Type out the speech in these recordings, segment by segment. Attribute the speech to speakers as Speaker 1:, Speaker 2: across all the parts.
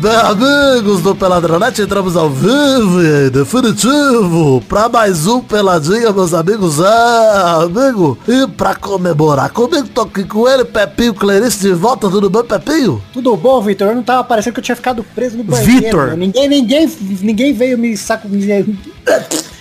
Speaker 1: bem, amigos do Peladronete? Entramos ao vivo e definitivo pra mais um Peladinha, meus amigos. É, amigo, e pra comemorar comigo, tô aqui com ele, Pepinho Clarice de volta. Tudo bem, Pepinho?
Speaker 2: Tudo bom, Vitor? Eu não tava parecendo que eu tinha ficado preso no banheiro.
Speaker 3: Vitor.
Speaker 2: né? Ninguém, ninguém, ninguém veio me saco me,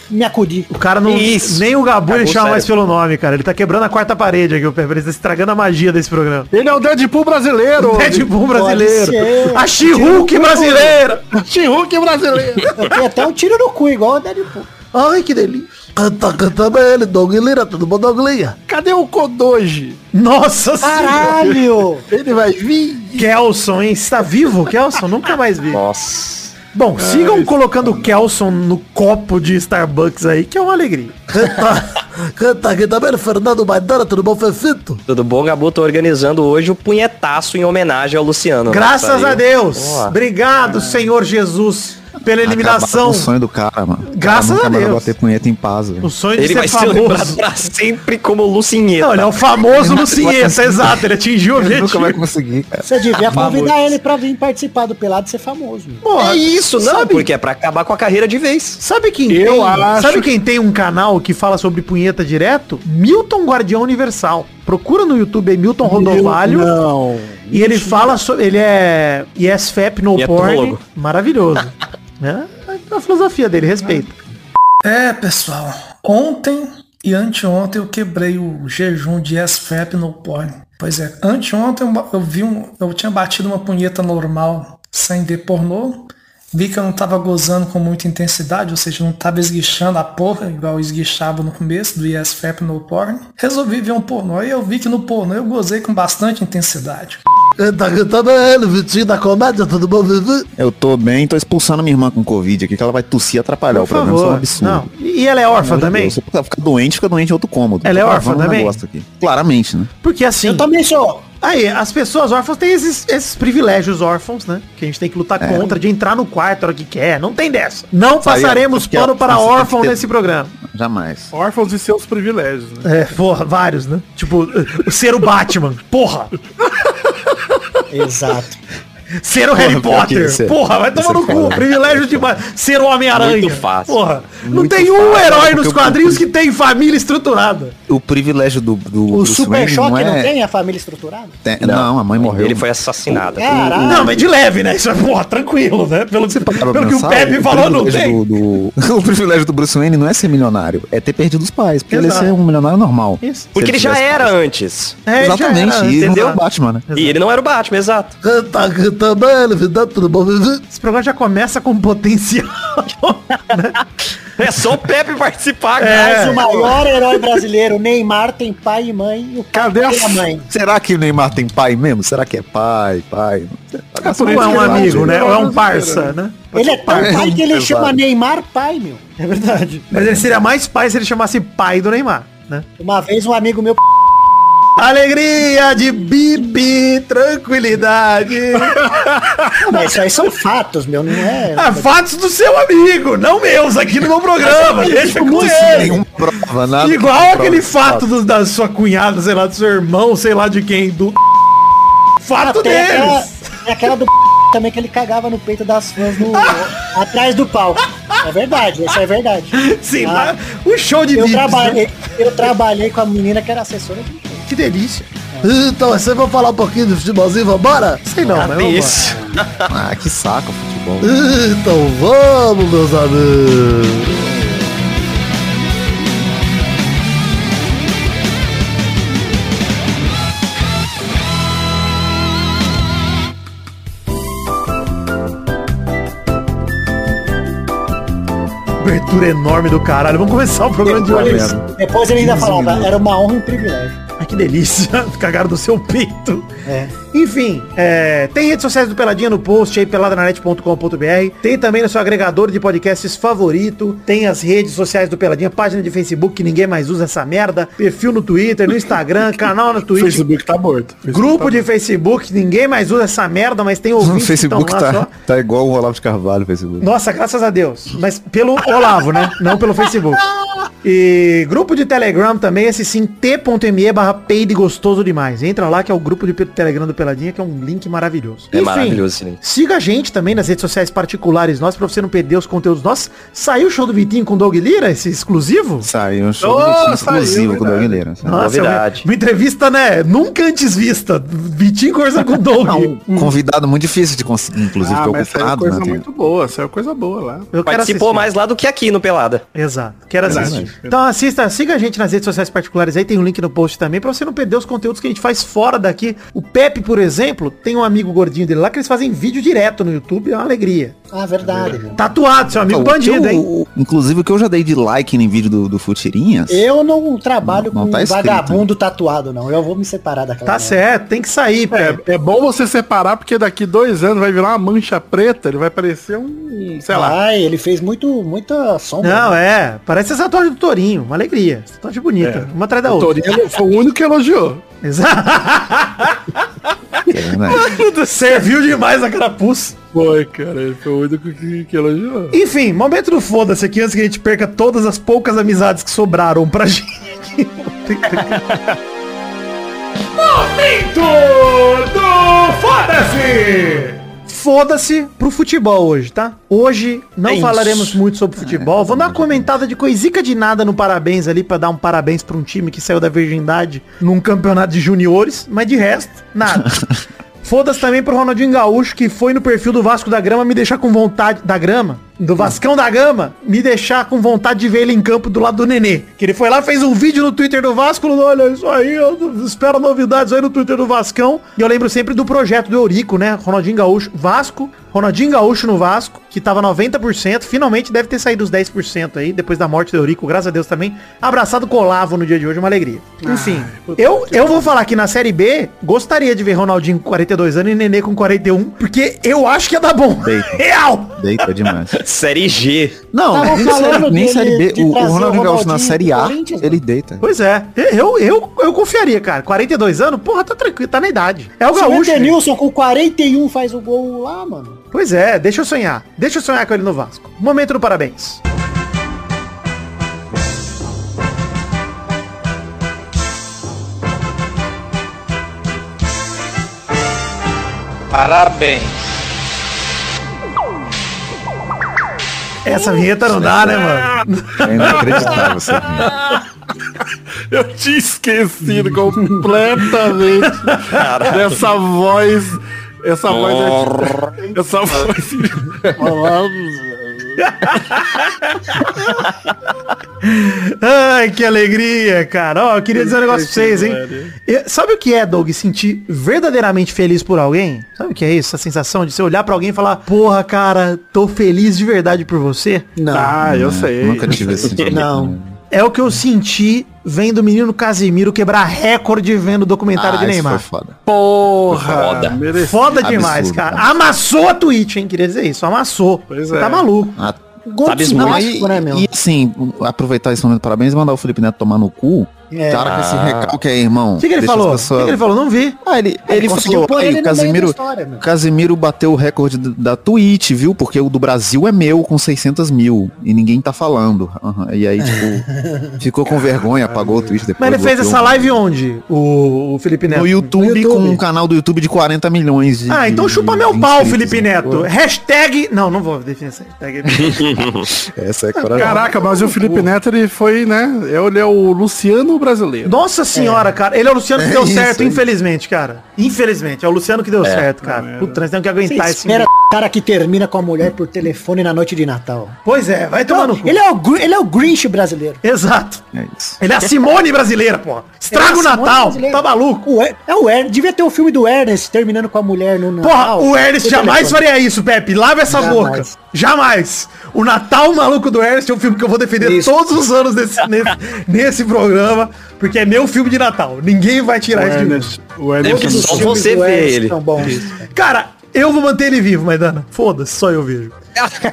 Speaker 2: me acudir.
Speaker 3: O cara não.
Speaker 4: Isso.
Speaker 3: Nem o Gabu ele chama
Speaker 4: Acabou, sério.
Speaker 3: mais pelo nome, cara. Ele tá quebrando a quarta parede aqui, o Pepper. Ele tá estragando a magia desse programa.
Speaker 4: Ele é o Deadpool brasileiro.
Speaker 3: Red Bull brasileiro.
Speaker 2: ser.
Speaker 3: A She-Hulk brasileira.
Speaker 4: She-Hulk brasileiro.
Speaker 2: Eu tenho até um tiro no cu, igual o Deadpool.
Speaker 1: Ai, que delícia. Canta, canta bem ele, Doug Lira. Tudo bom, Doug Lira?
Speaker 4: Cadê o Kodoji?
Speaker 3: Nossa senhora.
Speaker 2: Caralho!
Speaker 4: Ele vai vir?
Speaker 3: Kelson, hein? Está vivo, Kelson? Nunca mais vi.
Speaker 4: Nossa.
Speaker 3: Bom, sigam colocando o Kelson no copo de Starbucks aí, que é uma alegria.
Speaker 1: Canta, canta aqui também, Fernando Maidana. Tudo bom, Fefito?
Speaker 5: Tudo bom, Gabu? Tô organizando hoje o punhetaço em homenagem ao Luciano. né?
Speaker 3: Graças a
Speaker 5: Pariu.
Speaker 3: Deus.
Speaker 5: Boa.
Speaker 3: Obrigado, Senhor Jesus, pela
Speaker 6: Acabar com
Speaker 3: eliminação.
Speaker 6: o sonho do cara, mano. O
Speaker 3: Graças
Speaker 6: cara nunca
Speaker 3: a
Speaker 6: mais vai
Speaker 3: Deus.
Speaker 6: bater punheta em paz, velho.
Speaker 3: O sonho de
Speaker 5: Ele vai
Speaker 3: ser
Speaker 5: ser lembrado
Speaker 3: famoso.
Speaker 5: pra sempre como Lucinheta.
Speaker 3: Não, ele é o famoso Lucieta, exato. Ele atingiu o
Speaker 6: Ele nunca vai
Speaker 3: objetivo.
Speaker 6: conseguir, É, cara.
Speaker 2: Você devia convidar ele pra vir participar do Pelado e ser famoso.
Speaker 3: Porra,
Speaker 5: É isso, não,
Speaker 3: sabe?
Speaker 5: porque é pra acabar com a carreira de vez.
Speaker 3: Sabe quem
Speaker 4: Eu
Speaker 3: tem?
Speaker 4: acho
Speaker 3: Sabe quem tem um canal que fala sobre punheta direto? Milton Guardião Universal. Procura no YouTube aí Milton Rodovalho.
Speaker 2: Não.
Speaker 3: E ele fala sobre. Ele é YesFap no
Speaker 5: E é
Speaker 3: porn.
Speaker 5: trólogo.
Speaker 3: Maravilhoso. né? É a filosofia dele, respeito.
Speaker 7: É, pessoal, ontem e anteontem eu quebrei o jejum de SFAP no porn. Pois é, anteontem eu, ba- eu vi um, eu tinha batido uma punheta normal sem ver pornô. Vi que eu não tava gozando com muita intensidade, ou seja, eu não tava esguichando a porra, igual eu esguichava no começo do ISFAP no porn. Resolvi ver um pornô e eu vi que no pornô eu gozei com bastante intensidade.
Speaker 1: Canta, canta bem ele, Vitinho da Comédia. Tudo bom, Vivi?
Speaker 6: Eu tô bem, tô expulsando minha irmã com Covid aqui, que ela vai tossir e atrapalhar
Speaker 3: Por
Speaker 6: o programa. Isso é um
Speaker 3: favor.
Speaker 6: absurdo.
Speaker 3: Não. E ela é órfã também?
Speaker 6: Se ela ficar doente, fica doente em outro cômodo.
Speaker 3: Ela é
Speaker 6: Tô
Speaker 3: órfã
Speaker 6: gravando um
Speaker 3: também?
Speaker 6: negócio aqui. Claramente, né?
Speaker 3: Porque assim.
Speaker 2: Eu também sou.
Speaker 3: Aí, as pessoas órfãs têm esses, esses privilégios órfãos, né? Que a gente tem que lutar
Speaker 6: É.
Speaker 3: contra, de entrar no quarto a hora que quer. Não tem dessa. Não
Speaker 6: Isso aí é-
Speaker 3: passaremos
Speaker 6: porque
Speaker 3: pano
Speaker 6: a-
Speaker 3: para
Speaker 6: você tem que
Speaker 3: órfão
Speaker 6: ter-
Speaker 3: nesse programa.
Speaker 6: Jamais.
Speaker 4: Órfãos e seus privilégios, né?
Speaker 3: É, porra, vários, né? Tipo, ser o Batman, porra.
Speaker 2: Exato.
Speaker 3: Ser o Harry
Speaker 6: pior que
Speaker 3: Potter,
Speaker 6: isso é-
Speaker 3: porra, vai tomar no
Speaker 6: isso é
Speaker 3: cu.
Speaker 6: foda.
Speaker 3: Privilégio demais. Ser o Homem-Aranha.
Speaker 5: Muito fácil.
Speaker 3: Porra, não
Speaker 6: Muito
Speaker 3: tem um
Speaker 6: fácil,
Speaker 3: herói
Speaker 6: porque
Speaker 3: nos
Speaker 6: o-
Speaker 3: quadrinhos que tem família estruturada.
Speaker 6: O privilégio do. do
Speaker 2: O
Speaker 6: Bruce
Speaker 2: Super
Speaker 6: Wayne
Speaker 2: Choque não
Speaker 6: é-
Speaker 2: tem a família estruturada?
Speaker 6: tem- Não, a mãe morreu.
Speaker 5: Ele foi assassinado. Hum,
Speaker 2: Caralho.
Speaker 3: Não, mas de leve, né? Isso é, porra, tranquilo, né? Pelo,
Speaker 6: Ah. Parou pra
Speaker 3: pelo que o
Speaker 6: pensar,
Speaker 3: Pepe falou, não tem.
Speaker 6: privilégio do- do- O privilégio do Bruce Wayne não é ser milionário, é ter perdido os pais. Porque
Speaker 3: Exato.
Speaker 6: ele é ser um milionário normal.
Speaker 3: Isso.
Speaker 6: Se
Speaker 5: Porque ele já
Speaker 6: tivesse
Speaker 5: era
Speaker 6: pais.
Speaker 5: antes.
Speaker 3: É, já era,
Speaker 6: Exatamente, e não
Speaker 3: entendeu?
Speaker 6: é o Batman, né?
Speaker 5: E ele não era o Batman, exato.
Speaker 1: Canta, canta bem ele, Vidal. Tudo bom, Vivi?
Speaker 3: Esse programa já começa com um potencial.
Speaker 5: É só o Pepe
Speaker 3: É,
Speaker 5: participar,
Speaker 2: Mas
Speaker 5: cara.
Speaker 2: o maior herói brasileiro, Neymar, tem pai e mãe. E o cara
Speaker 4: Cadê a
Speaker 2: tem a mãe?
Speaker 6: Será que o Neymar tem pai mesmo? Será que é pai, pai? Será que
Speaker 3: Ou é um
Speaker 4: por isso que ele
Speaker 3: amigo,
Speaker 4: é
Speaker 3: né? Ou é um
Speaker 4: brasileiro,
Speaker 3: parça, né?
Speaker 2: Ele é tão
Speaker 6: pai,
Speaker 2: pai que ele
Speaker 6: exato.
Speaker 2: chama Neymar pai, meu.
Speaker 3: É verdade. Mas ele seria mais pai se ele chamasse pai do Neymar, né?
Speaker 2: Uma vez um amigo meu
Speaker 3: Alegria de bibi, tranquilidade.
Speaker 2: Mas isso aí são fatos, meu, não é?
Speaker 3: Ah, fatos do seu amigo, não meus, aqui no meu programa. Deixa com ele.
Speaker 6: Nenhuma prova, nada.
Speaker 3: Igual
Speaker 6: que
Speaker 3: aquele
Speaker 6: prova.
Speaker 3: fato do- da sua cunhada, sei lá, do seu irmão, sei lá de quem, do... Fato
Speaker 2: Tem aquela,
Speaker 3: deles.
Speaker 2: tem aquela do também que ele cagava no peito das fãs no, atrás do palco. É verdade, isso é verdade.
Speaker 3: Sim,
Speaker 2: Ah,
Speaker 3: mas o show de
Speaker 2: eu,
Speaker 3: bips, né?
Speaker 2: trabalhei, eu trabalhei com a menina que era assessora de
Speaker 3: Que delícia.
Speaker 1: Então, você vai falar um pouquinho de futebolzinho? Vambora?
Speaker 3: Sei não, mas vambora.
Speaker 5: Isso.
Speaker 6: Ah, que saco futebol.
Speaker 1: Então vamos, meus amigos.
Speaker 3: Abertura enorme do caralho. Vamos começar o programa de hoje.
Speaker 2: Depois, depois ele ainda falava, era uma honra e um privilégio.
Speaker 3: Ai, que delícia. Cagaram do seu peito.
Speaker 2: É.
Speaker 3: Enfim, é, tem redes sociais do Peladinha no post aí, peladranet.com.br. Tem também no seu agregador de podcasts favorito. Tem as redes sociais do Peladinha, página de Facebook que ninguém mais usa essa merda. Perfil no Twitter, no Instagram, canal no Twitch.
Speaker 4: Facebook tá morto.
Speaker 3: Grupo de Facebook, ninguém mais usa essa merda, mas tem ouvintes
Speaker 6: O
Speaker 3: que tão
Speaker 6: Facebook
Speaker 3: lá
Speaker 6: tá,
Speaker 3: só.
Speaker 6: tá igual o Olavo de Carvalho, o Facebook.
Speaker 3: Nossa, graças a Deus. Mas pelo Olavo, né? Não pelo Facebook. E grupo de Telegram também, esse sim, t.me barra peide gostoso demais. Entra lá que é o grupo de Telegram do Peladinha, que é um link maravilhoso.
Speaker 5: É maravilhoso esse link.
Speaker 3: Siga a gente também nas redes sociais particulares nossas pra você não perder os conteúdos nossos. Saiu o show do Vitinho com o Doug Lira, esse exclusivo?
Speaker 6: Saiu um show
Speaker 4: Oh,
Speaker 6: bonitinho,
Speaker 4: saiu,
Speaker 6: exclusivo com o Doug
Speaker 4: verdade.
Speaker 6: Lira.
Speaker 5: Novidade.
Speaker 3: uma, uma entrevista, né? Nunca antes vista. Vitinho conversando com o Doug.
Speaker 6: Não, um convidado muito difícil de conseguir, inclusive,
Speaker 4: Ah,
Speaker 6: que eu
Speaker 4: mas
Speaker 3: é
Speaker 4: saiu
Speaker 6: comprado,
Speaker 4: coisa
Speaker 6: né? tem-
Speaker 4: muito boa, saiu coisa boa lá.
Speaker 3: Eu quero
Speaker 5: Participou
Speaker 3: assistir.
Speaker 5: mais lá do que aqui no Pelada.
Speaker 3: Exato. Quero
Speaker 4: Verdade.
Speaker 3: assistir. Então assista, siga a gente nas redes sociais particulares aí, tem um link no post também, pra você não perder os conteúdos que a gente faz fora daqui. O Pepe, por exemplo, tem um amigo gordinho dele lá que eles fazem vídeo direto no YouTube, é uma alegria.
Speaker 2: Ah, verdade. meu.
Speaker 3: Tatuado, seu amigo
Speaker 6: Pô, o que
Speaker 3: bandido,
Speaker 6: eu-
Speaker 3: hein?
Speaker 6: o- Inclusive, o que eu já dei de like em vídeo do, do Futirinhas.
Speaker 2: Eu não trabalho
Speaker 6: Não
Speaker 2: com
Speaker 6: tá escrito.
Speaker 2: vagabundo tatuado, não. Eu vou me separar daquela.
Speaker 3: Tá
Speaker 2: merda.
Speaker 3: certo, tem que sair, Pepe.
Speaker 4: É, é bom você separar, porque daqui dois anos vai virar uma mancha preta, ele vai parecer um, sei lá,
Speaker 2: Ai, ele fez muito, muita sombra.
Speaker 3: Não, é. Parece essa tatuagem do Torinho, uma alegria. Essa Tatuagem bonita, uma atrás da
Speaker 4: É, o
Speaker 3: outra.
Speaker 4: Torino foi o único que elogiou.
Speaker 3: Exato.
Speaker 6: É, né?
Speaker 3: Serviu demais a carapuça.
Speaker 4: Foi, cara, ele foi o único que, que elogiou.
Speaker 3: Enfim, momento do foda-se aqui antes que a gente perca todas as poucas amizades que sobraram pra gente. momento do foda-se! Foda-se pro futebol hoje, tá? Hoje não
Speaker 5: É isso. É,
Speaker 3: falaremos muito sobre futebol. Vou dar uma comentada de coisica de nada no parabéns ali pra dar um parabéns pra um time que saiu da virgindade num campeonato de juniores, mas de resto, nada. Foda-se também pro Ronaldinho Gaúcho, que foi no perfil do Vasco da Grama me deixar com vontade. Da Grama? Do Vascão da Gama, me deixar com vontade de ver ele em campo do lado do Nenê. Que ele foi lá, fez um vídeo no Twitter do Vasco, olha isso aí, eu espero novidades aí no Twitter do Vascão. E eu lembro sempre do projeto do Eurico, né? Ronaldinho Gaúcho, Vasco, Ronaldinho Gaúcho no Vasco, que tava 90%, finalmente deve ter saído os 10% aí, depois da morte do Eurico, graças a Deus também. Abraçado com o Olavo no dia de hoje, uma alegria. Enfim, eu, eu vou falar Ah, que na Série B, gostaria de ver Ronaldinho com 42 anos e Nenê com 41, porque eu acho que ia dar bom.
Speaker 6: Bem.
Speaker 3: Real!
Speaker 6: Deita demais.
Speaker 5: Série G.
Speaker 6: Não,
Speaker 2: Tava
Speaker 6: nem
Speaker 2: falando
Speaker 6: série, nem
Speaker 2: dele de
Speaker 6: série B. O, o
Speaker 2: trazer o
Speaker 6: Ronaldinho Gaúcho na
Speaker 2: Ronaldinho
Speaker 6: Série
Speaker 2: pro
Speaker 6: A,
Speaker 3: né?
Speaker 2: Corinthians,
Speaker 6: ele deita.
Speaker 3: Pois é, eu, eu, eu confiaria, cara. 42 anos, porra, tá tranquilo, tá na idade. É o
Speaker 2: Se o
Speaker 3: Gaúcho. né?
Speaker 2: Edenilson com 41 faz o gol lá, mano.
Speaker 3: Pois é, deixa eu sonhar. Deixa eu sonhar com ele no Vasco. Momento do parabéns. Parabéns. Essa vinheta não dá, né, mano?
Speaker 6: É inacreditável essa vinheta.
Speaker 4: Eu tinha esquecido completamente dessa voz. Essa voz. Essa voz. é
Speaker 3: Ai, que alegria, cara. Ó, eu queria dizer um negócio pra vocês, hein? Eu- sabe o que é, Doug, sentir verdadeiramente feliz por alguém? Sabe o que é isso? A sensação de você olhar pra alguém e falar, porra, cara, tô feliz de verdade por você?
Speaker 2: Não.
Speaker 4: Ah, eu sei.
Speaker 6: Nunca tive esse tipo sentimento.
Speaker 3: Não. É o que eu senti vendo o menino Casimiro quebrar recorde vendo o documentário
Speaker 6: Ah,
Speaker 3: de
Speaker 6: isso foi
Speaker 3: Neymar.
Speaker 6: foda.
Speaker 4: Porra!
Speaker 5: Foda.
Speaker 3: Ah,
Speaker 4: mereci.
Speaker 3: Foda demais,
Speaker 6: Absurdo,
Speaker 3: cara.
Speaker 6: cara.
Speaker 3: Amassou a Twitch, hein? Queria dizer isso, amassou.
Speaker 4: Pois
Speaker 3: Você
Speaker 4: é.
Speaker 3: tá maluco.
Speaker 6: Ah,
Speaker 2: Gol
Speaker 5: Sabe
Speaker 2: de
Speaker 5: muito,
Speaker 6: não,
Speaker 2: Vasco,
Speaker 6: e,
Speaker 2: né, meu?
Speaker 6: e assim, aproveitar esse momento, de parabéns e mandar o Felipe Neto tomar no cu. Cara, com esse recalque aí, irmão.
Speaker 3: O É. que, que ele
Speaker 6: deixa as
Speaker 3: falou? O que,
Speaker 6: pessoas-
Speaker 3: que ele falou? Não vi.
Speaker 6: Ah, ele, ele
Speaker 2: conseguiu
Speaker 6: falou,
Speaker 2: pôr ele
Speaker 6: aí, o
Speaker 2: no meio da
Speaker 6: Casimiro,
Speaker 2: história, meu.
Speaker 6: o Casimiro bateu o recorde d- da Twitch, viu? Porque o do Brasil é meu, com 600 mil, e ninguém tá falando. Aham, E aí, tipo, ficou com vergonha, apagou o Twitch depois.
Speaker 3: Mas ele fez
Speaker 6: bloqueou. um
Speaker 3: essa live onde? O, o Felipe Neto.
Speaker 6: No YouTube,
Speaker 2: No YouTube.
Speaker 6: com um canal do YouTube de 40 milhões de
Speaker 3: Ah, então
Speaker 6: de-
Speaker 3: chupa
Speaker 6: de
Speaker 3: meu pau,
Speaker 6: inscritos,
Speaker 3: Felipe
Speaker 6: né?
Speaker 3: Neto. Hashtag. Não, não vou definir essa hashtag.
Speaker 6: Essa
Speaker 3: Ah,
Speaker 6: é coragem.
Speaker 4: Caraca, mas o Felipe Neto ele foi, né? Ele é o Luciano brasileiro.
Speaker 3: Nossa senhora, cara. Ele é o Luciano que
Speaker 6: É
Speaker 3: deu
Speaker 6: isso,
Speaker 3: certo,
Speaker 6: é isso.
Speaker 3: infelizmente, cara. Infelizmente, é o Luciano que deu certo, cara. Puta, nós temos que
Speaker 2: Você
Speaker 3: aguentar Tá, esse.
Speaker 2: espera cara que termina com a mulher por telefone na noite de Natal.
Speaker 3: Pois é, vai tomar no cu.
Speaker 2: Ele é o, Gr- ele é o Grinch brasileiro.
Speaker 3: Exato.
Speaker 6: É isso.
Speaker 3: Ele é a Simone brasileira, porra.
Speaker 2: Ele
Speaker 3: Estraga
Speaker 2: é
Speaker 3: o
Speaker 2: Simone
Speaker 3: Natal.
Speaker 2: brasileiro.
Speaker 3: Tá maluco?
Speaker 2: O Er- é o Ernest. Devia ter o filme do Ernest terminando com a mulher no Natal. tá
Speaker 3: Porra, o Ernest
Speaker 2: Por
Speaker 3: jamais
Speaker 2: telefone.
Speaker 3: faria isso, Pepe. Lava essa
Speaker 2: Jamais.
Speaker 3: boca. Jamais. O Natal Maluco do Ernest é um filme que eu vou defender
Speaker 2: Isso.
Speaker 3: todos os anos nesse, nesse, nesse programa, porque é meu filme de Natal. Ninguém vai tirar isso de mim.
Speaker 4: O
Speaker 5: É
Speaker 4: Ernest.
Speaker 5: porque
Speaker 2: Os
Speaker 5: só
Speaker 2: filmes
Speaker 5: você
Speaker 2: do
Speaker 5: vê
Speaker 2: Ernest
Speaker 5: ele.
Speaker 2: são bons.
Speaker 3: Cara, eu vou manter ele vivo, Maidana. Foda-se, só eu vejo.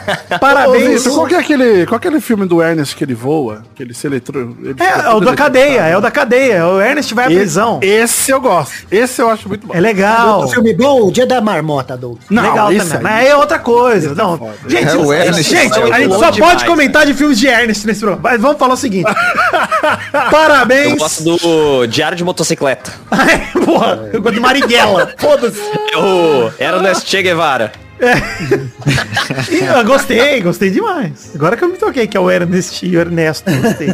Speaker 4: Ô,
Speaker 3: Parabéns.
Speaker 4: Vitor, qual, que é aquele, qual que é aquele filme do Ernest que ele voa? Que ele se eletro... ele
Speaker 3: É,
Speaker 4: fica
Speaker 3: é o
Speaker 4: todo
Speaker 3: da cadeia,
Speaker 4: eletrocutado?
Speaker 3: é o da cadeia. O Ernest vai à prisão.
Speaker 4: Esse eu gosto. Esse eu acho muito bom.
Speaker 3: É legal.
Speaker 2: Outro filme bom, o Dia da Marmota, Doug.
Speaker 4: Não,
Speaker 3: legal
Speaker 4: esse
Speaker 3: também.
Speaker 4: aí-
Speaker 3: Mas é outra coisa. Não. Gente,
Speaker 6: É o Ernest,
Speaker 3: gente,
Speaker 5: é o
Speaker 3: a gente
Speaker 5: bom
Speaker 3: só
Speaker 5: demais,
Speaker 3: pode comentar de filmes de Ernest nesse programa. Mas vamos falar o seguinte. Parabéns.
Speaker 5: Eu gosto do Diário de Motocicleta.
Speaker 3: Ai, Porra, eu gosto de Marighella. Foda-se.
Speaker 5: É o Ernest Che Guevara.
Speaker 3: Ih, eu ah, Gostei, gostei demais. Agora que eu me toquei, que é o Ernest e o Ernesto. gostei.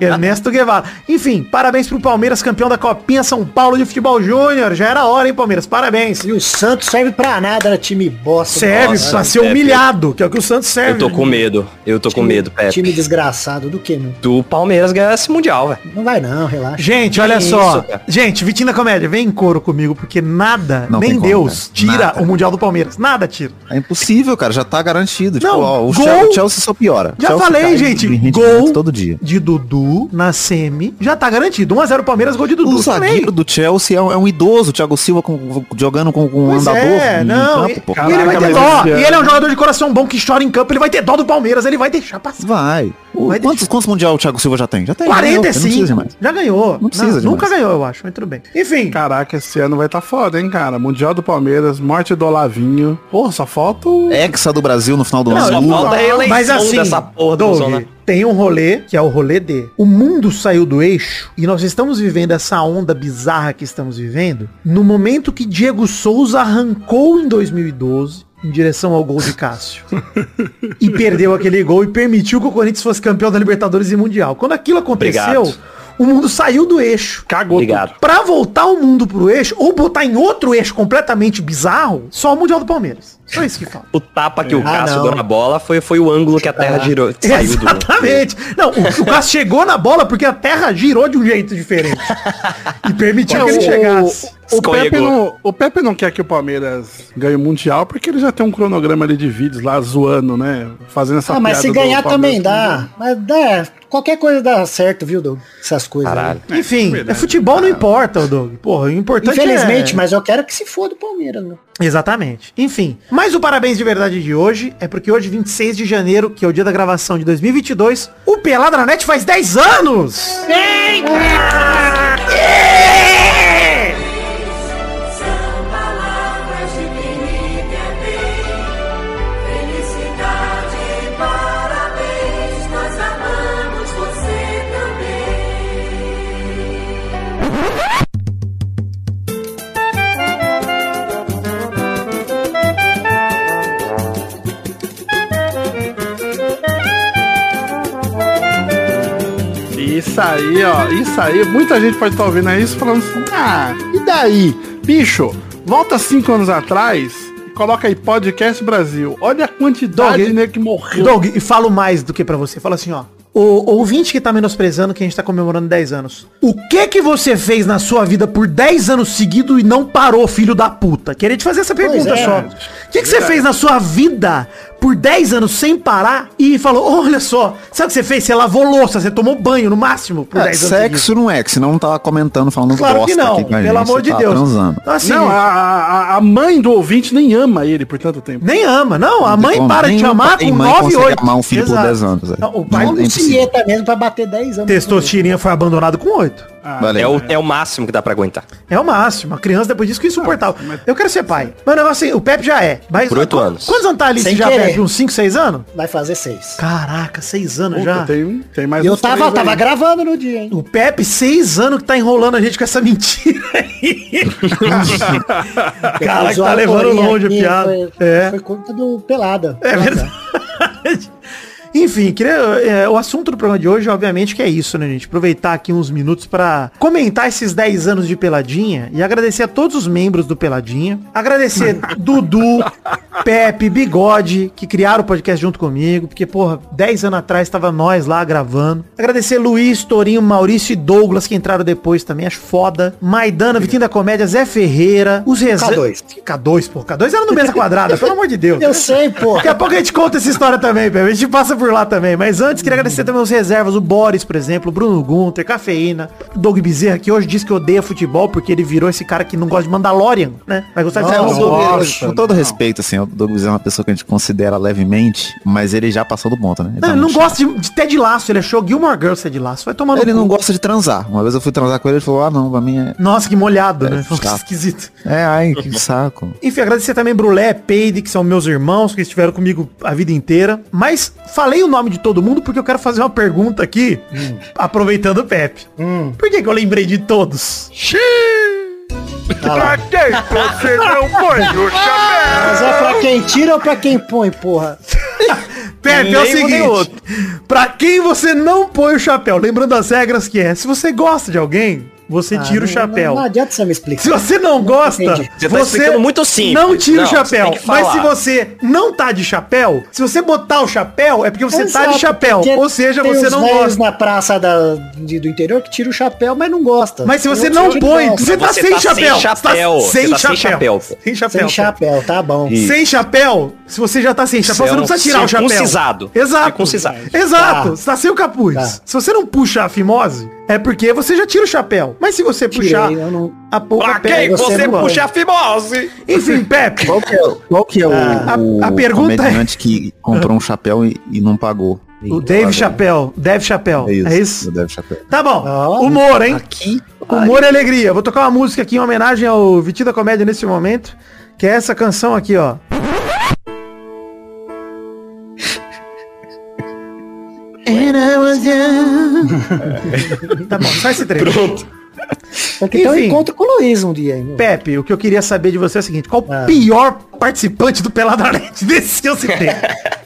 Speaker 3: Ernesto Guevara. Enfim, parabéns pro Palmeiras, campeão da Copinha São Paulo de Futebol Júnior. Já era hora, hein, Palmeiras? Parabéns.
Speaker 2: E o Santos serve pra nada, era time bosta.
Speaker 3: Serve
Speaker 5: Nossa,
Speaker 3: pra ser
Speaker 5: Pepe.
Speaker 3: humilhado, que é o que o Santos serve.
Speaker 5: Eu tô com medo. Eu tô com medo,
Speaker 2: Time
Speaker 5: Pepe.
Speaker 2: desgraçado, do que? Não,
Speaker 5: Do Palmeiras ganhar esse Mundial, velho.
Speaker 2: não vai não, relaxa.
Speaker 3: Gente, olha
Speaker 5: Que
Speaker 3: só.
Speaker 5: isso, cara.
Speaker 3: gente, Vitinho da Comédia, vem em couro comigo, porque nada,
Speaker 6: Não
Speaker 3: nem
Speaker 6: tem como,
Speaker 3: Deus,
Speaker 6: cara.
Speaker 3: tira
Speaker 6: Nada.
Speaker 3: o Mundial do Palmeiras. Nada tira.
Speaker 6: É impossível, cara. Já tá garantido. Tipo,
Speaker 3: Não,
Speaker 6: ó, o
Speaker 3: gol-
Speaker 6: Chelsea, o Chelsea só piora.
Speaker 3: Já
Speaker 6: Chelsea
Speaker 3: falei,
Speaker 6: cai
Speaker 3: gente.
Speaker 6: em rendimento
Speaker 3: Gol
Speaker 6: todo dia.
Speaker 3: de Dudu na semi já tá garantido. 1x0 Palmeiras, gol de Dudu.
Speaker 6: O
Speaker 3: também.
Speaker 6: zagueiro do Chelsea é um, é um idoso, o Thiago Silva com- jogando com, com um
Speaker 3: Pois
Speaker 6: andador.
Speaker 3: é,
Speaker 6: em
Speaker 3: não.
Speaker 6: campo,
Speaker 3: e-
Speaker 6: pô.
Speaker 3: e ele vai ter
Speaker 4: Caraca, mas
Speaker 3: dó.
Speaker 4: esse
Speaker 3: E
Speaker 4: ano-
Speaker 3: ele é um jogador de coração bom que chora em campo. Ele vai ter dó do Palmeiras. Ele vai deixar passar.
Speaker 6: Vai. O-
Speaker 3: Vai
Speaker 6: quantos, quantos mundial o Thiago Silva já tem? Já tem. já ganhou, Não
Speaker 3: 45.
Speaker 6: precisa mais.
Speaker 3: já ganhou.
Speaker 6: Não precisa de
Speaker 3: nunca
Speaker 6: mais.
Speaker 3: ganhou, eu acho. Mas tudo bem.
Speaker 4: é
Speaker 3: Enfim.
Speaker 4: Caraca, esse ano vai tá foda, hein, cara. Mundial do Palmeiras, morte do Olavinho. Porra, só falta o...
Speaker 6: Hexa do Brasil no final do
Speaker 5: Só
Speaker 6: ano.
Speaker 5: falta a eleição
Speaker 3: Mas assim,
Speaker 5: dessa porra do
Speaker 3: Doug,
Speaker 5: Bolsonaro.
Speaker 3: tem um rolê, que é o rolê de o mundo saiu do eixo e nós estamos vivendo essa onda bizarra que estamos vivendo no momento que Diego Souza arrancou em 2012 em direção ao gol de Cássio. e perdeu aquele gol e permitiu que o Corinthians fosse campeão da Libertadores e Mundial. Quando aquilo aconteceu,
Speaker 5: Obrigado.
Speaker 3: o mundo saiu do eixo.
Speaker 4: Cagou
Speaker 5: Obrigado.
Speaker 3: Pra voltar o mundo pro eixo, ou botar em outro eixo completamente bizarro, só o Mundial do Palmeiras. Só isso que fala.
Speaker 5: O tapa
Speaker 3: Ah,
Speaker 5: que o Cássio
Speaker 2: não.
Speaker 5: deu na bola foi, foi o ângulo que a terra girou. Saiu do.
Speaker 3: Exatamente. Não, o, o Cássio chegou na bola porque a terra girou de um jeito diferente. E permitiu que ele chegasse.
Speaker 4: O Pepe,
Speaker 5: Escorregou.
Speaker 4: não, o Pepe não quer que o Palmeiras ganhe o Mundial porque ele já tem um cronograma ali de vídeos lá zoando, né? Fazendo essa
Speaker 2: Ah, mas se
Speaker 4: piada do
Speaker 2: ganhar
Speaker 4: Palmeiras
Speaker 2: também
Speaker 4: com o Mundial.
Speaker 3: né?
Speaker 2: dá. Mas dá. Qualquer coisa dá certo, viu, Doug? Essas coisas.
Speaker 5: Caralho.
Speaker 2: aí.
Speaker 3: Enfim,
Speaker 4: verdade.
Speaker 3: é futebol não importa, ô Doug. Porra, o importante
Speaker 2: Infelizmente,
Speaker 3: é...
Speaker 2: mas eu quero que se foda o Palmeiras, né?
Speaker 3: Exatamente. Enfim, mas o parabéns de verdade de hoje é porque hoje, 26 de janeiro, que é o dia da gravação de 2022, o Pelada na Net faz 10 anos!
Speaker 8: São palavras de quem vive é bem. Felicidade e parabéns. Nós amamos você também.
Speaker 4: Isso aí, ó. Isso aí. Muita gente pode estar ouvindo isso falando assim, ah, e daí? Bicho, volta cinco anos atrás e coloca aí Podcast Brasil. Olha a quantidade
Speaker 3: Dog,
Speaker 4: de nego que morreu.
Speaker 3: Doug, e falo mais do que pra você. Falo assim, ó. O ouvinte que tá menosprezando que a gente tá comemorando 10 anos. O que que você fez na sua vida por 10 anos seguido e não parou, filho da puta? Queria te fazer essa pergunta
Speaker 2: é.
Speaker 3: só. O que, que você fez na sua vida por 10 anos sem parar e falou, olha só, sabe o que você fez? Você lavou louça, você tomou banho no máximo por
Speaker 6: É,
Speaker 3: 10 anos seguidos.
Speaker 6: sexo não é, que senão não tava comentando, falando
Speaker 3: Claro que
Speaker 6: bosta
Speaker 3: não,
Speaker 6: aqui com a
Speaker 3: pelo
Speaker 6: gente,
Speaker 3: amor de
Speaker 6: tava
Speaker 3: Deus.
Speaker 6: transando.
Speaker 3: Então, assim,
Speaker 4: Não, a, a, a mãe do ouvinte nem ama ele por tanto tempo.
Speaker 3: nem ama, não. A
Speaker 6: Não tem
Speaker 3: mãe
Speaker 6: como,
Speaker 3: para de te
Speaker 6: nenhum
Speaker 3: amar
Speaker 6: pai
Speaker 3: com
Speaker 6: e mãe
Speaker 3: 9 e
Speaker 6: consegue
Speaker 3: 8.
Speaker 6: amar um filho por 10 anos, velho.
Speaker 3: Não, O
Speaker 2: Vamos
Speaker 3: pai
Speaker 6: Não, é
Speaker 2: no
Speaker 6: impossível.
Speaker 2: Cieta mesmo pra bater 10 anos.
Speaker 3: testou Tirinha foi abandonado com 8.
Speaker 4: Ah,
Speaker 6: Valeu.
Speaker 5: É o, é o máximo que dá pra aguentar.
Speaker 3: É o máximo. A criança depois disso que é insuportável. Eu quero ser pai. Mas não, assim, o Pepe já é. Mas
Speaker 5: Por oito
Speaker 3: Qu-
Speaker 5: anos.
Speaker 3: Quantos anos tá ali?
Speaker 2: Sem
Speaker 3: já
Speaker 2: querer.
Speaker 3: Pepe? Uns 5, 6 anos?
Speaker 2: Vai fazer 6.
Speaker 3: Caraca, 6 anos
Speaker 4: Puta,
Speaker 3: já.
Speaker 4: tem, tem mais
Speaker 2: E eu
Speaker 4: uns
Speaker 2: tava,
Speaker 4: três
Speaker 2: tava
Speaker 4: aí.
Speaker 2: gravando no dia, hein?
Speaker 3: O Pepe, 6 anos que tá enrolando a gente com essa mentira aí. Caraca,
Speaker 2: Depois o
Speaker 3: tá levando
Speaker 2: Arborinha
Speaker 3: longe a
Speaker 2: aqui
Speaker 3: piada.
Speaker 2: Foi,
Speaker 3: É.
Speaker 2: foi conta do Pelada.
Speaker 3: É verdade. Enfim, queria, é, o assunto do programa de hoje, obviamente, que é isso, né, gente? Aproveitar aqui uns minutos pra comentar esses 10 anos de Peladinha e agradecer a todos os membros do Peladinha. Agradecer Dudu, Pepe, Bigode, que criaram o podcast junto comigo, porque, porra, 10 anos atrás tava nós lá gravando. Agradecer Luiz, Torinho, Maurício e Douglas, que entraram depois também, acho foda. Maidana, Vitinho da Comédia, Zé Ferreira, os Rezan...
Speaker 2: K2.
Speaker 3: K2, porra. K2 era no mesa quadrada, pelo amor de Deus.
Speaker 2: Eu sei, pô.
Speaker 3: Daqui a pouco a gente conta essa história também, Pepe. A gente passa por lá também. Mas antes, queria agradecer também os reservas, o Boris, por exemplo, o Bruno Gunter, Cafeína, o Doug Bezerra, que hoje diz que odeia futebol porque ele virou esse cara que não gosta de Mandalorian, né? Vai gostar de
Speaker 6: É,
Speaker 3: futebol.
Speaker 6: eu- eu- com todo respeito, assim, eu o Douglas é uma pessoa que a gente considera levemente, mas ele já passou do ponto, né?
Speaker 3: Não,
Speaker 6: tá
Speaker 3: ele não
Speaker 6: muito-
Speaker 3: gosta de, de Ted Laço, ele achou Gilmore Girls Ted Laço. Vai tomar no
Speaker 6: Ele
Speaker 3: cu.
Speaker 6: não gosta de transar. Uma vez eu fui transar com ele, ele falou, ah não, pra mim é...
Speaker 3: Nossa, que molhado,
Speaker 6: É,
Speaker 3: né? Falou, que
Speaker 6: chato.
Speaker 3: esquisito.
Speaker 6: É, ai, que saco.
Speaker 3: Enfim, agradecer também Brulé, Peide, que são meus irmãos, que estiveram comigo a vida inteira. Mas falei o nome de todo mundo porque eu quero fazer uma pergunta aqui,
Speaker 6: Hum.
Speaker 3: aproveitando o Pepe. Por que, que eu lembrei de todos?
Speaker 4: Pra quem você não põe o chapéu?
Speaker 2: Mas é pra quem tira ou pra quem põe, porra?
Speaker 3: Pepe, é o
Speaker 5: Nem um nem
Speaker 3: seguinte,
Speaker 5: outro.
Speaker 3: pra quem você não põe o chapéu, lembrando as regras que é, se você gosta de alguém, você tira o
Speaker 2: Ah, Não-
Speaker 3: chapéu.
Speaker 2: Não, não adianta você me explicar.
Speaker 3: Se você não gosta,
Speaker 2: entendi.
Speaker 5: Você tá explicando muito simples.
Speaker 3: não tira o
Speaker 5: Não, você
Speaker 3: chapéu.
Speaker 5: tem que
Speaker 3: Mas
Speaker 5: falar.
Speaker 3: se você não tá de chapéu, se você botar o chapéu, é porque você tá
Speaker 2: Exato,
Speaker 3: de chapéu.
Speaker 2: porque
Speaker 3: Ou seja,
Speaker 2: tem
Speaker 3: você
Speaker 2: uns
Speaker 3: não
Speaker 2: velhos
Speaker 3: gosta.
Speaker 2: na praça da- de- do interior que tira o chapéu, mas não gosta.
Speaker 3: Mas se
Speaker 2: Tem
Speaker 3: você
Speaker 2: outros
Speaker 3: não
Speaker 2: que
Speaker 3: põe,
Speaker 2: gostam.
Speaker 3: você tá
Speaker 5: Você
Speaker 3: sem
Speaker 5: tá sem
Speaker 3: chapéu. Você
Speaker 5: chapéu. Você tá sem chapéu.
Speaker 3: Sem chapéu.
Speaker 2: Sem chapéu, tá bom.
Speaker 3: Sem chapéu, se você já tá sem chapéu,
Speaker 5: Você
Speaker 3: você não
Speaker 5: é um É
Speaker 3: precisa tirar o chapéu.
Speaker 5: circuncisado.
Speaker 3: Exato.
Speaker 5: Circuncisado.
Speaker 3: Exato.
Speaker 2: Tá.
Speaker 3: Você tá sem o capuz.
Speaker 2: Tá.
Speaker 3: Se você não puxa a fimose, é porque você já tira o chapéu. Mas se você
Speaker 2: Tirei,
Speaker 3: puxar
Speaker 2: eu não-
Speaker 3: a
Speaker 5: Pra
Speaker 3: pouca
Speaker 5: quem
Speaker 3: pele,
Speaker 5: você
Speaker 3: não
Speaker 5: puxa a fimose?
Speaker 3: põe. Enfim, Pepe.
Speaker 6: Qual que é, qual que é o,
Speaker 3: Ah,
Speaker 6: o
Speaker 3: a- a pergunta é-
Speaker 6: comediante que comprou um chapéu e, e não pagou?
Speaker 3: O Dave Chapéu. Dave Chapéu.
Speaker 6: É isso.
Speaker 3: É isso?
Speaker 6: O Dave Chapéu.
Speaker 3: Tá bom.
Speaker 2: Ó.
Speaker 3: Humor, hein? Humor e alegria. Vou tocar uma música aqui em homenagem ao Vitinho da Comédia nesse momento, que é essa canção aqui, ó. And I was young. tá bom, só esse trecho.
Speaker 2: Tem que ter um
Speaker 3: Enfim.
Speaker 2: encontro com o Luiz um dia, hein?
Speaker 3: Pepe, o que eu queria saber de você é o seguinte, qual o
Speaker 2: Ah.
Speaker 3: pior participante do Peladranet desse que eu citei?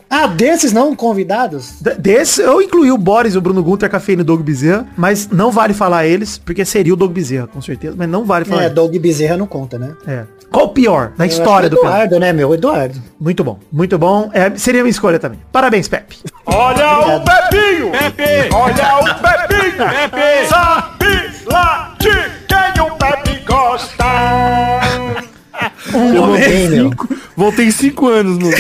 Speaker 2: Ah, desses não convidados?
Speaker 3: D- Desse, eu incluí o Boris, o Bruno Gunter, a Cafeína e o Doug Bezerra, mas não vale falar eles, porque seria o Doug Bezerra, com certeza, mas não vale falar
Speaker 2: É,
Speaker 3: eles.
Speaker 2: Doug Bezerra não conta, né?
Speaker 3: É. Qual o pior na
Speaker 2: Eu
Speaker 3: história
Speaker 2: acho
Speaker 3: do
Speaker 2: que
Speaker 3: Pelado?
Speaker 2: Eduardo, né, meu? Eduardo.
Speaker 3: Muito bom, muito bom. É, seria minha escolha também. Parabéns, Pepe.
Speaker 4: Olha o Pepinho! Pepe! Olha o Pepinho! Pepe! Sabe lá de quem o Pepe gosta!
Speaker 3: Um momento.
Speaker 4: Voltei cinco anos no...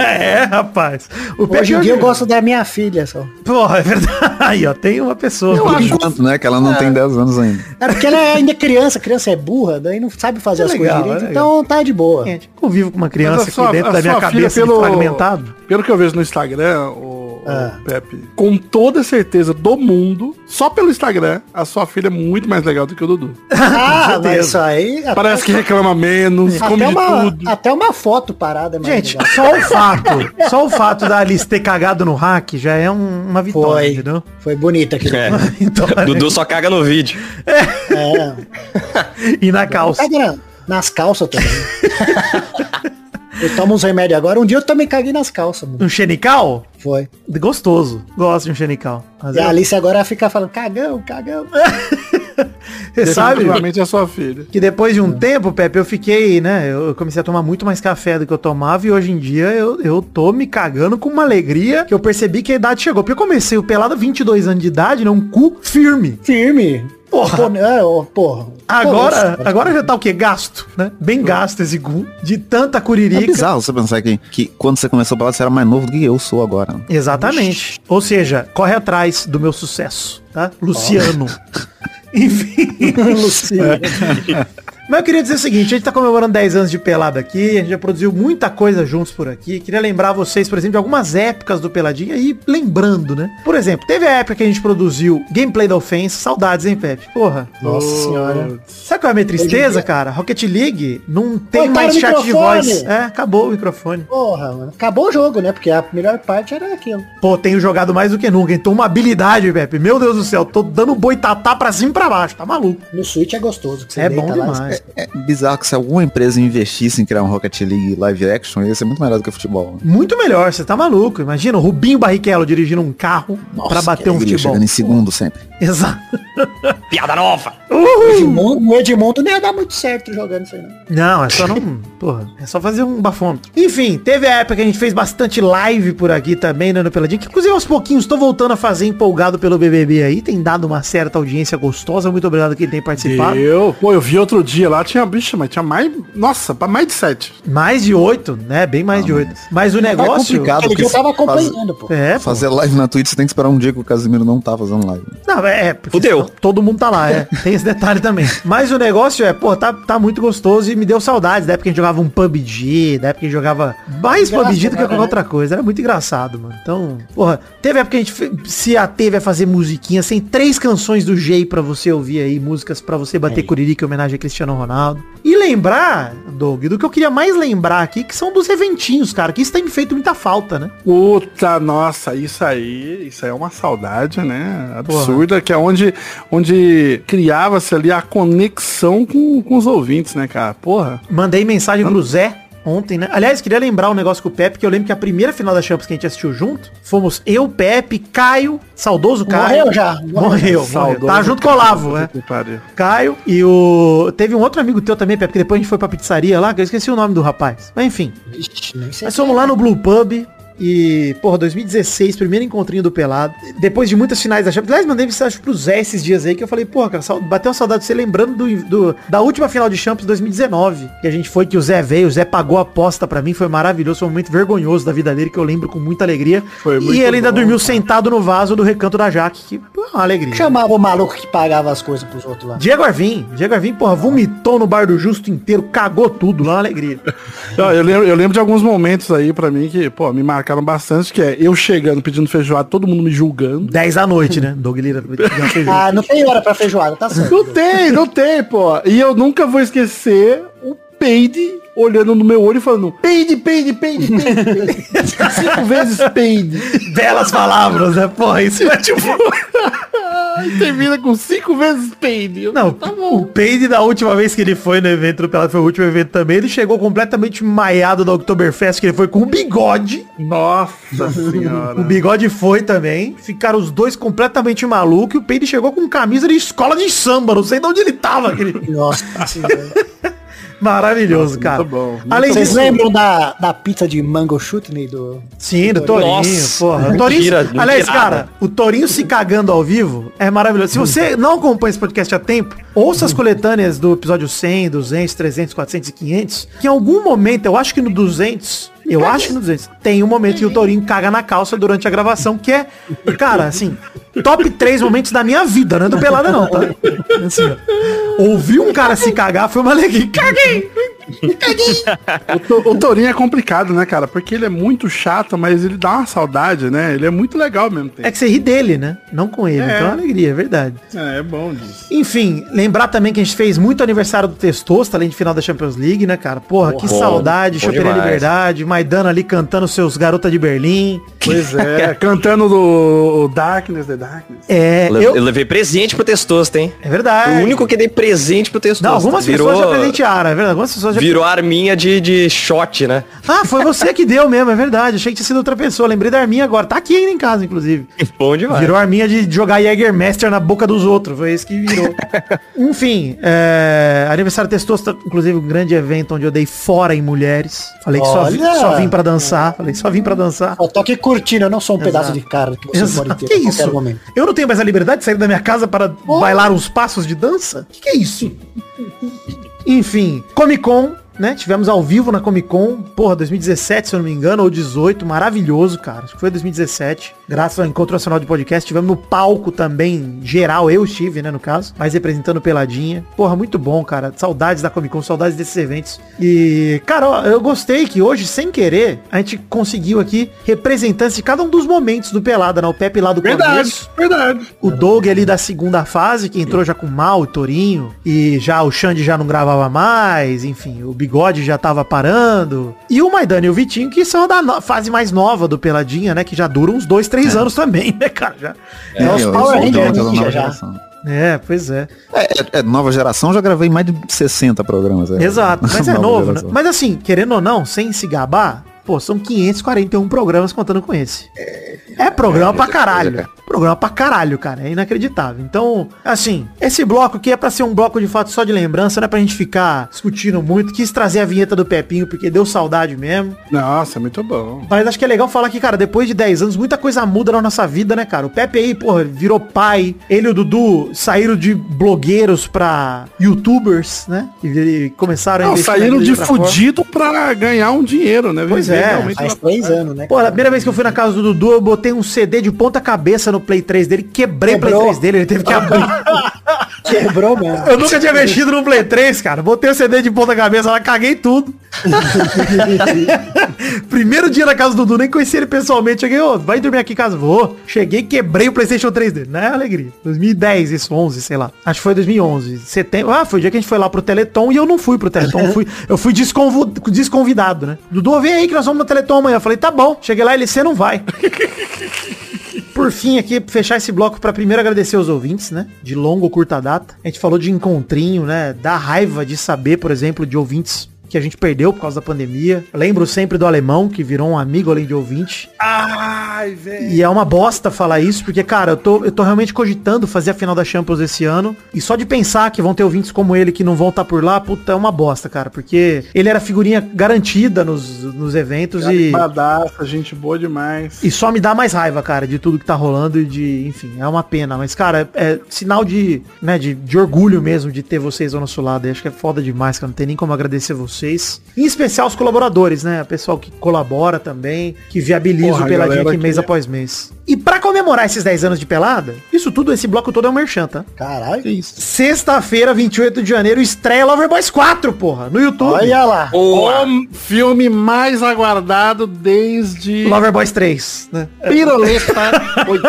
Speaker 3: É, rapaz. O Pepe
Speaker 2: Hoje em dia eu
Speaker 3: hoje-
Speaker 2: gosto da minha filha só.
Speaker 3: Porra, é verdade. Aí, ó, tem uma pessoa.
Speaker 6: Por enquanto, né? Que ela não tem 10 anos ainda.
Speaker 2: É porque ela ainda é criança, criança é burra, daí não sabe fazer
Speaker 3: É
Speaker 2: as
Speaker 3: legal,
Speaker 2: coisas direito,
Speaker 3: é legal.
Speaker 2: então tá de boa.
Speaker 3: Gente, convivo com uma
Speaker 4: Mas a
Speaker 3: criança
Speaker 4: sua-
Speaker 3: aqui dentro
Speaker 4: a
Speaker 3: da minha
Speaker 4: sua filha,
Speaker 3: cabeça de fragmentado.
Speaker 4: Pelo que eu vejo no Instagram, o, o
Speaker 2: Ah.
Speaker 4: Pepe, com toda certeza do mundo, só pelo Instagram, a sua filha é muito mais legal do que o Dudu.
Speaker 2: Ah, mas isso aí. até-
Speaker 4: Parece que reclama menos, come
Speaker 2: até
Speaker 4: de
Speaker 2: uma,
Speaker 4: tudo.
Speaker 2: até uma foto parada, mas
Speaker 3: Gente, só o fato, só o fato da Alice ter cagado no hack já é um- uma vitória,
Speaker 2: Foi.
Speaker 3: entendeu?
Speaker 2: Foi bonito aqui.
Speaker 5: É.
Speaker 3: Então,
Speaker 5: Dudu só caga no vídeo.
Speaker 2: É.
Speaker 3: e na calça.
Speaker 2: Caga na- nas calças também. eu tomo uns remédios agora. Um dia eu também caguei nas calças, mano.
Speaker 3: Um xenical?
Speaker 2: Foi.
Speaker 3: Gostoso. Gosto de um xenical. Mas
Speaker 2: E a
Speaker 3: eu-
Speaker 2: Alice agora fica falando, cagão, cagão. É
Speaker 3: Você sabe?
Speaker 4: Definitivamente é a sua filha.
Speaker 3: Que depois de um tempo, Pepe, eu fiquei, né? Eu eu comecei a tomar muito mais café do que eu tomava e hoje em dia eu, eu tô me cagando com uma alegria que eu percebi que a idade chegou. Porque eu comecei o pelado 22 anos de idade, né? Um cu firme.
Speaker 2: Firme.
Speaker 3: Porra.
Speaker 2: Pô, né, ô, porra.
Speaker 3: Agora,
Speaker 2: Pô, isso-
Speaker 3: agora já tá o quê? Gasto, né? Bem gasto esse cu. De tanta
Speaker 6: É
Speaker 3: curirica.
Speaker 6: bizarro você pensar que, que quando você começou a falar, você era mais novo do que eu sou agora.
Speaker 3: Exatamente. Ou seja, corre atrás do meu sucesso, tá? Luciano. Enfim.
Speaker 2: Luciano.
Speaker 3: Mas eu queria dizer o seguinte, a gente tá comemorando 10 anos de pelada aqui, a gente já produziu muita coisa juntos por aqui. Queria lembrar vocês, por exemplo, de algumas épocas do Peladinha e lembrando, né? Por exemplo, teve a época que a gente produziu Gameplay da Ofensa, saudades, hein, Pepe? Porra.
Speaker 2: Nossa senhora.
Speaker 3: Sabe qual é a minha tristeza, cara? Rocket League não tem
Speaker 2: Botaram
Speaker 3: mais
Speaker 2: o
Speaker 3: chat de
Speaker 2: microfone.
Speaker 3: voz. É, acabou o microfone.
Speaker 2: Porra, mano. Acabou o jogo, né? Porque a melhor parte era aquilo.
Speaker 3: Pô, tenho jogado mais do que nunca, então uma habilidade, Pepe. Meu Deus do céu, tô dando boitatá pra cima e pra baixo, tá maluco.
Speaker 2: No Switch é gostoso. que você
Speaker 3: É
Speaker 2: deita
Speaker 3: bom
Speaker 2: lá,
Speaker 3: demais.
Speaker 6: É bizarro que se alguma empresa investisse em criar um Rocket League live action, ia ser muito melhor do que futebol. né?
Speaker 3: É Muito melhor, você tá maluco. Imagina o Rubinho Barrichello dirigindo um carro pra bater
Speaker 6: que
Speaker 3: um
Speaker 6: alegria,
Speaker 3: futebol.
Speaker 6: Chegando em segundo sempre.
Speaker 3: Exato.
Speaker 5: Piada nova.
Speaker 2: O Edmundo, o Edmundo não ia dar muito certo jogando isso aí, não.
Speaker 3: Não, é só não. Porra, é só fazer um bafômetro. Enfim, teve a época que a gente fez bastante live por aqui também, né, no Peladinho. Que inclusive aos pouquinhos tô voltando a fazer empolgado pelo BBB aí. Tem dado uma certa audiência gostosa. Muito obrigado a quem tem participado.
Speaker 4: Eu, pô, eu vi outro dia dia lá tinha, bicha, mas tinha mais. Nossa, pra mais de sete.
Speaker 3: Mais de oito, né? Bem mais de oito. Mas o É negócio.
Speaker 6: Ah, tá É complicado.
Speaker 2: Aquele
Speaker 6: porque
Speaker 2: dia eu tava
Speaker 6: faz-
Speaker 2: acompanhando, né, pô.
Speaker 3: É, pô.
Speaker 6: Fazer live na Twitch, você tem que esperar um dia que o Casimiro não tá fazendo live.
Speaker 3: Não, é, é, porque
Speaker 5: Fudeu.
Speaker 3: senão todo mundo tá lá, é. Tem esse detalhe também. Mas o negócio é, pô, tá, tá muito gostoso e me deu saudades da época que a gente jogava um PUBG, da época que a gente jogava mais
Speaker 2: Engraçado,
Speaker 3: PUBG do que
Speaker 2: né?
Speaker 3: qualquer outra coisa. Era muito engraçado, mano. Então, porra, teve época que a gente fe- se ateve a fazer musiquinha, sem três canções do Jay pra você ouvir aí, músicas pra você bater curirica em homenagem a Cristiano Ronaldo. E lembrar, Doug, do que eu queria mais lembrar aqui, que são dos eventinhos, cara, que isso tem me feito muita falta, né?
Speaker 4: Puta, nossa, isso aí, isso aí é uma saudade, né? Absurda, que é onde, onde criava-se ali a conexão com, com os ouvintes, né, cara? Porra.
Speaker 3: Mandei mensagem pro Zé ontem, né? Aliás, queria lembrar um negócio com o Pepe, que eu lembro que a primeira final da Champions que a gente assistiu junto, fomos eu, Pepe, Caio, saudoso Caio.
Speaker 2: Morreu já.
Speaker 3: Morreu, morreu.
Speaker 4: Saudoso.
Speaker 3: Tá junto com o Olavo, né?
Speaker 4: Que pariu.
Speaker 3: Caio e o... Teve um outro amigo teu também, Pepe, que depois a gente foi pra pizzaria lá, que eu esqueci o nome do rapaz. Mas enfim,
Speaker 2: Ixi, nem sei.
Speaker 3: nós fomos lá no Blue Pub e, porra, 2016, primeiro encontrinho do Pelado. Depois de muitas finais da Champions. Aliás, mandei mensagem pro Zé esses dias aí que eu falei, porra, cara, sal- bateu saudade de você lembrando do, do- da última final de Champions 2019. Que a gente foi, que o Zé veio, o Zé pagou a aposta pra mim, foi maravilhoso, foi um momento vergonhoso da vida dele que eu lembro com muita alegria.
Speaker 4: Foi muito
Speaker 3: e ele ainda
Speaker 4: bom,
Speaker 3: dormiu sentado no vaso do recanto da Jaque, que pô, é uma alegria.
Speaker 2: Chamava o maluco que pagava as coisas pros outros lá.
Speaker 3: Diego Arvim, Diego Arvim, porra, vomitou no bar do Justo inteiro, cagou tudo, lá uma alegria.
Speaker 4: Ó, Eu lembro, eu lembro de alguns momentos aí pra mim que, pô, me marcaram bastante, que é eu chegando, pedindo feijoada, todo mundo me julgando.
Speaker 3: 10 da noite, né? Doug Lira.
Speaker 2: Ah, não tem hora pra feijoada, tá certo.
Speaker 4: Não tem, não tem, pô. E eu nunca vou esquecer o peide olhando no meu olho e falando peide, peide, peide, peide. peide." Cinco vezes peide.
Speaker 3: Belas palavras, né? Porra, isso é tipo.
Speaker 4: E termina com cinco vezes peide. Eu,
Speaker 3: Não, o Peide da última vez que ele foi no evento do Pelado, foi o último evento também, ele chegou completamente maiado da Oktoberfest, que ele foi com o bigode.
Speaker 4: Nossa
Speaker 3: O
Speaker 4: senhora.
Speaker 3: bigode foi também. Ficaram os dois completamente malucos e o Peide chegou com camisa de escola de samba. Não sei de onde ele tava. Aquele... Ah,
Speaker 2: Nossa senhora.
Speaker 3: Maravilhoso, cara.
Speaker 4: bom, muito
Speaker 3: Além
Speaker 2: Vocês
Speaker 3: disso,
Speaker 2: lembram da, da pizza de mango chutney do...
Speaker 3: Sim, do Torinho,
Speaker 5: Nossa,
Speaker 3: porra. O
Speaker 5: não
Speaker 3: Torinho,
Speaker 5: tira, Uhum. não
Speaker 3: aliás,
Speaker 5: tirava.
Speaker 3: cara, o Torinho se cagando ao vivo é maravilhoso. Se você não acompanha esse podcast a tempo, ouça as
Speaker 5: Uhum.
Speaker 3: coletâneas do episódio 100, 200, 300, 400 e 500, que em algum momento, eu acho que no 200, eu acho que no 200, tem um momento que o Torinho caga na calça durante a gravação, que é, cara, assim, top 3 momentos da minha vida, não é do Pelada não, tá? Assim, ó. ouvir um cara se cagar foi uma alegria. Caguei!
Speaker 4: O, to- o Torinho é complicado, né, cara? Porque ele é muito chato, mas ele dá uma saudade, né? Ele é muito legal ao mesmo
Speaker 3: É
Speaker 4: tempo.
Speaker 3: que você ri dele, né? Não com ele,
Speaker 4: É.
Speaker 3: então é uma alegria, é verdade.
Speaker 4: É, é bom disso.
Speaker 3: Enfim, lembrar também que a gente fez muito aniversário do Testosta, além de final da Champions League, né, cara? Porra, que
Speaker 5: Bom,
Speaker 3: saudade,
Speaker 5: bom
Speaker 3: Choperia
Speaker 5: demais.
Speaker 3: Liberdade, Maidana ali cantando seus Garota de Berlim.
Speaker 4: Pois é, cantando do o Darkness, The Darkness.
Speaker 3: É,
Speaker 5: Le- Eu
Speaker 3: eu...
Speaker 5: levei presente pro Testosta, hein?
Speaker 3: É verdade.
Speaker 5: Foi o único que dei presente pro Testosta.
Speaker 3: Não, algumas
Speaker 5: virou,
Speaker 3: pessoas já presentearam, é verdade. Algumas pessoas já...
Speaker 5: Virou arminha de, de shot, né?
Speaker 3: Ah, foi você que deu mesmo, é verdade. Achei que tinha sido outra pessoa. Lembrei da Arminha agora. Tá aqui ainda em casa, inclusive.
Speaker 5: Bom demais.
Speaker 3: Virou arminha de jogar Jägermeister na boca dos outros. Foi isso que virou. Enfim, é, aniversário Testosta, inclusive um grande evento onde eu dei fora em mulheres. Falei que só, vi-
Speaker 2: Olha!
Speaker 3: só vim pra dançar. Falei que só vim pra dançar.
Speaker 2: Só tô aqui curtindo, eu não sou um pedaço
Speaker 3: Exato.
Speaker 2: de cara que vocês podem ter
Speaker 3: Exato. Que
Speaker 2: a qualquer
Speaker 3: isso?
Speaker 2: momento.
Speaker 3: Eu não tenho mais a liberdade de sair da minha casa para bailar uns passos de dança? Que que é isso? Enfim, Comic Con, né? Tivemos ao vivo na Comic Con, porra, 2017, se eu não me engano, ou 18, maravilhoso, cara. Acho que foi 2017. Graças ao Encontro Nacional de Podcast, tivemos no palco também, geral, eu estive, né, no caso, mas representando o Peladinha. Porra, muito bom, cara. Saudades da Comic Con, saudades desses eventos. E, cara, ó, eu gostei que hoje, sem querer, a gente conseguiu aqui representantes de cada um dos momentos do Pelada, né? O Pepe lá do começo.
Speaker 4: Verdade, verdade.
Speaker 3: O Doug ali da segunda fase, que entrou já com Mal e Torinho, e já o Xande já não gravava mais, enfim, o Bigode já tava parando. E o Maidana e o Vitinho, que são da no- fase mais nova do Peladinha, né? Que já dura uns dois, três anos também, né, cara? Já. É,
Speaker 6: eu-
Speaker 3: os
Speaker 6: eu
Speaker 3: Power
Speaker 6: sou
Speaker 3: Rangers
Speaker 6: dono pela
Speaker 2: ninja
Speaker 6: nova
Speaker 2: já.
Speaker 6: geração.
Speaker 3: É, pois é.
Speaker 6: É, é, é nova geração, já gravei mais de 60 programas. é.
Speaker 3: Exato, mas é
Speaker 6: Nova
Speaker 3: novo, né?
Speaker 6: geração.
Speaker 3: Mas assim, querendo ou não, sem se um gabar, pô, são 541 programas contando com esse. É programa pra caralho.
Speaker 6: é.
Speaker 3: Programa pra caralho, cara. É inacreditável. Então, assim, esse bloco aqui é pra ser um bloco de fato só de lembrança, não é pra gente ficar discutindo muito. Quis trazer a vinheta do Pepinho, porque deu saudade mesmo.
Speaker 4: Nossa, muito bom.
Speaker 3: Mas acho que é legal falar que, cara, depois de 10 anos, muita coisa muda na nossa vida, né, cara? O Pepe aí, porra, virou pai. Ele e o Dudu saíram de blogueiros pra youtubers, né? E, e começaram
Speaker 4: Não,
Speaker 3: investir na
Speaker 4: saíram
Speaker 3: vida
Speaker 4: de
Speaker 3: outra forma.
Speaker 4: fudido pra ganhar um dinheiro, né?
Speaker 3: Pois
Speaker 4: Viver
Speaker 3: é,
Speaker 4: realmente
Speaker 2: Faz
Speaker 4: na-
Speaker 2: três anos, né?
Speaker 3: Pô, a primeira vez que eu fui na casa do Dudu, eu botei um CD de ponta cabeça no Play 3 dele, quebrei o
Speaker 2: Quebrou.
Speaker 3: Play 3 dele, ele teve que abrir.
Speaker 2: Quebrou mesmo.
Speaker 3: Eu nunca tinha mexido no Play 3, cara. Botei o CD de ponta cabeça lá, caguei tudo. Primeiro dia na casa do Dudu, nem conheci ele pessoalmente. Cheguei, ô, vai dormir aqui em casa. Vou. Cheguei, quebrei o PlayStation 3 dele. Né, alegria. 2010, isso, 11, sei lá. Acho que foi 2011. Setembro. Ah, foi o dia que a gente foi lá pro Teleton e eu não fui pro Teleton. Eu fui, eu fui desconvo- desconvidado, né? Dudu, vem aí que nós vamos no Teleton amanhã. Eu falei, tá bom. Cheguei lá, ele, você não vai. Por fim, aqui, pra fechar esse bloco, pra primeiro agradecer aos ouvintes, né? De longa ou curta data. A gente falou de encontrinho, né? Da raiva de saber, por exemplo, de ouvintes que a gente perdeu por causa da pandemia. Lembro sempre do alemão, que virou um amigo além de ouvinte.
Speaker 4: Ai, velho.
Speaker 3: E é uma bosta falar isso, porque, cara, eu tô, eu tô realmente cogitando fazer a final da Champions esse ano. E só de pensar que vão ter ouvintes como ele que não vão estar por lá, puta, é uma bosta, cara. Porque ele era figurinha garantida nos, nos eventos e...
Speaker 4: Badaça, gente boa demais.
Speaker 3: E só me dá mais raiva, cara, de tudo que tá rolando e de, enfim, é uma pena. Mas, cara, é é sinal de, né, de, de orgulho mesmo de ter vocês ao nosso lado. E acho que é foda demais, cara. Não tem nem como agradecer vocêvocês. Em especial os colaboradores, né? O pessoal que colabora também, que viabiliza
Speaker 4: Porra,
Speaker 3: o
Speaker 4: a
Speaker 3: Peladinha
Speaker 4: galera
Speaker 3: aqui
Speaker 4: que- é.
Speaker 3: mês após mês. E pra comemorar esses 10 anos de pelada, isso tudo, esse bloco todo é um merchan, tá?
Speaker 2: Caralho.
Speaker 3: Sexta-feira, 28 de janeiro, estreia Loverboys 4, porra, no YouTube.
Speaker 2: Olha lá.
Speaker 5: Boa!
Speaker 4: O filme mais aguardado desde
Speaker 3: Loverboys 3, né?
Speaker 4: Piroleta. Oi.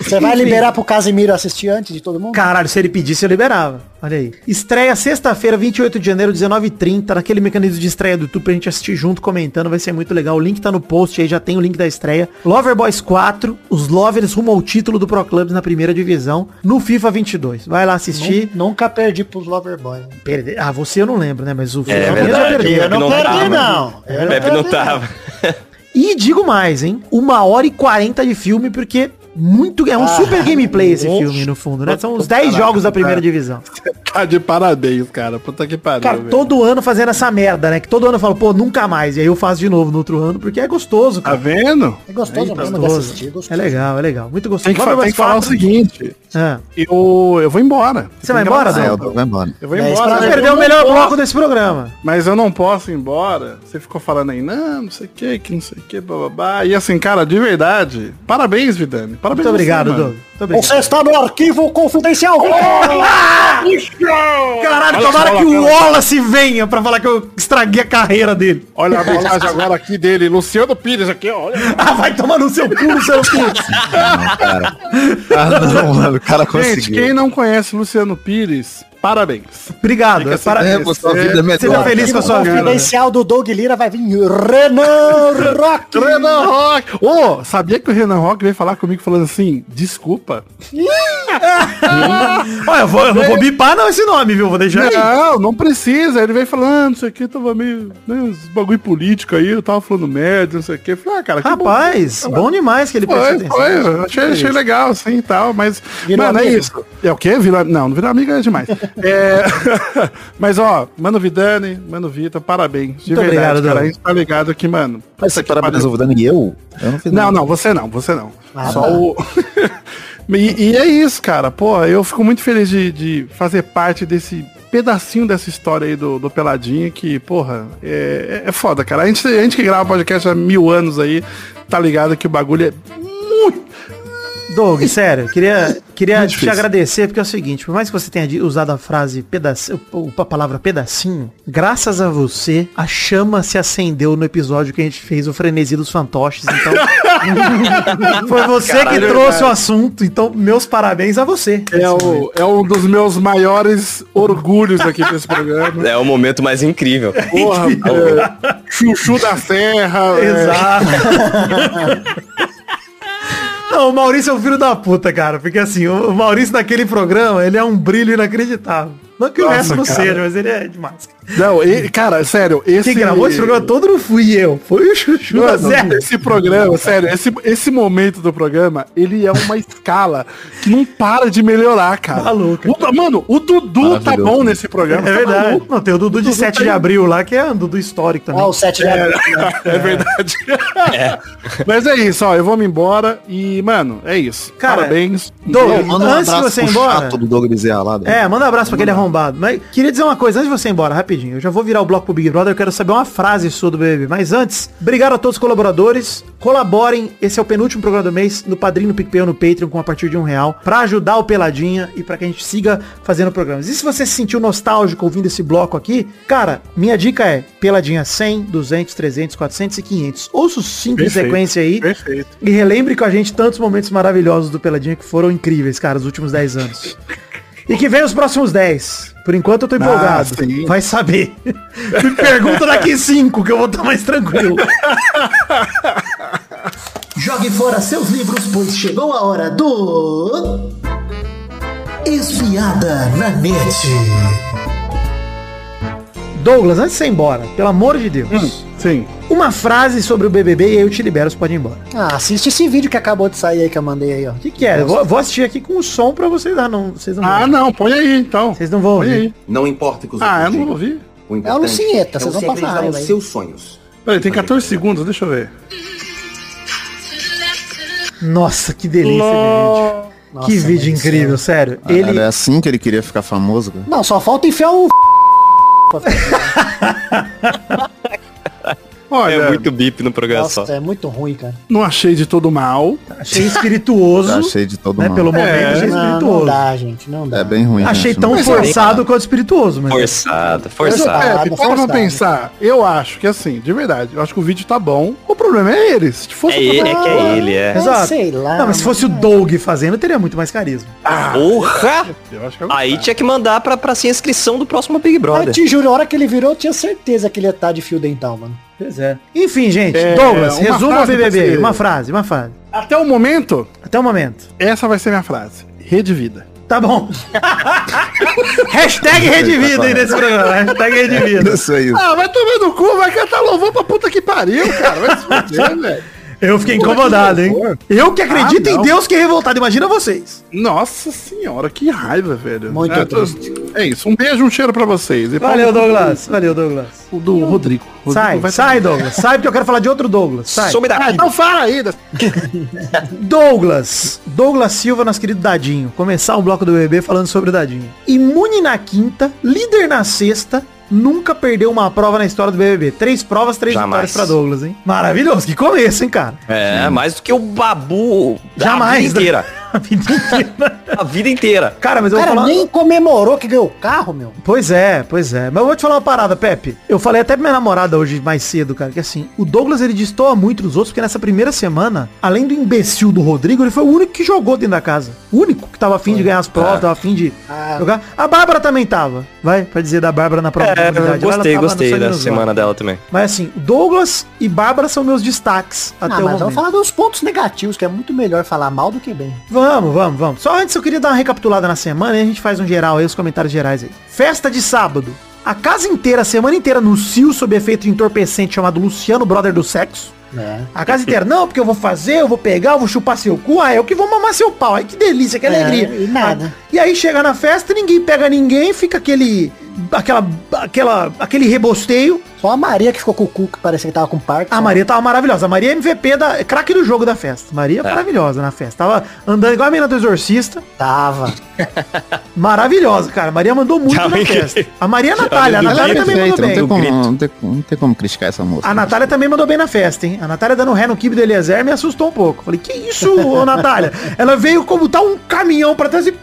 Speaker 2: Você vai liberar pro Casimiro assistir antes de todo mundo?
Speaker 3: Caralho, se ele pedisse, eu liberava. Olha aí. Estreia sexta-feira, 28 de janeiro, 19h30, naquele mecanismo de estreia do YouTube pra gente assistir junto, comentando, vai ser muito legal. O link tá no post aí, já tem o link da estreia. Loverboys 4, os Lovers rumo ao título do Pro Clubs na primeira divisão, no FIFA 22. Vai lá assistir.
Speaker 2: Nun- Nunca perdi pros Loverboy.
Speaker 3: Perder- Ah, você eu não lembro, né? Mas o FIFA
Speaker 5: É
Speaker 3: eu
Speaker 5: verdade,
Speaker 3: já perdi.
Speaker 5: eu não tava.
Speaker 2: não. Eu não
Speaker 5: Pepe não
Speaker 2: perdi,
Speaker 5: tava.
Speaker 3: E digo mais, hein? Uma hora e 40 de filme, porque muito. É um super gameplay esse filme, no fundo, né? São os 10 jogos da primeira divisão.
Speaker 4: tá de parabéns, cara. Puta que pariu.
Speaker 3: Cara,
Speaker 4: velho.
Speaker 3: todo ano fazendo essa merda, né? Que todo ano eu falo, pô, nunca mais. E aí eu faço de novo no outro ano, porque é gostoso,
Speaker 4: Tá
Speaker 3: cara.
Speaker 4: vendo?
Speaker 2: É gostoso mesmo de
Speaker 3: Gostoso.
Speaker 2: assistir. Gostoso.
Speaker 3: É legal, é legal. Muito gostoso.
Speaker 4: Tem que, fa-
Speaker 3: Loverboys
Speaker 4: tem que falar o
Speaker 3: 4.
Speaker 4: seguinte.
Speaker 3: Ah,
Speaker 4: Eu, eu vou embora.
Speaker 3: Você vai embora,
Speaker 6: Ah, é,
Speaker 3: Dão?
Speaker 6: eu tô- vai embora.
Speaker 4: Eu vou
Speaker 2: Dez
Speaker 4: embora.
Speaker 2: pra
Speaker 3: Você
Speaker 4: né?
Speaker 2: zero.
Speaker 3: perdeu o
Speaker 4: Eu
Speaker 3: melhor
Speaker 4: não
Speaker 3: bloco desse programa.
Speaker 4: Mas eu não posso ir embora. Você ficou falando aí, não, não sei o que, que não sei o que, bababá. E assim, cara, de verdade, parabéns, Vidani. Parabéns.
Speaker 3: Muito
Speaker 4: você,
Speaker 3: obrigado,
Speaker 4: mano.
Speaker 3: Doug. Muito obrigado.
Speaker 2: Você está no arquivo confidencial.
Speaker 3: É. Caralho,
Speaker 4: Olha
Speaker 3: tomara
Speaker 4: só,
Speaker 3: que o
Speaker 4: cara.
Speaker 3: Wallace venha pra falar que eu estraguei a carreira dele.
Speaker 4: Olha a mensagem agora aqui dele, Luciano Pires aqui, olha.
Speaker 3: Ah, vai tomar no seu cu, no seu cu.
Speaker 6: Não, cara. Ah, não, mano, o cara
Speaker 4: Gente,
Speaker 6: conseguiu.
Speaker 4: quem não conhece Luciano Pires, parabéns.
Speaker 3: Obrigado.
Speaker 4: Fica
Speaker 3: é
Speaker 4: sem-
Speaker 3: para-
Speaker 6: É, pô, sua vida é melhor.
Speaker 3: Seja feliz com a sua vida. né?
Speaker 2: confidencial do Doug Lira vai vir Renan Rock.
Speaker 4: Renan Rock! Ô, sabia que o Renan Rock veio falar comigo falando assim, desculpa?
Speaker 3: Olha, eu, vou- eu não vou bipar não esse nome, viu? Vou
Speaker 4: é.
Speaker 3: deixar aí.
Speaker 4: Não, não precisa. Ele veio falando, não sei o que, tava meio, né, uns bagulho político aí, eu tava falando merda, não sei o que. Falei, ah, cara, que bom
Speaker 3: Rapaz, bom demais que ele prestou
Speaker 4: Foi,
Speaker 3: atenção.
Speaker 4: foi, eu achei, achei legal, sim e tal, mas.
Speaker 2: Virou
Speaker 4: mano, é
Speaker 2: amigo?
Speaker 4: isso. É o quê? Virou, não, não virou amigo é demais. É, mas, ó, Mano Vidani, Mano Vita, parabéns. De
Speaker 3: Muito
Speaker 4: verdade,
Speaker 3: obrigado,
Speaker 4: cara.
Speaker 3: Doug.
Speaker 4: A gente tá ligado aqui, mano.
Speaker 6: Mas você
Speaker 4: Puta que
Speaker 6: parabéns
Speaker 4: pariu.
Speaker 6: ao Vidani e eu? Eu não fiz
Speaker 4: Não,
Speaker 6: nada.
Speaker 4: não, você não, você não.
Speaker 3: Ah, tá.
Speaker 4: Só o. e, e é isso, cara. Pô, eu fico muito feliz de, de fazer parte desse pedacinho dessa história aí do, do Peladinha, que, porra, é, é foda, cara. A gente, a gente que grava podcast há mil anos aí, tá ligado que o bagulho é muito.
Speaker 3: Doug, sério, queria, queria
Speaker 4: Muito
Speaker 3: te
Speaker 4: difícil.
Speaker 3: agradecer, porque é o seguinte, por mais que você tenha di- usado a frase pedacinho, a palavra pedacinho, graças a você, a chama se acendeu no episódio que a gente fez o Frenesi dos Fantoches, então... Foi você que
Speaker 5: Caralho,
Speaker 3: trouxe o assunto, então meus parabéns a você.
Speaker 4: É, o, é um dos meus maiores orgulhos aqui desse programa.
Speaker 5: É o momento mais incrível.
Speaker 4: Porra, é, chuchu da serra. é,
Speaker 3: Exato. Não, o Maurício é um filho da puta, cara. Porque assim, o o Maurício naquele programa, ele é um brilho inacreditável. Não que o resto não seja, mas ele é demais. cara.
Speaker 4: Não, e- cara, sério, esse.
Speaker 3: Quem gravou esse programa todo não fui eu. Foi o Chuchu
Speaker 4: Mano,
Speaker 3: Zero.
Speaker 4: esse programa, sério, esse, esse momento do programa, ele é uma escala que não para de melhorar, cara.
Speaker 3: Maluco.
Speaker 4: O Du- mano, o Dudu tá
Speaker 6: Maravilhoso.
Speaker 4: bom nesse programa.
Speaker 3: Tá É
Speaker 4: tá
Speaker 3: verdade.
Speaker 4: maluco?
Speaker 3: Não, tem o Dudu tá de 7 de abril lá, que é um Dudu histórico também.
Speaker 2: Ó, o 7 de abril.
Speaker 4: É verdade. Mas é isso, ó. Eu vou me embora e, mano, é isso.
Speaker 3: Cara,
Speaker 4: Parabéns.
Speaker 3: Doug,
Speaker 4: Não,
Speaker 6: Manda um
Speaker 3: Antes de
Speaker 6: abraço
Speaker 3: você ir
Speaker 6: pro
Speaker 3: embora-
Speaker 6: chato do Doug Bezerralado.
Speaker 3: É, manda um abraço pra aquele arrombado. Mas queria dizer uma coisa, antes de você ir embora, rapidinho. Eu já vou virar o bloco pro Big Brother, eu quero saber uma frase sua do BBB. Mas antes, obrigado a todos os colaboradores. Colaborem, esse é o penúltimo programa do mês, no Padrinho, no PicPay ou no Patreon, com a partir de um real, pra ajudar o Peladinha e pra que a gente siga fazendo programas. E se você se sentiu nostálgico ouvindo esse bloco aqui, cara, minha dica é Peladinha 100, 200, 300, 400 e 500. Ouça os cinco em
Speaker 4: Perfeito.
Speaker 3: sequência aí.
Speaker 4: Perfeito.
Speaker 3: E relembre com a gente tantos momentos maravilhosos do Peladinha que foram incríveis, cara, os últimos 10 anos. E que vem os próximos 10. Por
Speaker 2: Ah,
Speaker 3: enquanto eu tô empolgado.
Speaker 4: sim.
Speaker 3: Vai saber. Me pergunta daqui 5, que eu vou estar mais tranquilo. É.
Speaker 2: Jogue fora seus livros, pois chegou a hora do. Espiada na net.
Speaker 3: Douglas, antes de você ir embora, pelo amor de Deus.
Speaker 2: Hum.
Speaker 4: Sim.
Speaker 3: Uma frase sobre o BBB e aí eu te libero, você pode ir embora.
Speaker 2: Ah, assiste esse vídeo que acabou de sair aí que eu mandei aí, ó.
Speaker 3: O que que é? Eu vou, vou assistir aqui com o som pra vocês. Ah, não, vocês não vão.
Speaker 4: Ah, não, põe aí então.
Speaker 3: Vocês não vão
Speaker 4: Põe
Speaker 3: ouvir.
Speaker 4: aí.
Speaker 9: Não importa o que os
Speaker 4: Ah, eu
Speaker 9: outros
Speaker 4: não
Speaker 9: digam.
Speaker 4: ouvi.
Speaker 9: O
Speaker 2: É a Lucinheta,
Speaker 9: importante
Speaker 3: um
Speaker 2: vocês vão passar
Speaker 9: você
Speaker 3: é
Speaker 9: acreditar
Speaker 2: raiva
Speaker 9: nos
Speaker 2: aí.
Speaker 9: seus sonhos.
Speaker 4: Peraí, tem 14 segundos, deixa eu ver.
Speaker 3: Nossa, que delícia de vídeo.
Speaker 2: Nossa,
Speaker 3: que vídeo
Speaker 2: mas-
Speaker 3: incrível, sério.
Speaker 6: Ele...
Speaker 3: Ele,
Speaker 6: Era assim que ele queria ficar famoso, cara.
Speaker 2: Não, só falta enfiar um o.
Speaker 4: Olha,
Speaker 5: É muito bip no programa
Speaker 2: Nossa,
Speaker 5: só.
Speaker 2: é muito ruim, cara.
Speaker 4: não achei de todo mal.
Speaker 3: achei espirituoso.
Speaker 6: Tá cheio de todo
Speaker 3: né,
Speaker 6: mundo.
Speaker 3: pelo momento, achei
Speaker 2: É, Não, não
Speaker 3: espirituoso.
Speaker 2: dá, gente, não dá.
Speaker 6: É bem
Speaker 4: Uhum.
Speaker 6: ruim.
Speaker 3: Achei
Speaker 6: gente,
Speaker 3: tão
Speaker 6: não-
Speaker 3: forçado
Speaker 4: né?
Speaker 3: quanto espirituoso, é mas.
Speaker 5: Forçado,
Speaker 4: Mas,
Speaker 5: forçado.
Speaker 4: é,
Speaker 2: Forçado,
Speaker 4: para pra
Speaker 2: forçado.
Speaker 4: pensar, eu acho que assim, de verdade, eu acho que o vídeo tá bom. O problema é eles. Se fosse
Speaker 5: É,
Speaker 4: o
Speaker 5: ele-
Speaker 4: problema-
Speaker 5: é que é ele, é.
Speaker 3: Exato.
Speaker 2: sei lá.
Speaker 3: Não, mas se fosse o Doug fazendo, teria muito mais carisma.
Speaker 5: Porra!
Speaker 4: Eu acho que é
Speaker 5: Aí tinha que mandar pra, pra ser inscrição do próximo Big
Speaker 2: Eu
Speaker 5: Brother.
Speaker 2: te juro, a hora que ele virou, eu tinha certeza que ele ia estar de fio dental, mano.
Speaker 3: Pois é. Enfim, gente,
Speaker 4: É,
Speaker 3: Douglas,
Speaker 4: uma
Speaker 3: resuma o
Speaker 4: frase pra
Speaker 3: BBB.
Speaker 4: você.
Speaker 3: Uma frase, uma frase.
Speaker 4: Até o momento,
Speaker 3: Até o momento.
Speaker 4: essa vai ser minha frase. Rede vida.
Speaker 3: Tá bom. Hashtag Redivida aí nesse programa. Hashtag Redivida.
Speaker 6: Isso aí.
Speaker 4: Ah, vai tomar no cu, vai cantar louvor pra puta que pariu, cara. Vai se fuder, velho.
Speaker 3: Eu fiquei incomodado, hein? Eu que acredito
Speaker 4: Ah,
Speaker 3: em
Speaker 4: não.
Speaker 3: Deus que é revoltado. Imagina vocês.
Speaker 4: Nossa senhora, que raiva, velho.
Speaker 2: Muito
Speaker 4: é, tô- é isso. Um beijo, um cheiro pra vocês. E
Speaker 3: Valeu,
Speaker 4: Paulo,
Speaker 3: Douglas. Valeu, Douglas.
Speaker 4: O do Rodrigo. Rodrigo
Speaker 3: Sai,
Speaker 4: vai-
Speaker 3: sai, Douglas. Sai, porque eu quero falar de outro Douglas. Sai.
Speaker 5: Some
Speaker 4: Ah,
Speaker 5: daqui.
Speaker 4: então fala ainda.
Speaker 3: Douglas, Douglas Silva, nosso querido Dadinho. Começar o bloco do BBB falando sobre o Dadinho. Imune na quinta, líder na sexta, nunca perdeu uma prova na história do BBB. Três provas, três
Speaker 5: Jamais.
Speaker 3: vitórias pra Douglas, hein? Maravilhoso, que começo, hein, cara?
Speaker 5: É, mais do que o babu da
Speaker 3: Jamais,
Speaker 5: vida
Speaker 3: né?
Speaker 5: inteira.
Speaker 3: A vida inteira.
Speaker 5: A vida inteira.
Speaker 3: cara, mas eu vou
Speaker 2: Cara,
Speaker 3: falar...
Speaker 2: nem comemorou que ganhou o carro, meu.
Speaker 3: Pois é, pois é. Mas eu vou te falar uma parada, Pepe. Eu falei até pra minha namorada hoje mais cedo, cara, que assim, o Douglas ele destoa muito dos outros, porque nessa primeira semana, além do imbecil do Rodrigo, ele foi o único que jogou dentro da casa. O único que tava afim de ganhar as provas, tava afim de
Speaker 2: Ah.
Speaker 3: jogar. A Bárbara também tava, vai, pra dizer da Bárbara na prova. de
Speaker 5: É,
Speaker 3: comunidade. Ela
Speaker 5: gostei,
Speaker 3: tava no
Speaker 5: gostei
Speaker 3: sangue
Speaker 5: da
Speaker 3: nos olhos.
Speaker 5: semana dela também.
Speaker 3: Mas assim, o Douglas e Bárbara são meus destaques até
Speaker 2: ah,
Speaker 3: o
Speaker 2: mas
Speaker 3: momento.
Speaker 2: vamos falar dos pontos negativos, que é muito melhor falar mal do que bem.
Speaker 3: Vamos, vamos, vamos. Só antes eu queria dar uma recapitulada na semana e a gente faz um geral aí, os comentários gerais aí. Festa de sábado. A casa inteira, a semana inteira, no CIO, sob efeito de entorpecente chamado Luciano Brother do Sexo.
Speaker 2: É.
Speaker 3: A casa inteira, não, porque eu vou fazer, eu vou pegar, eu vou chupar seu cu, ah, eu que vou mamar seu pau. Ai, que delícia, que
Speaker 2: É,
Speaker 3: alegria.
Speaker 2: e nada.
Speaker 3: Ah, E aí chega na festa, ninguém pega ninguém, fica aquele. aquela. aquela. aquele rebosteio.
Speaker 2: Só a Maria que ficou com o cu, que parecia que tava com parque.
Speaker 3: A Maria tava maravilhosa. A Maria é MVP da. craque do jogo da festa.
Speaker 2: É.
Speaker 3: Maria maravilhosa na festa. Tava andando igual a menina do exorcista.
Speaker 2: Tava.
Speaker 3: Maravilhosa, cara. A Maria mandou muito
Speaker 5: Já
Speaker 3: na
Speaker 5: me-
Speaker 3: festa. A Maria e a Natália. A
Speaker 5: me
Speaker 3: Natália
Speaker 5: grito,
Speaker 3: também
Speaker 6: Perfeito, então.
Speaker 3: mandou
Speaker 6: não tem,
Speaker 3: bem. Ah,
Speaker 6: como, não, tem, não tem como criticar essa moça.
Speaker 3: A Natália também mandou bem na festa, hein? A Natália dando ré no kibe do Eliezer me assustou um pouco. Falei, que isso, ô Natália? Ela veio como tá um caminhão pra trás e pi,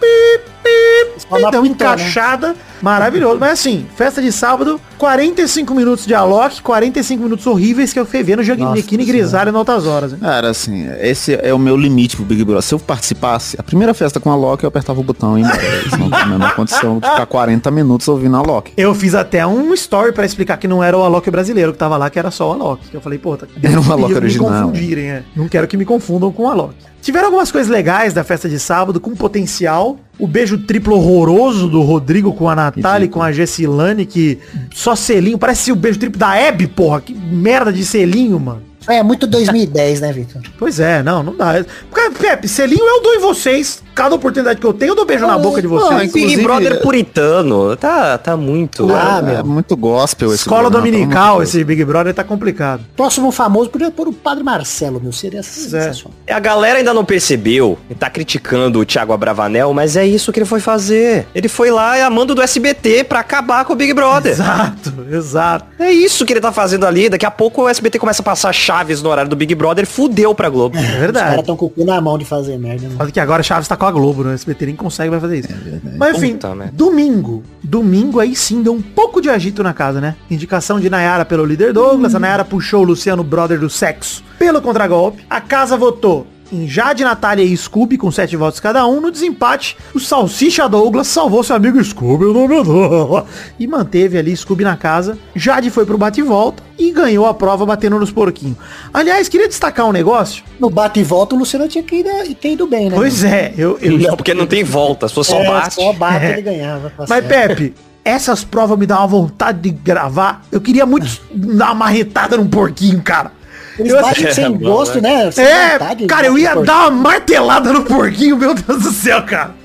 Speaker 3: pi,
Speaker 2: Só na
Speaker 3: deu uma
Speaker 2: pintou, né?
Speaker 3: encaixada. Maravilhoso. Mas assim, festa de sábado, 45 minutos de Alok, 45 minutos horríveis que eu fui vendo joguinho
Speaker 2: Nossa
Speaker 3: biquíni
Speaker 2: Senhora.
Speaker 3: grisalho em altas horas, hein?
Speaker 6: Cara, assim, esse é o meu limite pro Big Brother. Se eu participasse, a primeira festa com a Loki, eu apertava o botão e ia embora. Isso não tem a menor condição de ficar 40 minutos ouvindo a Loki.
Speaker 3: Eu fiz até um story pra explicar que não era o Alok brasileiro que tava lá, que era só o Alok. Que eu falei, pô, tá
Speaker 6: Era um Alok
Speaker 3: me
Speaker 6: original.
Speaker 3: confundirem, é. Não quero que me confundam com o Alok. Tiveram algumas coisas legais da festa de sábado, com potencial. O beijo beijo triplo horroroso do Rodrigo com a Natália e com a Gessilane, que só selinho, parece o beijo triplo da Hebe, porra, que merda de selinho, mano.
Speaker 2: É muito 2010, né, Vitor?
Speaker 3: Pois é, não, não dá. Cara, Pepe, selinho eu dou em vocês. Cada oportunidade que eu tenho, eu dou beijo na boca de vocês.
Speaker 6: Ah, inclusive-
Speaker 5: Big Brother puritano. Tá, tá muito.
Speaker 2: Ah,
Speaker 6: É,
Speaker 2: meu.
Speaker 6: muito gospel esse né?
Speaker 3: Escola
Speaker 6: programa, pelo
Speaker 3: dominical,
Speaker 6: amor de
Speaker 3: esse Big Brother tá complicado.
Speaker 2: Próximo famoso podia pôr o Padre Marcelo, meu. Seria
Speaker 3: é.
Speaker 2: sensacional.
Speaker 5: A galera ainda não percebeu e tá criticando o Thiago Abravanel, mas é isso que ele foi fazer. Ele foi lá e a mando do SBT pra acabar com o Big Brother.
Speaker 3: Exato, exato.
Speaker 5: É isso que ele tá fazendo ali. Daqui a pouco o SBT começa a passar chaves no horário do Big Brother. Fudeu pra Globo.
Speaker 3: É
Speaker 2: Os
Speaker 3: verdade.
Speaker 2: caras tão com o cu na mão de fazer merda, né?
Speaker 3: Só que agora Chaves tá com a Globo, né? O SBT nem consegue vai fazer isso. Mas enfim,
Speaker 5: Puta merda.
Speaker 3: domingo. Domingo aí sim deu um pouco de agito na casa, né? Indicação de Nayara pelo líder Douglas. A Nayara puxou o Luciano Brother do sexo pelo contragolpe. A casa votou em Jade, Natália e Scooby com sete votos cada um. No desempate, o Salsicha Douglas salvou seu amigo Scooby, o nome é dela, e manteve ali Scooby na casa. Jade foi pro bate e volta e ganhou a prova batendo nos porquinhos. Aliás, queria destacar um negócio.
Speaker 2: No bate e volta, o Luciano tinha que ir, né, ter ido bem, né?
Speaker 3: Pois é, eu, eu
Speaker 5: Não, porque não tem volta, só só
Speaker 2: É,
Speaker 5: bate.
Speaker 2: Só bate ele ganhava. tá
Speaker 3: Mas,
Speaker 2: certo.
Speaker 3: Pepe, essas provas me dão uma vontade de gravar. Eu queria muito dar uma marretada num porquinho, cara.
Speaker 2: Eles
Speaker 3: eu-
Speaker 2: batem
Speaker 5: É,
Speaker 2: sem
Speaker 5: mano,
Speaker 2: gosto, né? Sem
Speaker 3: É,
Speaker 2: vontade, né?
Speaker 3: cara, eu
Speaker 2: bate
Speaker 3: ia
Speaker 2: por-
Speaker 3: dar uma martelada no porquinho, meu Deus do céu, cara.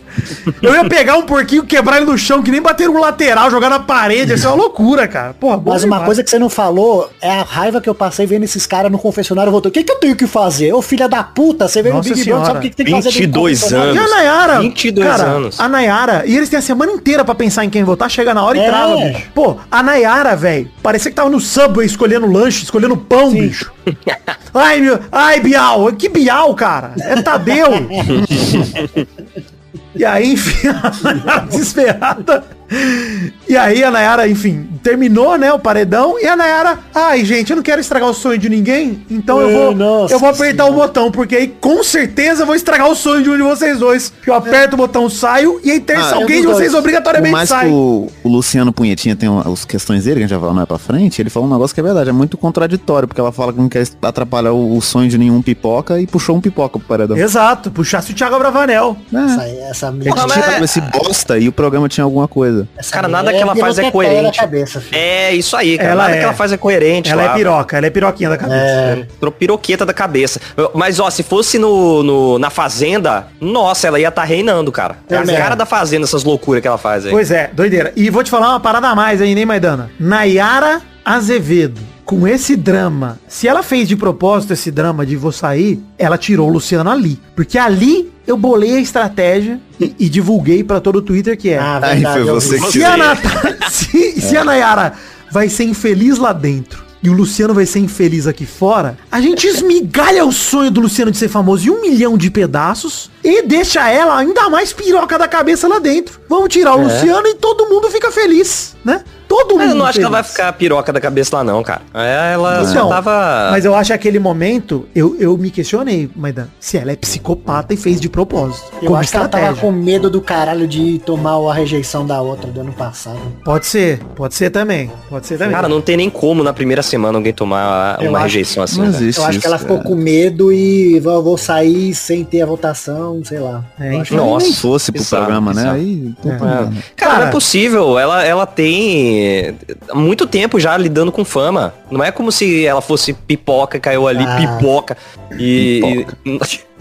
Speaker 3: Eu ia pegar um porquinho, quebrar ele no chão, que nem bater um lateral, jogar na parede. Isso é uma loucura, cara. Porra, bom
Speaker 2: Mas uma
Speaker 3: demais.
Speaker 2: coisa que você não falou é a raiva que eu passei vendo esses caras no confessionário voltou. O que, que eu tenho que fazer? Ô filha da puta, você veio no
Speaker 3: Nossa
Speaker 2: Big Brother,
Speaker 3: Senhora.
Speaker 2: sabe o que, que tem que fazer? dentro do
Speaker 5: 22
Speaker 2: confessionário?
Speaker 3: E
Speaker 5: anos.
Speaker 3: a Nayara?
Speaker 5: 22
Speaker 3: cara,
Speaker 5: anos.
Speaker 3: A Nayara, e eles têm a semana inteira pra pensar em quem votar, chega na hora e
Speaker 2: É.
Speaker 3: trava, bicho. Pô, a Nayara, velho, parecia que tava no Subway escolhendo lanche, escolhendo pão, bicho. Ai, meu, ai, Bial, que Bial, cara? É Tadeu. E aí, enfim, a Nayara desesperada. E aí a Nayara, enfim, terminou, né, o paredão. E a Nayara, ai, gente, eu não quero estragar o sonho de ninguém, então eu
Speaker 2: É,
Speaker 3: vou,
Speaker 2: nossa
Speaker 3: eu vou apertar o botão, porque aí com certeza eu vou estragar o sonho de um de vocês dois. Eu aperto o botão, saio, e aí terça
Speaker 6: É. Ah,
Speaker 3: é alguém
Speaker 6: eu
Speaker 3: de
Speaker 6: não-
Speaker 3: vocês
Speaker 6: Por
Speaker 3: obrigatoriamente
Speaker 6: mais
Speaker 3: sai.
Speaker 6: que o, o Luciano Punhetinha tem um- as questões dele, que a gente já falou mais pra frente, ele falou um negócio que é verdade, é muito contraditório, porque ela fala que não quer atrapalhar o, o sonho de nenhum pipoca e puxou um pipoca pro paredão.
Speaker 3: Exato, puxasse o Thiago Abravanel.
Speaker 6: É.
Speaker 2: Essa, essa
Speaker 6: A gente
Speaker 2: mina.
Speaker 5: mas
Speaker 6: tirava
Speaker 5: é-
Speaker 6: esse bosta e o programa tinha alguma coisa.
Speaker 2: essa
Speaker 5: Cara,
Speaker 2: mina
Speaker 5: nada que ela
Speaker 2: virou
Speaker 5: faz é
Speaker 2: tetóia na
Speaker 5: coerente.
Speaker 2: Cabeça, filho.
Speaker 5: É isso aí, cara.
Speaker 3: Ela
Speaker 5: Nada
Speaker 3: é.
Speaker 5: que ela faz é coerente.
Speaker 3: Ela
Speaker 5: lá.
Speaker 3: é piroca, ela é piroquinha da cabeça.
Speaker 5: Entrou piroqueta da cabeça. Mas, ó, se fosse no, no- na Fazenda, nossa, ela ia estar reinando, cara. É a
Speaker 2: mesmo.
Speaker 5: cara da Fazenda, essas loucuras que ela faz aí.
Speaker 3: Pois é, doideira. E vou te falar uma parada a mais aí, nem Maidana. Nayara Azevedo, com esse drama, se ela fez de propósito esse drama de vou sair, ela tirou o Luciano ali. Porque ali eu bolei a estratégia e, e divulguei pra todo o Twitter que é.
Speaker 2: Ah,
Speaker 6: Aí
Speaker 2: verdade,
Speaker 6: foi
Speaker 2: eu vi.
Speaker 6: você que
Speaker 3: se, a
Speaker 6: tirou.
Speaker 3: Nata- se-
Speaker 2: É.
Speaker 3: se a Nayara vai ser infeliz lá dentro e o Luciano vai ser infeliz aqui fora, a gente esmigalha o sonho do Luciano de ser famoso em um milhão de pedaços e deixa ela ainda mais piroca da cabeça lá dentro. Vamos tirar
Speaker 2: É.
Speaker 3: o Luciano e todo mundo fica feliz, né? Todo mundo.
Speaker 5: Mas eu não acho que ela vai
Speaker 3: feliz.
Speaker 5: ficar piroca da cabeça lá, não, cara. É, Ela
Speaker 3: Então,
Speaker 5: só tava.
Speaker 3: Mas eu acho que aquele momento, eu, eu me questionei, Maidan, se ela é psicopata e fez de propósito.
Speaker 2: Eu acho que ela tava com medo do caralho de tomar a rejeição da outra do ano passado.
Speaker 3: Pode ser, pode ser também. Pode ser também.
Speaker 5: Cara, não tem nem como na primeira semana alguém tomar
Speaker 2: Eu
Speaker 5: uma
Speaker 2: acho
Speaker 5: rejeição assim.
Speaker 6: Não
Speaker 5: né?
Speaker 6: existe
Speaker 2: eu acho que ela
Speaker 6: isso, é.
Speaker 2: ficou
Speaker 6: cara.
Speaker 2: com medo e vou, vou sair sem ter a votação, sei lá. Eu
Speaker 3: É, enfim.
Speaker 2: acho que-
Speaker 5: Nossa,
Speaker 6: Nem fosse pro
Speaker 5: bizarro,
Speaker 6: programa, né?
Speaker 5: bizarro.
Speaker 6: Aí, puta
Speaker 5: É.
Speaker 6: merda.
Speaker 5: Cara,
Speaker 3: Cara.
Speaker 5: não é possível. Ela, ela tem muito tempo já lidando com fama. Não é como se ela fosse pipoca, caiu ali,
Speaker 2: Ah.
Speaker 5: pipoca. E.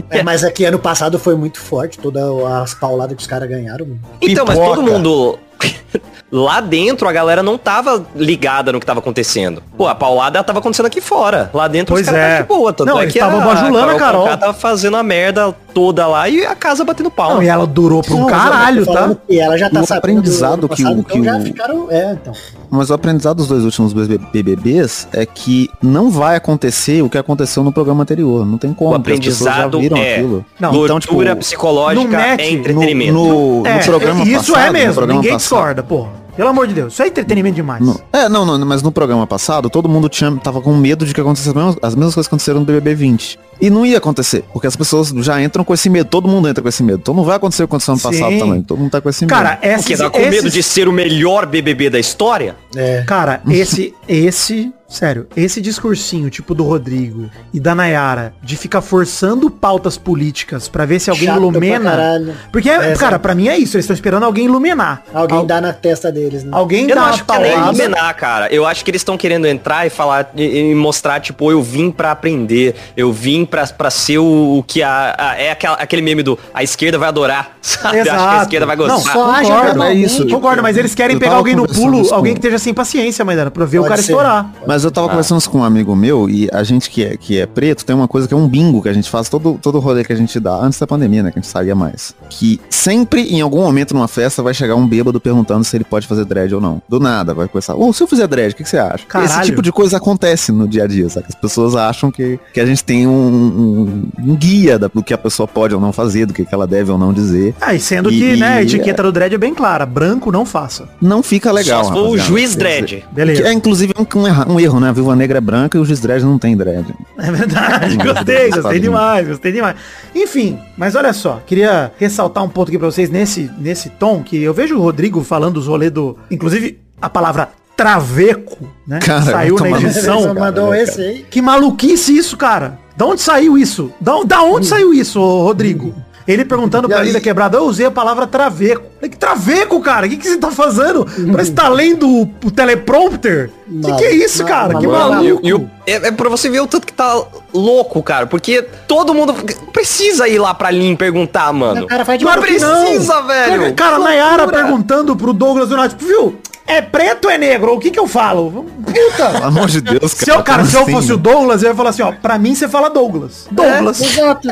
Speaker 2: É, mas aqui ano passado foi muito forte, todas as pauladas que os caras ganharam.
Speaker 5: Então, mas
Speaker 6: Pipoca.
Speaker 5: todo mundo. Lá dentro a galera não tava ligada no que tava acontecendo. Pô, a paulada tava acontecendo aqui fora. Lá dentro
Speaker 3: Pois
Speaker 5: os caras
Speaker 3: é.
Speaker 5: tava de boa. Tanto
Speaker 3: Não,
Speaker 5: é
Speaker 3: eles
Speaker 5: que
Speaker 3: tavam bajulando a Carol.
Speaker 5: Conká tava fazendo a merda toda lá e a casa batendo pau.
Speaker 3: Não, e ela durou pra um
Speaker 2: Não, mas eu tô
Speaker 3: caralho, tá?
Speaker 2: falando que ela já tá
Speaker 6: O
Speaker 2: sabendo
Speaker 6: aprendizado
Speaker 2: do ano
Speaker 6: que o-
Speaker 2: então
Speaker 6: que
Speaker 2: já
Speaker 6: o-
Speaker 2: ficaram, é, então.
Speaker 6: Mas o aprendizado dos dois últimos BB- BBBs é que não vai acontecer o que aconteceu no programa anterior. Não tem como.
Speaker 5: O
Speaker 6: porque as pessoas
Speaker 5: aprendizado é
Speaker 3: Não,
Speaker 5: Tortura
Speaker 6: então, tipo,
Speaker 5: psicológica
Speaker 3: não mete
Speaker 5: é
Speaker 3: no-
Speaker 5: entretenimento.
Speaker 6: No, no programa
Speaker 3: isso
Speaker 6: passado,
Speaker 3: é
Speaker 6: no
Speaker 3: mesmo,
Speaker 6: programa
Speaker 3: ninguém
Speaker 6: passado-
Speaker 3: discorda, porra. Pelo amor de Deus, isso é entretenimento demais.
Speaker 6: No- é, não, não, mas no programa passado, todo mundo tinha, tava com medo de que acontecesse as mesmas, as mesmas coisas que aconteceram no BBB 20. E não ia acontecer, porque as pessoas já entram com esse medo, todo mundo entra com esse medo. Então não vai acontecer o que aconteceu ano
Speaker 3: Sim.
Speaker 6: passado também, todo mundo tá com esse medo.
Speaker 3: Cara,
Speaker 5: Porque
Speaker 3: esses,
Speaker 5: tá com medo
Speaker 3: esses-
Speaker 5: de ser o melhor BBB da história?
Speaker 2: É.
Speaker 3: Cara, esse, esse Sério, esse discursinho, tipo do Rodrigo e da Nayara, de ficar forçando pautas políticas pra ver se alguém
Speaker 2: Chato pra
Speaker 3: ilumina.
Speaker 2: caralho.
Speaker 3: Porque,
Speaker 2: É,
Speaker 3: cara, pra mim é isso, eles estão esperando alguém iluminar.
Speaker 2: Alguém
Speaker 3: Al-
Speaker 2: dá na testa deles, né?
Speaker 3: alguém
Speaker 5: Eu
Speaker 3: dá
Speaker 5: não
Speaker 3: uma
Speaker 5: acho que é nem
Speaker 3: paulada.
Speaker 5: eliminar, cara. Eu acho que eles estão querendo entrar e falar e, e mostrar, tipo, eu vim pra aprender, eu vim pra, pra ser o, o que a, a- é aquela- aquele meme do a esquerda vai adorar, sabe? Eu acho que a
Speaker 3: Exato.
Speaker 5: esquerda vai
Speaker 3: Não,
Speaker 5: gostar.
Speaker 3: só age
Speaker 6: Concordo,
Speaker 3: normalmente.
Speaker 6: é isso.
Speaker 2: tipo,
Speaker 3: Concordo, mas eles querem
Speaker 6: Eu
Speaker 3: pegar
Speaker 6: tava
Speaker 3: alguém no
Speaker 6: conversando
Speaker 3: pulo,
Speaker 6: isso
Speaker 3: alguém
Speaker 6: com-
Speaker 3: que esteja sem paciência, Maidana, pra ver o
Speaker 2: Pode
Speaker 3: cara
Speaker 2: ser.
Speaker 3: estourar.
Speaker 6: Mas eu
Speaker 5: Ah.
Speaker 6: tava conversando isso com um amigo meu e a gente que é, que é preto tem uma coisa que é um bingo que a gente faz todo, todo rolê que a gente dá antes da pandemia, né? Que a gente saía mais. Que sempre, em algum momento numa festa, vai chegar um bêbado perguntando se ele pode fazer dread ou não. Do nada, vai começar. Ou se eu fizer dread, o que, que você acha? Esse
Speaker 3: Caralho.
Speaker 6: tipo de coisa acontece no dia a dia, sabe? As pessoas acham que, que a gente tem um, um- um guia da- do que a pessoa pode ou não fazer, do que, que ela deve ou não dizer.
Speaker 3: Ah, e sendo
Speaker 6: E-
Speaker 3: que, né, a
Speaker 6: e-
Speaker 3: etiqueta do dread é bem clara. Branco não faça.
Speaker 6: Não fica legal.
Speaker 5: Só se for o
Speaker 6: rapaziada.
Speaker 5: juiz dread.
Speaker 3: Beleza.
Speaker 6: Que é inclusive um, um erro- um erro, né? A viúva negra é branca e o juiz dread não tem dread.
Speaker 3: É verdade,
Speaker 6: Não,
Speaker 3: gostei,
Speaker 6: não
Speaker 3: gostei
Speaker 6: sabe.
Speaker 3: demais, gostei demais. Enfim, mas olha só, queria ressaltar um ponto aqui pra vocês nesse, nesse tom, que eu vejo o Rodrigo falando os rolê do. Inclusive, a palavra traveco, né?
Speaker 6: Cara,
Speaker 3: saiu
Speaker 6: vai
Speaker 3: na
Speaker 6: tomar no
Speaker 3: edição.
Speaker 2: Só mandou
Speaker 6: cara.
Speaker 2: esse aí.
Speaker 3: Que maluquice isso, cara. Da onde saiu isso? Da, on- da onde saiu isso, ô, Rodrigo? Ele perguntando pra
Speaker 6: aí?
Speaker 3: Lida Quebrada, eu usei a palavra traveco. Falei, Que traveco, cara? O que, que você tá fazendo? Parece que tá lendo o, o teleprompter. O que, que é isso,
Speaker 2: Malu-
Speaker 3: cara? Que
Speaker 2: maluco.
Speaker 3: maluco.
Speaker 5: E o- é, é pra você ver o tanto que tá louco, cara. Porque todo mundo precisa ir lá pra Lin perguntar, mano.
Speaker 2: O cara faz de
Speaker 5: não
Speaker 2: maluco, não.
Speaker 5: precisa, velho.
Speaker 3: Cara, a Nayara perguntando pro Douglas Leonardo, tipo, viu? É preto ou é negro? O que que eu falo? Puta!
Speaker 6: Pelo amor de Deus, cara.
Speaker 3: Se eu, cara,
Speaker 6: como
Speaker 3: se eu
Speaker 6: assim?
Speaker 3: fosse o Douglas, eu ia falar assim, ó, pra mim você fala Douglas. Douglas.
Speaker 2: Exato.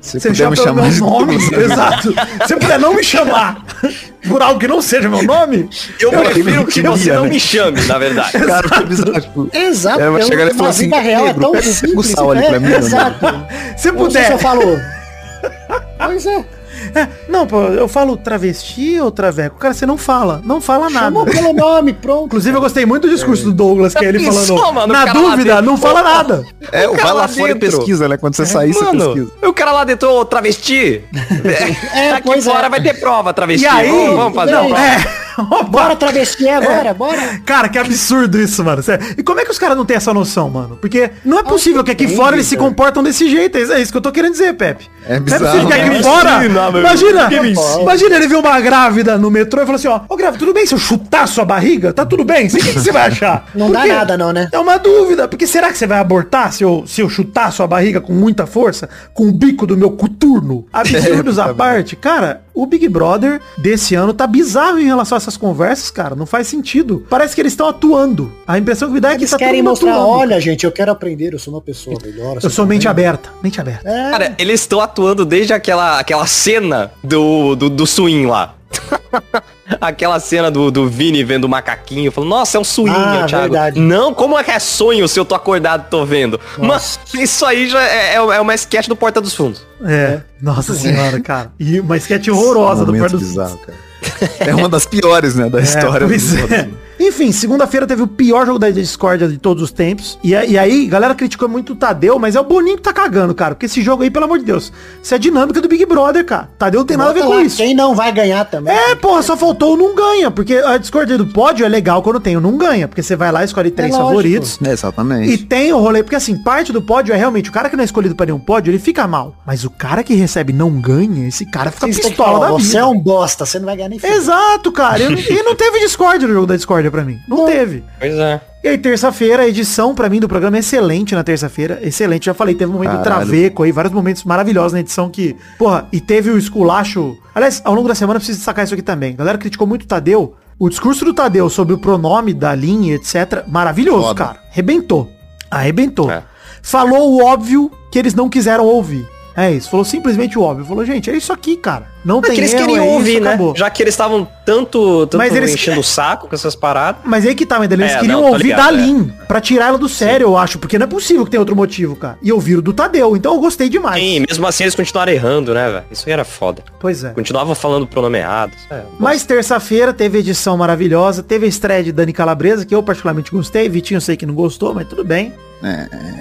Speaker 6: Se
Speaker 3: Você
Speaker 6: puder
Speaker 3: já
Speaker 6: me
Speaker 3: pelo
Speaker 6: chamar
Speaker 3: meu
Speaker 6: de né?
Speaker 3: nome,
Speaker 6: Douglas,
Speaker 3: exato. Se você puder não me chamar por algo que não seja meu nome,
Speaker 5: eu, prefiro
Speaker 6: eu
Speaker 5: que
Speaker 6: queria,
Speaker 5: você não
Speaker 6: né?
Speaker 5: me chame, na verdade.
Speaker 6: Cara, que bizarro.
Speaker 2: é, Exato.
Speaker 6: Ela vai
Speaker 2: Eu-
Speaker 6: chegar ali e falar
Speaker 2: na
Speaker 6: assim,
Speaker 2: vida real é
Speaker 6: "Pedro,
Speaker 2: tão
Speaker 6: pega esse
Speaker 2: simples.
Speaker 6: sal ali
Speaker 2: é,
Speaker 6: pra mim, né?"
Speaker 2: Exato.
Speaker 3: se
Speaker 2: Você só
Speaker 3: puder.
Speaker 2: falou. Pois é.
Speaker 3: É, não, pô, eu falo travesti ou traveco? Cara, você não fala. Não fala nada.
Speaker 2: Chamou pelo nome, pronto.
Speaker 3: Inclusive, eu gostei muito do discurso do Douglas, que é ele
Speaker 5: Pensou,
Speaker 3: falando,
Speaker 5: mano, o
Speaker 3: na
Speaker 5: cara lá
Speaker 3: dúvida,
Speaker 5: dentro,
Speaker 3: não fala
Speaker 5: pô.
Speaker 3: nada.
Speaker 6: É,
Speaker 5: O cara
Speaker 6: vai
Speaker 5: lá
Speaker 6: lá fora e
Speaker 5: dentro.
Speaker 6: pesquisa, né? Quando
Speaker 3: É,
Speaker 6: você sair, você pesquisa.
Speaker 5: Mano, o cara lá dentro, ô, travesti. tá
Speaker 2: É,
Speaker 5: Aqui
Speaker 2: pois é.
Speaker 5: fora vai ter prova, travesti.
Speaker 3: E aí?
Speaker 5: Vamos, vamos fazer
Speaker 2: Não,
Speaker 5: uma prova.
Speaker 3: É.
Speaker 2: Bora travesti agora, bora.
Speaker 3: Cara, que absurdo isso, mano. sério. E como é que os caras não têm essa noção, mano? Porque não é possível que aqui fora eles se comportam desse jeito. É isso que eu tô querendo dizer, Pepe.
Speaker 6: É
Speaker 3: não é possível
Speaker 6: bizarro.
Speaker 3: que
Speaker 6: né?
Speaker 3: aqui fora.
Speaker 4: Imagina, meu.
Speaker 3: Imagina,
Speaker 4: Quem me ensina?
Speaker 3: imagina ele ver uma grávida no metrô e falar assim, ó, ô grávida, tudo bem se eu chutar sua barriga? Tá tudo bem? Você- O que, que você vai achar?
Speaker 2: Não dá nada não, né?
Speaker 3: É uma dúvida, porque será que você vai abortar se eu, se eu chutar sua barriga com muita força, com o bico do meu coturno?
Speaker 2: É,
Speaker 3: Absurdos à parte, cara, o Big Brother desse ano tá bizarro em relação a essas conversas, cara, não faz sentido. Parece que eles estão atuando. A impressão que me dá é que
Speaker 2: Eles
Speaker 3: tá todo
Speaker 2: querem
Speaker 3: mundo
Speaker 2: mostrar,
Speaker 3: atuando.
Speaker 2: olha, gente, eu quero aprender, eu sou uma pessoa melhor.
Speaker 3: Eu sou mente aberta, mente aberta.
Speaker 2: É,
Speaker 5: Cara, eles estão atuando desde aquela, aquela cena do, do, do swing lá. aquela cena do, do Vini vendo o macaquinho, falando, nossa, é um swing,
Speaker 2: Ah,
Speaker 5: Thiago.
Speaker 2: verdade.
Speaker 5: Não, como é que é sonho se eu tô acordado e tô vendo? Mas isso aí já é, é uma sketch do Porta dos Fundos.
Speaker 3: É, nossa senhora, cara. E uma esquete horrorosa do
Speaker 6: Momento
Speaker 3: Pé do
Speaker 6: bizarro, cara. É uma das piores, né, da história.
Speaker 3: É, pois
Speaker 6: do-
Speaker 3: é. Enfim, segunda-feira teve o pior jogo da discórdia de todos os tempos. E, a- e aí, galera criticou muito o Tadeu, mas é o Boninho que tá cagando, cara. Porque esse jogo aí, pelo amor de Deus, isso é a dinâmica do Big Brother, cara. Tadeu não tem nada a ver
Speaker 2: bota
Speaker 3: com
Speaker 2: lá,
Speaker 3: isso.
Speaker 2: Quem não vai ganhar também.
Speaker 3: É, porra, só faltou o não ganha, porque a discórdia do pódio é legal quando tem o não ganha, porque você vai lá e escolhe três
Speaker 2: lógico.
Speaker 3: favoritos.
Speaker 6: É,
Speaker 3: E
Speaker 6: exatamente.
Speaker 3: tem o rolê, porque assim, parte do pódio é realmente, o cara que não é escolhido pra nenhum pódio, ele fica mal. Mas o cara que recebe não ganha, esse cara fica
Speaker 2: Vocês têm que
Speaker 3: pistola
Speaker 2: falar,
Speaker 3: da vida.
Speaker 2: Você é um bosta, você não vai ganhar nem filho.
Speaker 3: Exato, cara. E, não- e não teve discórdia no jogo da discórdia pra mim. Não teve.
Speaker 5: Pois é.
Speaker 3: E aí, terça-feira, a edição pra mim do programa é excelente na terça-feira. Excelente, já falei, teve um momento do
Speaker 6: Caralho.
Speaker 3: traveco aí, vários momentos maravilhosos na edição que. Porra, e teve o esculacho. Aliás, ao longo da semana eu preciso destacar isso aqui também. A galera criticou muito o Tadeu. O discurso do Tadeu sobre o pronome da linha, etc. Maravilhoso,
Speaker 6: Foda.
Speaker 3: cara. Arrebentou. Arrebentou.
Speaker 5: É.
Speaker 3: Falou o óbvio que eles não quiseram ouvir. É isso, falou simplesmente o óbvio. Falou, gente, é isso aqui, cara. Não
Speaker 5: É
Speaker 3: tem
Speaker 5: que eles
Speaker 3: erro,
Speaker 5: queriam
Speaker 3: é isso,
Speaker 5: ouvir, né?
Speaker 3: acabou.
Speaker 5: Já que eles estavam tanto, tanto
Speaker 3: Mas eles-
Speaker 5: enchendo o saco com essas paradas.
Speaker 3: Mas aí que tá, Mendeley, eles
Speaker 5: É,
Speaker 3: queriam
Speaker 5: não, tô
Speaker 3: ouvir
Speaker 5: ligado, é.
Speaker 3: da Lin, pra tirar ela do sério, eu acho, porque não é possível que tenha outro motivo, cara. E ouviram do Tadeu, então eu gostei demais.
Speaker 5: Sim, mesmo assim eles continuaram errando, né, velho? Isso aí era foda.
Speaker 3: Pois é.
Speaker 5: Continuavam falando o pronome errado. Isso é-
Speaker 3: Mas terça-feira teve edição maravilhosa, teve a estreia de Dani Calabresa, que eu particularmente gostei, Vitinho eu sei que não gostou, mas tudo bem.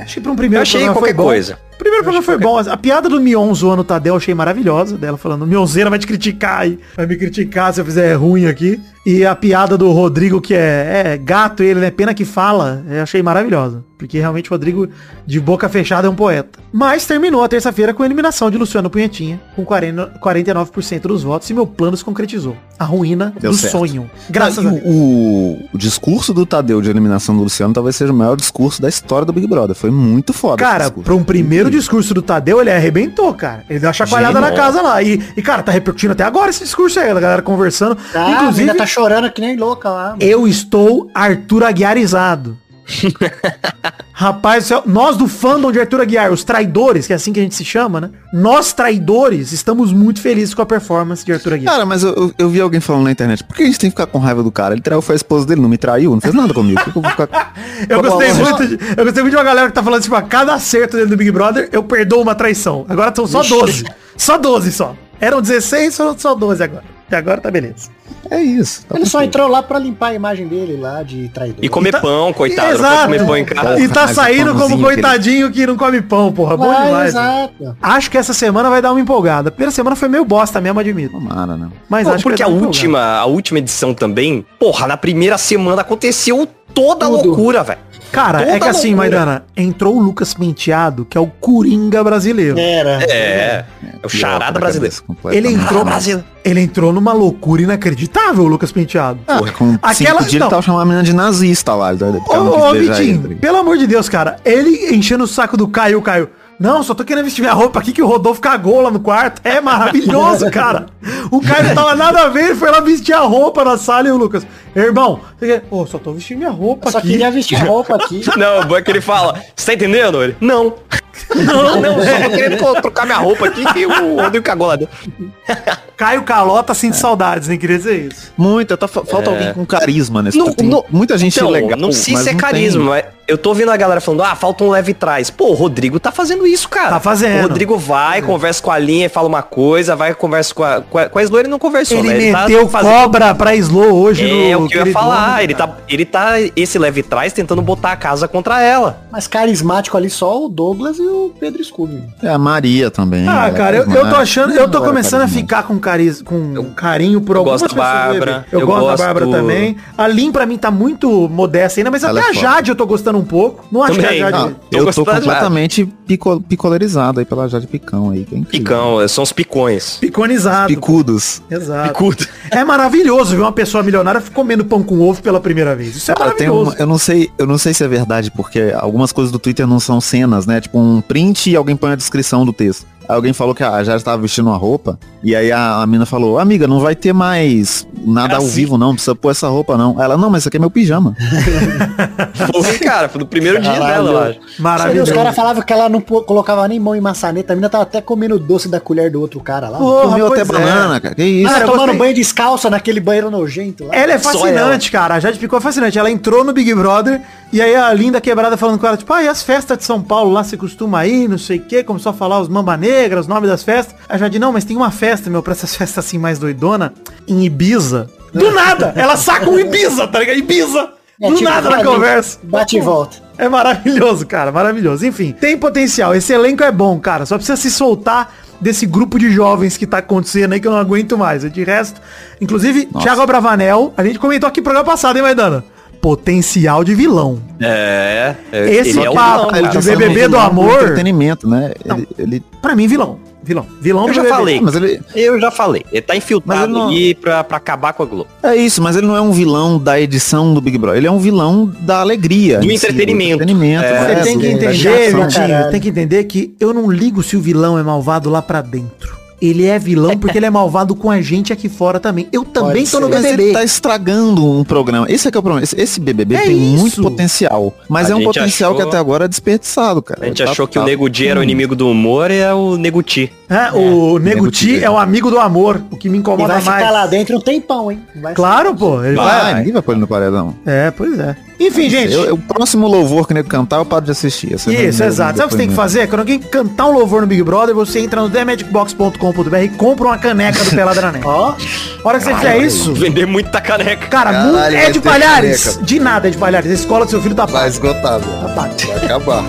Speaker 3: Acho que pra um
Speaker 5: Eu
Speaker 3: primeiro
Speaker 5: achei
Speaker 3: programa foi
Speaker 5: qualquer
Speaker 3: bom.
Speaker 5: coisa.
Speaker 3: Primeiro programa foi bom. A piada do Mion zoando o Tadeu eu achei maravilhosa. Dela falando, Mionzeira vai te criticar aí. Vai me criticar se eu fizer ruim aqui. E a piada do Rodrigo, que é, é gato, ele, né? Pena que fala. Eu achei maravilhosa. Porque realmente o Rodrigo, de boca fechada, é um poeta. Mas terminou a terça-feira com a eliminação de Luciano Punhetinha, com 40, 49% dos votos, e meu plano se concretizou. A ruína
Speaker 6: Deu
Speaker 3: do
Speaker 6: certo.
Speaker 3: sonho. Graças
Speaker 6: Não,
Speaker 3: a
Speaker 6: e
Speaker 3: Deus.
Speaker 6: o, o discurso do Tadeu de eliminação do Luciano talvez seja o maior discurso da história do Big Brother. Foi muito foda. esse
Speaker 3: Cara,
Speaker 6: discurso.
Speaker 3: pra um primeiro discurso do Tadeu, ele arrebentou, cara. Ele deu uma chacoalhada na
Speaker 5: Genial.
Speaker 3: casa lá. E, e, cara, tá repercutindo até agora esse discurso aí, a galera conversando.
Speaker 2: Tá,
Speaker 3: Inclusive,
Speaker 2: ainda tá chorando que nem louca lá.
Speaker 3: Eu estou Arthur Aguiarizado. Rapaz do céu, nós do fandom de Arthur Aguiar, os traidores, que é assim que a gente se chama, né? Nós traidores estamos muito felizes com a performance de Arthur Aguiar.
Speaker 6: Cara, mas eu, eu, eu vi alguém falando na internet, por que a gente tem que ficar com raiva do cara? Ele traiu, foi a esposa dele, não me traiu, não fez nada comigo. Por que eu vou ficar com-
Speaker 3: Eu
Speaker 6: Qual-
Speaker 3: gostei,
Speaker 6: qual-
Speaker 3: muito de, eu gostei muito de uma galera que tá falando, tipo, a cada acerto dentro do Big Brother, eu perdoo uma traição. Agora são só 12. Só 12 só. Eram 16, são só 12 agora. E agora tá beleza.
Speaker 6: É isso. tá
Speaker 2: Ele só
Speaker 6: tranquilo.
Speaker 2: entrou lá pra limpar a imagem dele lá de traidor.
Speaker 5: E comer
Speaker 3: tá-
Speaker 5: pão, coitado. Não pode comer pão em casa.
Speaker 3: E tá
Speaker 6: Mas o
Speaker 3: saindo como
Speaker 6: pãozinho que ele-
Speaker 3: coitadinho que não come pão, porra. Bom
Speaker 2: Vai,
Speaker 3: demais. né?
Speaker 2: Ah, exato.
Speaker 3: Acho que essa semana vai dar uma empolgada. A primeira semana foi meio bosta mesmo, admito.
Speaker 6: Tomara, né?
Speaker 3: Mas
Speaker 5: Pô,
Speaker 3: acho
Speaker 5: porque
Speaker 3: que é
Speaker 5: a
Speaker 3: vai dar uma empolgada.
Speaker 5: última, a última edição também, porra, na primeira semana aconteceu toda a
Speaker 2: Tudo.
Speaker 5: loucura, velho.
Speaker 3: Cara, é
Speaker 5: toda
Speaker 3: que assim,
Speaker 5: loucura.
Speaker 3: Maidana, entrou o Lucas Penteado, que é o Coringa brasileiro.
Speaker 2: Era.
Speaker 5: É, é o charada
Speaker 6: Pior,
Speaker 5: brasileiro.
Speaker 6: cabeça, né? Ah, completamente.
Speaker 3: Ele entrou-
Speaker 5: Brasil.
Speaker 3: Ele entrou numa loucura inacreditável, o Lucas Penteado.
Speaker 6: Ah, com
Speaker 3: Aquela-
Speaker 6: cinco dias
Speaker 3: não.
Speaker 6: ele tava chamando a menina de nazista lá. Ele ele- porque ela não
Speaker 3: Ô,
Speaker 6: quis
Speaker 3: ô
Speaker 6: beijar ele, tá
Speaker 3: Vitinho, pelo amor de Deus, cara. Ele enchendo o saco do Caio, Caio. Não, só tô querendo vestir minha roupa aqui que o Rodolfo cagou lá no quarto. É maravilhoso, cara. O Caio não tava nada a ver, ele foi lá vestir a roupa na sala e o Lucas. Irmão, você quer- ô, só tô vestindo minha roupa
Speaker 2: Eu Só
Speaker 3: aqui.
Speaker 2: queria vestir roupa aqui.
Speaker 5: Não, o bom é que ele fala, você tá entendendo? Ele, não. Não,
Speaker 3: é.
Speaker 5: não, só tô querendo co- trocar minha roupa aqui que o Rodrigo cagou lá dentro.
Speaker 3: Caio Calota
Speaker 5: É.
Speaker 3: sente saudades, nem queria dizer isso.
Speaker 6: Muito, tá, fa-
Speaker 3: É.
Speaker 6: falta alguém com carisma nesse
Speaker 5: Não,
Speaker 6: tem
Speaker 5: não-
Speaker 6: Tipo assim, Muita gente
Speaker 5: então,
Speaker 6: legal.
Speaker 5: não sei
Speaker 6: mas
Speaker 5: se é
Speaker 6: não tem-
Speaker 5: carisma, mas eu tô ouvindo a galera falando, ah, falta um leve trás. Pô, o Rodrigo tá fazendo isso, cara.
Speaker 3: Tá fazendo.
Speaker 5: O Rodrigo vai, conversa com a linha e fala uma coisa, vai, conversa com a, com a, com a Slow, ele não conversou,
Speaker 3: Ele
Speaker 5: né?
Speaker 2: tá
Speaker 3: meteu cobra pra Slow hoje
Speaker 5: É o que eu ia
Speaker 3: querido
Speaker 5: falar,
Speaker 3: homem,
Speaker 5: ele
Speaker 3: cara.
Speaker 5: tá, ele tá esse leve trás tentando botar a casa contra ela.
Speaker 2: Mas carismático ali só o Douglas e o Pedro Scooby.
Speaker 6: É a Maria também.
Speaker 3: Ah,
Speaker 6: ela é
Speaker 3: cara, eu, eu tô
Speaker 6: carismática.
Speaker 3: achando, eu tô
Speaker 6: Ela é
Speaker 3: começando a
Speaker 6: carismática.
Speaker 3: ficar com, cariz, com carinho por algumas
Speaker 5: gosto da Bárbara,
Speaker 3: Eu,
Speaker 5: eu
Speaker 3: gosto,
Speaker 5: gosto-
Speaker 3: da Bárbara também. A Lin pra mim tá muito modesta ainda, mas
Speaker 6: Ela
Speaker 3: até
Speaker 6: é
Speaker 3: a
Speaker 6: foda.
Speaker 3: Jade eu tô gostando um pouco. Não acho
Speaker 5: Também,
Speaker 3: que a
Speaker 6: Ah,
Speaker 3: Jade...
Speaker 5: não. Tô
Speaker 6: eu tô
Speaker 5: gostando da Jade.
Speaker 6: completamente pico, picolarizado aí pela Jade Picão aí. que é incrível.
Speaker 5: Picão, são os picões.
Speaker 3: Piconizado.
Speaker 6: Picudos.
Speaker 3: Exato.
Speaker 5: Picudo.
Speaker 3: É maravilhoso ver uma pessoa milionária comendo pão com ovo pela primeira vez. Isso é
Speaker 6: Cara, tem
Speaker 3: maravilhoso.
Speaker 6: uma- eu não sei, eu não sei se é verdade, porque algumas coisas do Twitter não são cenas, né? Tipo um print e alguém põe a descrição do texto. Aí Alguém falou que a Jade tava vestindo uma roupa, e aí a, a mina falou, amiga, não vai ter mais
Speaker 5: Ah,
Speaker 6: nada
Speaker 3: É
Speaker 6: ao
Speaker 3: assim.
Speaker 5: sim.
Speaker 6: vivo não, não precisa pôr essa roupa não. Ela, não, mas isso aqui é meu pijama.
Speaker 5: Foi, assim, cara, foi do primeiro dia dela, eu acho.
Speaker 2: Você vê, Os
Speaker 3: Maravilhoso.
Speaker 2: caras falavam que ela não po- colocava nem mão em maçaneta. A menina tava até comendo doce da colher do outro cara lá.
Speaker 3: Porra,
Speaker 6: Comeu até
Speaker 3: pois é.
Speaker 6: banana, cara, que isso.
Speaker 2: Ela
Speaker 3: cara, eu
Speaker 2: tomando
Speaker 3: gostei.
Speaker 2: banho descalça naquele banheiro nojento lá.
Speaker 3: Ela é fascinante, cara. A Jade ficou fascinante. Ela entrou no Big Brother e aí a linda quebrada falando com ela, tipo, ah, e as festas de São Paulo lá você costuma ir, não sei o quê. Começou a falar os mamba negra, os nomes das festas. A Jade, não, mas tem uma festa, meu, pra essas festas assim mais doidona, em Ibiza. Do nada! Ela saca um Ibiza, tá ligado? Ibiza!
Speaker 2: É,
Speaker 3: Do
Speaker 2: tipo,
Speaker 3: nada na
Speaker 2: ali,
Speaker 3: conversa.
Speaker 2: Bate e volta.
Speaker 3: É maravilhoso, cara, maravilhoso. Enfim, tem potencial. Esse elenco é bom, cara. Só precisa se soltar desse grupo de jovens que tá acontecendo aí que eu não aguento mais. De resto, inclusive, Thiago Abravanel, a gente comentou aqui no programa passado, hein, Maidana? Potencial de vilão.
Speaker 5: É, é,
Speaker 3: Esse
Speaker 5: ele é um
Speaker 3: papo,
Speaker 5: vilão,
Speaker 3: ele
Speaker 5: cara.
Speaker 3: de
Speaker 6: tá sendo
Speaker 3: BBB do
Speaker 6: vilão
Speaker 3: amor?
Speaker 6: entretenimento, né? Ele, ele-
Speaker 3: Pra mim, vilão. Vilão. Vilão
Speaker 5: Eu
Speaker 3: do
Speaker 5: já
Speaker 3: BBB.
Speaker 5: falei.
Speaker 6: Ah, mas ele
Speaker 5: Eu já falei, ele tá
Speaker 6: Mas
Speaker 5: infiltrado
Speaker 6: ele não-
Speaker 5: ali pra, pra acabar com a Globo.
Speaker 6: É isso, mas ele não é um vilão da edição do Big Brother. Ele é um vilão da alegria.
Speaker 5: Do
Speaker 6: em si,
Speaker 5: entretenimento.
Speaker 6: do entretenimento,
Speaker 5: É,
Speaker 6: né,
Speaker 3: Você tem
Speaker 6: do-
Speaker 3: que
Speaker 6: da
Speaker 3: entender,
Speaker 6: diversão.
Speaker 3: Vitinho,
Speaker 2: caralho.
Speaker 3: tem que entender que eu não ligo se o vilão é malvado lá pra dentro. Ele é vilão porque ele é malvado com a gente aqui fora também. Eu também tô no
Speaker 6: Mas ele
Speaker 3: BBB.
Speaker 6: tá estragando um programa. Esse é que é o problema. Esse, esse BBB
Speaker 3: É
Speaker 6: tem
Speaker 3: isso.
Speaker 6: muito potencial. Mas
Speaker 5: A
Speaker 6: é um
Speaker 5: gente
Speaker 6: potencial
Speaker 5: achou-
Speaker 6: que até agora é desperdiçado, cara.
Speaker 5: A gente
Speaker 6: Tá-
Speaker 5: achou que o
Speaker 6: tá-
Speaker 5: Nego Di era o inimigo do humor e é o Nego Ti.
Speaker 3: É, o
Speaker 6: Nego
Speaker 3: Neguti
Speaker 6: Ti.
Speaker 3: é o amigo do amor, o que me
Speaker 2: E
Speaker 3: incomoda
Speaker 2: vai ficar
Speaker 3: mais.
Speaker 2: lá dentro um tempão, hein? Vai
Speaker 3: Claro, pô.
Speaker 5: é
Speaker 3: Ele vai.
Speaker 6: Vai, tá Ah, ninguém vai pôr ele no paredão.
Speaker 3: É, pois é. Enfim, gente.
Speaker 6: Eu- eu- o próximo louvor que o nego cantar, eu paro de assistir. Esse é o
Speaker 3: Isso,
Speaker 6: meu
Speaker 3: exato. Sabe o que você tem que
Speaker 6: depoimento.
Speaker 3: fazer? Quando alguém cantar um louvor no Big Brother, você entra no TheMagicBox.com.br e compra uma caneca do Peladranet. Ó. A hora que você fizer isso,
Speaker 5: Vender muita caneca.
Speaker 3: cara,
Speaker 6: Caralho,
Speaker 3: mu- é
Speaker 6: vai
Speaker 3: de
Speaker 6: ter
Speaker 3: Palhares.
Speaker 6: caneca.
Speaker 3: De nada é de Palhares. A escola do seu filho tá
Speaker 6: Vai
Speaker 3: paga.
Speaker 6: esgotar,
Speaker 3: Tá
Speaker 6: velho.
Speaker 3: paga.
Speaker 6: vai acabar.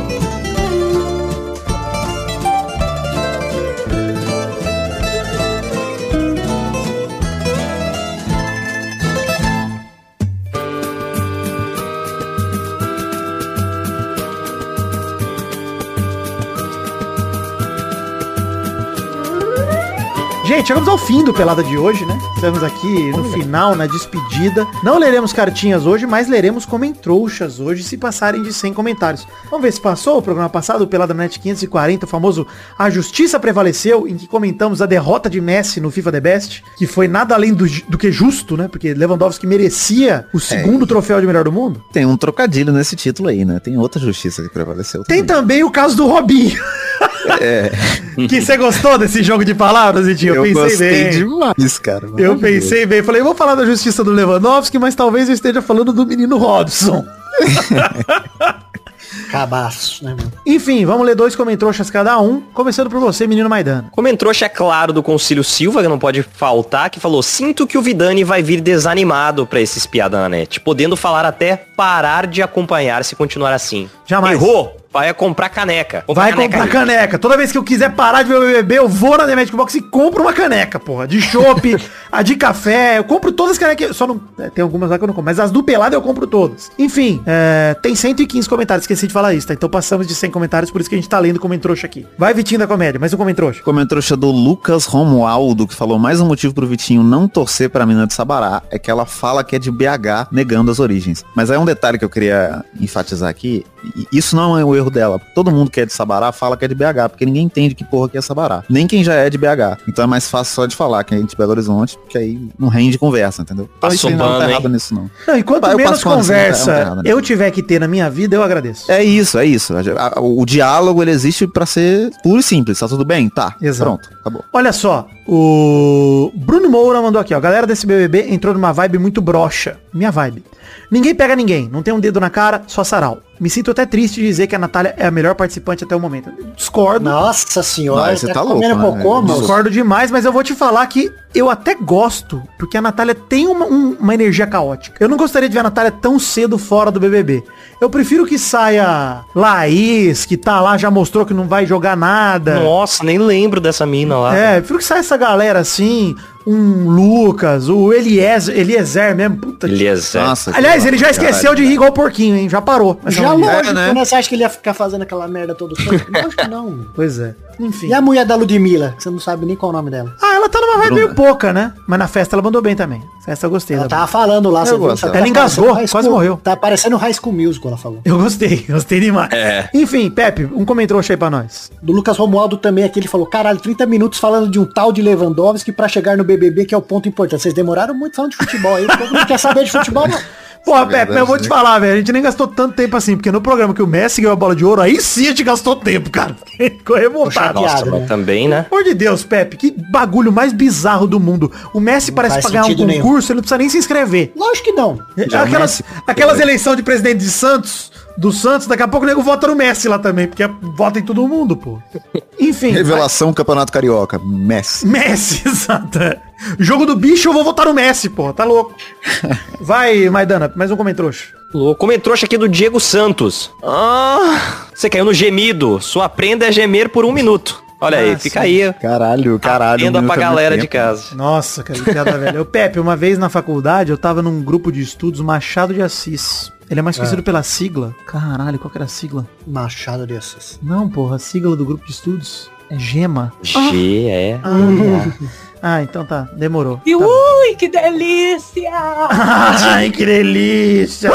Speaker 3: Gente, chegamos ao fim do Pelada de hoje, né? Estamos aqui no final, na despedida. Não leremos cartinhas hoje, mas leremos comentrouxas hoje, se passarem de 100 comentários. Vamos ver se passou o programa passado, o Pelada Net 540, o famoso A Justiça Prevaleceu, em que comentamos a derrota de Messi no FIFA The Best, que foi nada além do, ju- do que justo, né? Porque Lewandowski merecia
Speaker 6: É.
Speaker 3: o segundo troféu de melhor do mundo.
Speaker 6: Tem um trocadilho nesse título aí, né? Tem outra justiça que prevaleceu.
Speaker 3: Tem
Speaker 6: também.
Speaker 3: também o caso do Robinho. que você gostou desse jogo de palavras, Edinho?
Speaker 6: É. Eu gostei demais, cara.
Speaker 3: Eu pensei bem, falei, vou falar da justiça do Lewandowski, mas talvez eu esteja falando do menino Robson.
Speaker 2: Cabaço, né, mano?
Speaker 3: Enfim, vamos ler dois comentrouxas cada um, começando por você, menino Maidana.
Speaker 5: Comentrouxa, é claro, do Concílio Silva, que não pode faltar, que falou, sinto que o Vidani vai vir desanimado pra esses piada na net, podendo falar até parar de acompanhar se continuar assim.
Speaker 3: Jamais.
Speaker 5: Errou! Vai comprar caneca. Compra
Speaker 3: Vai
Speaker 5: caneca
Speaker 3: comprar
Speaker 5: aí.
Speaker 3: caneca. Toda vez que eu quiser parar de ver o BBB, eu vou na The Magic Box e compro uma caneca, porra. De chopp, a de café, eu compro todas as canecas. Só não... é, Tem algumas lá que eu não compro, mas as do Pelado eu compro todas. Enfim, é, tem 115 comentários, esqueci de falar isso, tá? Então passamos de 100 comentários, por isso que a gente tá lendo comentrouxa aqui. Vai, Vitinho da Comédia, mais um comentrouxa.
Speaker 6: Comentrouxa é do Lucas Romualdo, que falou mais um motivo pro Vitinho não torcer pra mina de Sabará, é que ela fala que é de BH, negando as origens. Mas aí um detalhe que eu queria enfatizar aqui, e isso não é o erro dela. Todo mundo que é de Sabará fala que é de BH, porque ninguém entende que porra que é Sabará. Nem quem já é de BH. Então é mais fácil só de falar que é de Belo Horizonte, porque aí não rende conversa, entendeu? Então,
Speaker 5: Passou
Speaker 6: isso aí não
Speaker 5: pano,
Speaker 6: tá
Speaker 5: hein?
Speaker 6: errado nisso, não.
Speaker 3: Não, e quanto
Speaker 6: Vai, eu
Speaker 3: menos
Speaker 6: passo antes, não tá- não tá
Speaker 3: conversa
Speaker 6: errado, né?
Speaker 3: eu tiver que ter na minha vida, eu agradeço.
Speaker 6: É isso, é isso. A- a- O diálogo, ele existe pra ser puro e simples. Tá tudo bem? Tá.
Speaker 3: Exato.
Speaker 6: Pronto, acabou.
Speaker 3: Olha só, o Bruno Moura mandou aqui, ó. A galera desse BBB entrou numa vibe muito broxa. Minha vibe. Ninguém pega ninguém, não tem um dedo na cara, só sarau. Me sinto até triste de dizer que a Natália é a melhor participante até o momento. Discordo.
Speaker 2: Nossa senhora,
Speaker 6: Mas você tá louco,
Speaker 2: comendo
Speaker 6: né?
Speaker 2: cocô, mano?
Speaker 3: Discordo demais, mas eu vou te falar que eu até gosto, porque a Natália tem uma, um- uma energia caótica. Eu não gostaria de ver a Natália tão cedo fora do BBB. Eu prefiro que saia Laís, que tá lá, já mostrou que não vai jogar nada.
Speaker 5: Nossa, nem lembro dessa mina lá.
Speaker 3: É, prefiro que saia essa galera assim, um Lucas, o Eliezer, Eliezer mesmo, puta que-
Speaker 5: Beleza.
Speaker 6: Nossa, que
Speaker 3: Aliás, ele já
Speaker 6: caralho,
Speaker 3: esqueceu de
Speaker 6: cara.
Speaker 3: rir igual porquinho, hein? Já parou. Mas
Speaker 2: Já
Speaker 3: é uma-
Speaker 2: lógico,
Speaker 6: né?
Speaker 2: né? Você acha que ele ia ficar fazendo aquela merda todo o tempo? Lógico não.
Speaker 3: Pois é. Enfim.
Speaker 2: E a mulher da Ludmilla, que você não sabe nem qual é o nome dela.
Speaker 3: Ah, ela tá numa vibe
Speaker 6: Bruna.
Speaker 3: meio pouca, né? Mas na festa ela mandou bem também. Festa eu gostei.
Speaker 2: Ela tá
Speaker 3: da-
Speaker 2: tava falando lá, você
Speaker 6: gosto
Speaker 2: Tá
Speaker 6: dela.
Speaker 3: Ela engasgou,
Speaker 2: parecendo High
Speaker 3: quase
Speaker 2: School-
Speaker 3: morreu.
Speaker 2: Tá parecendo High School Musical, ela falou.
Speaker 3: Eu gostei, gostei demais.
Speaker 6: É.
Speaker 3: Enfim, Pepe, um comentrouxa aí pra nós.
Speaker 2: Do Lucas Romualdo também aqui, ele falou, caralho, 30 minutos falando de um tal de Lewandowski pra chegar no BBB, que é o ponto importante. Vocês demoraram muito falando de futebol aí, todo mundo quer saber de futebol, não.
Speaker 3: Porra,
Speaker 6: verdade,
Speaker 3: Pepe, mas eu vou te
Speaker 6: né?
Speaker 3: falar, velho. A gente nem gastou tanto tempo assim, porque no programa que o Messi ganhou a bola de ouro, aí sim a gente gastou tempo, cara. Ficou revoltado.
Speaker 5: Nossa,
Speaker 2: piada,
Speaker 5: mas
Speaker 2: né?
Speaker 5: também, né?
Speaker 3: Pelo amor de Deus, Pepe, que bagulho mais bizarro do mundo. O Messi parece
Speaker 2: faz
Speaker 3: pagar um
Speaker 2: sentido nenhum.
Speaker 3: concurso, ele não precisa nem se inscrever.
Speaker 2: Lógico que não.
Speaker 6: Já
Speaker 3: aquelas
Speaker 6: Messi,
Speaker 3: aquelas eleições de presidente de Santos, do Santos, daqui a pouco o nego vota no Messi lá também, porque vota em todo mundo, pô. Enfim.
Speaker 6: Revelação Campeonato Carioca, Messi.
Speaker 3: Messi, exato. é. Jogo do bicho, eu vou votar no Messi, pô. Tá louco. Vai, Maidana, mais um comentrouxa.
Speaker 5: Louco. Comentrouxa aqui é do Diego Santos. Ah, você caiu no gemido. Sua prenda é gemer por um minuto. Olha aí,
Speaker 3: Nossa,
Speaker 5: fica aí.
Speaker 6: Caralho, caralho.
Speaker 5: Prenda pra
Speaker 6: um minuto é muito
Speaker 5: Tá galera
Speaker 6: tempo.
Speaker 5: de casa.
Speaker 3: Nossa, cara, que piada velha. Eu, Pepe, uma vez na faculdade eu tava num grupo de estudos Machado de Assis. Ele é mais conhecido pela sigla. Caralho, qual que era a sigla?
Speaker 2: Machado de Assis.
Speaker 3: Não, porra, a sigla do grupo de estudos é GEMA.
Speaker 5: G, é.
Speaker 3: Ah, então tá, demorou.
Speaker 9: E
Speaker 3: Tá bom.
Speaker 9: ui, que delícia!
Speaker 3: Ai, que delícia!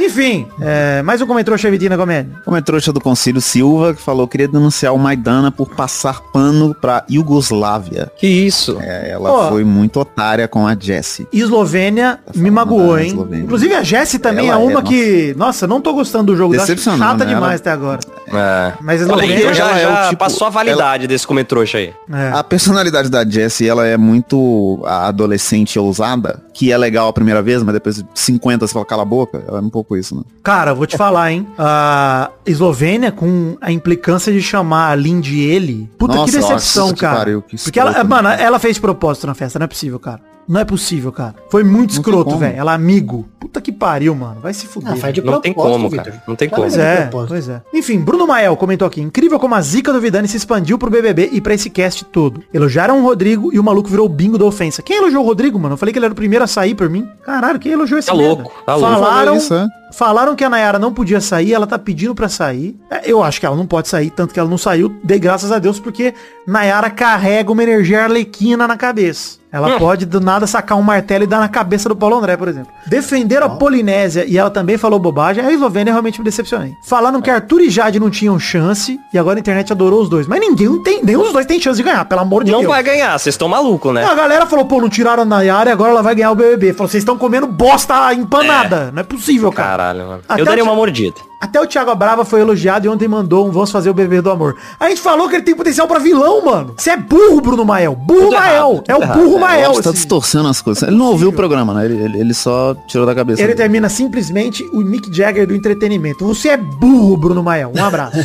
Speaker 3: Enfim, é, mais um comentário Chevitina Comédia.
Speaker 6: Como é trouxa do Concílio Silva, que falou queria denunciar o Maidana por passar pano pra Iugoslávia.
Speaker 5: Que isso?
Speaker 6: É, ela
Speaker 3: Ó.
Speaker 6: foi muito otária com a Jessie.
Speaker 3: Eslovênia
Speaker 6: Tá
Speaker 3: me
Speaker 6: falando
Speaker 3: magoou,
Speaker 6: da
Speaker 3: hein?
Speaker 6: Eslovênia.
Speaker 3: Inclusive a Jessie também
Speaker 6: Ela
Speaker 3: é uma
Speaker 6: é,
Speaker 3: que. Nossa, não tô gostando do jogo. eu acho
Speaker 6: Decepcionou,
Speaker 3: Chata
Speaker 6: né?
Speaker 3: demais até
Speaker 6: Ela-
Speaker 3: agora.
Speaker 5: É.
Speaker 3: Mas
Speaker 5: Olha aí,
Speaker 3: Eslovênia.
Speaker 5: então já,
Speaker 6: ela é
Speaker 5: já
Speaker 6: o tipo-
Speaker 5: passou a validade desse comentrouxa aí.
Speaker 3: É.
Speaker 6: A personalidade da Jessie, ela é muito a adolescente ousada, que é legal a primeira vez, mas depois de 50 você fala, cala a boca. Ela é um pouco isso, né?
Speaker 3: Cara, vou te falar, hein? A Eslovênia, com a implicância de chamar a Lindy ele. Puta
Speaker 6: Nossa,
Speaker 3: que decepção,
Speaker 6: nossa, que
Speaker 3: cara.
Speaker 6: pariu, que
Speaker 3: Porque ela,
Speaker 6: escroto,
Speaker 3: mano,
Speaker 6: né?
Speaker 3: ela fez propósito na festa, não é possível, cara. Não é possível, cara. Foi muito
Speaker 6: tem
Speaker 3: escroto,
Speaker 6: como.
Speaker 3: velho. Ela é amigo. Puta que pariu, mano. Vai se fuder.
Speaker 2: Ah, faz de
Speaker 5: Não tem
Speaker 2: propósito,
Speaker 5: como,
Speaker 2: Vitor.
Speaker 5: cara. Não tem
Speaker 2: Claro
Speaker 5: como.
Speaker 2: que
Speaker 3: Pois
Speaker 2: de
Speaker 3: é,
Speaker 2: propósito.
Speaker 3: pois é. Enfim, Bruno Mael comentou aqui. Incrível como a zica do Vidani se expandiu pro BBB e pra esse cast todo. Elogiaram o Rodrigo e o maluco virou o bingo da ofensa. Quem elogiou o Rodrigo, mano? Eu falei que ele era o primeiro a sair por mim. Caralho, quem elogiou esse
Speaker 5: Tá
Speaker 3: merda?
Speaker 5: louco, tá louco.
Speaker 3: Falaram
Speaker 6: Isso, é?
Speaker 3: Falaram que a Nayara não podia sair, ela tá pedindo pra sair. É, Eu acho que ela não pode sair, tanto que ela não saiu, de graças a Deus, porque Nayara carrega uma energia arlequina na cabeça. Ela
Speaker 5: Hum.
Speaker 3: pode do nada sacar um martelo e dar na cabeça do Paulo André, por exemplo. Defenderam a Polinésia e ela também falou bobagem. Aí, Eslovênia, eu realmente me decepcionei. Falaram que Arthur e Jade não tinham chance e agora a internet adorou os dois. Mas ninguém tem, nem os dois tem chance de ganhar, pelo amor de
Speaker 5: Não
Speaker 3: Deus.
Speaker 5: vai ganhar, vocês estão malucos, né?
Speaker 3: A galera falou, pô, não tiraram a Nayara e agora ela vai ganhar o BBB. Falou, vocês estão comendo bosta empanada. Não é possível, cara.
Speaker 5: Caralho, mano.
Speaker 3: Até
Speaker 5: eu daria
Speaker 3: o-
Speaker 5: uma mordida.
Speaker 3: Até o Thiago Brava foi elogiado e ontem mandou um Vamos Fazer o Bebê do Amor. A gente falou que ele tem potencial pra vilão, mano. Você é burro, Bruno Mael. Burro
Speaker 5: Tudo
Speaker 3: Mael.
Speaker 5: errado,
Speaker 3: é o
Speaker 5: tudo
Speaker 3: burro
Speaker 6: O
Speaker 3: Mael.
Speaker 6: Lopes tá
Speaker 3: esse-
Speaker 6: distorcendo as coisas. Ele não ouviu o programa, né? Ele, ele- ele só tirou da cabeça.
Speaker 3: Ele
Speaker 4: tá-
Speaker 6: dele.
Speaker 3: termina simplesmente o Mick Jagger do entretenimento. Você é burro, Bruno Mael. Um abraço.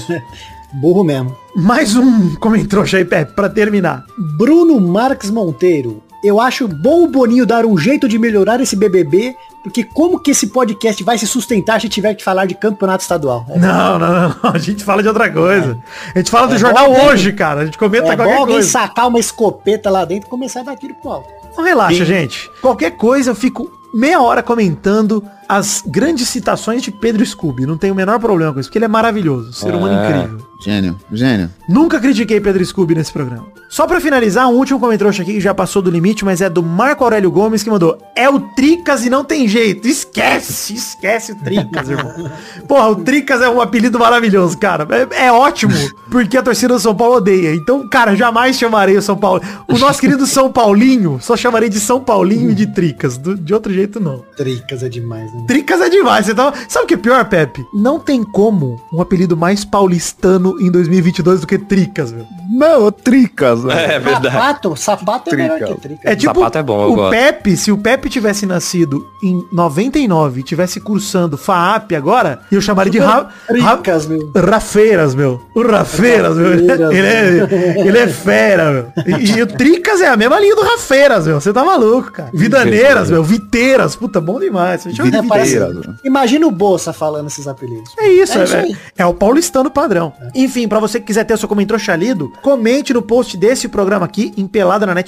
Speaker 2: Burro mesmo.
Speaker 3: Mais um comentrouxa aí, Pepe, pra terminar.
Speaker 2: Bruno Marques Monteiro. Eu acho bom o Boninho dar um jeito de melhorar esse BBB, porque como que esse podcast vai se sustentar se tiver que falar de campeonato estadual? É,
Speaker 3: Não, não, não. A gente fala de outra coisa. A gente fala do
Speaker 2: É
Speaker 3: jornal
Speaker 2: bom, né?
Speaker 3: hoje, cara. A gente comenta
Speaker 2: é bom
Speaker 3: qualquer
Speaker 2: alguém
Speaker 3: coisa.
Speaker 2: sacar uma escopeta lá dentro e começar daquilo pro alto.
Speaker 3: Então relaxa, gente. Qualquer coisa, eu fico meia hora comentando as grandes citações de Pedro Scooby. Não tenho o menor problema com isso, porque ele é maravilhoso. Ser humano
Speaker 6: É,
Speaker 3: incrível.
Speaker 6: Gênio, gênio.
Speaker 3: Nunca critiquei Pedro Scooby nesse programa. Só pra finalizar, um último comentrouxa aqui que já passou do limite, mas é do Marco Aurélio Gomes que mandou. É o Tricas e não tem jeito. Esquece, esquece o Tricas, irmão. Porra, o Tricas é um apelido maravilhoso, cara. É, é ótimo, porque a torcida do São Paulo odeia. Então, cara, jamais chamarei o São Paulo. O nosso querido São Paulinho, só chamarei de São Paulinho e de Tricas. Do- de outro jeito, não.
Speaker 2: Tricas é demais, né?
Speaker 3: Tricas é demais. Você tava... Sabe o que é pior, Pepe? Não tem como um apelido mais paulistano em 2022 do que Tricas, meu.
Speaker 4: Não, ô, tricas, né?
Speaker 5: É verdade.
Speaker 2: Sapato, sapato é melhor que
Speaker 4: Tricas.
Speaker 2: tricas.
Speaker 3: É tipo
Speaker 5: Sapato é bom, eu
Speaker 3: o
Speaker 5: gosto.
Speaker 3: Pepe, se o Pepe tivesse nascido em 99 e tivesse cursando FAAP agora, eu chamaria de Ra Ra
Speaker 2: Tricas, meu.
Speaker 3: Rafeiras, meu. O Rafeiras, meu. Ele
Speaker 2: Rafeiras,
Speaker 3: é, ele é fera, meu. E, e o Tricas é a mesma linha do Rafeiras, meu. Você tá maluco, cara. Vidaneiras, meu. Viteiras. Puta, bom demais. Você chama de
Speaker 2: É, parece-
Speaker 3: Viteiras.
Speaker 2: Imagina o Bolsa falando esses apelidos.
Speaker 3: É isso,
Speaker 2: É
Speaker 3: é,
Speaker 2: isso aí.
Speaker 3: é- é o paulistano padrão. Enfim, pra você que quiser ter o seu comentário lido, comente no post desse programa aqui, em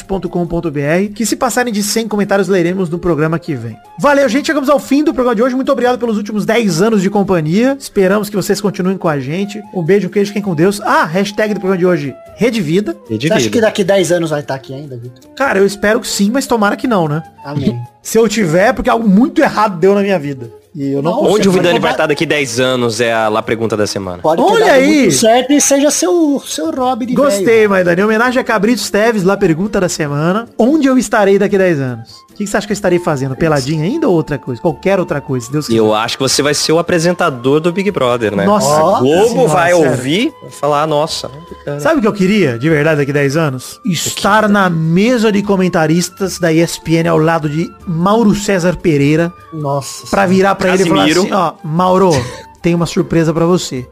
Speaker 3: peladranet.com.br, que se passarem de 100 comentários, leremos no programa que vem. Valeu, gente. Chegamos ao fim do programa de hoje. Muito obrigado pelos últimos 10 anos de companhia. Esperamos que vocês continuem com a gente. Um beijo, um queijo, fiquem com Deus. Ah, hashtag do programa de hoje, Rede Vida.
Speaker 5: E de
Speaker 2: Você acha que
Speaker 5: vida.
Speaker 2: daqui 10 anos vai estar aqui ainda, Vitor?
Speaker 3: Cara, eu espero que sim, mas tomara que não, né?
Speaker 2: Amém.
Speaker 3: Se eu tiver, é porque algo muito errado deu na minha vida. E eu não
Speaker 2: Não,
Speaker 5: Onde o
Speaker 2: Você
Speaker 5: Vidani
Speaker 2: vai-
Speaker 5: vai estar daqui 10 anos é a lá pergunta da semana.
Speaker 2: Pode ter
Speaker 3: Olha
Speaker 2: dado
Speaker 3: aí!
Speaker 2: muito certo e seja seu, seu Rob de velho.
Speaker 3: Gostei, Maidani. Em homenagem a Cabritos Teves, lá pergunta da semana. Onde eu estarei daqui a 10 anos? O que que você acha que eu estarei fazendo? Peladinha ainda ou outra coisa? Qualquer outra coisa, se Deus
Speaker 5: E
Speaker 3: quiser.
Speaker 5: eu acho que você vai ser o apresentador do Big Brother, né?
Speaker 3: Nossa,
Speaker 5: a Globo
Speaker 3: senhora,
Speaker 5: vai
Speaker 3: sério.
Speaker 5: ouvir e falar, nossa.
Speaker 3: Sabe o que eu queria, de verdade, daqui a 10 anos? Estar na mesa de comentaristas da ESPN ao lado de Mauro César Pereira
Speaker 2: Nossa.
Speaker 3: pra virar pra ele e falar assim, ó, Mauro, tem uma surpresa pra você.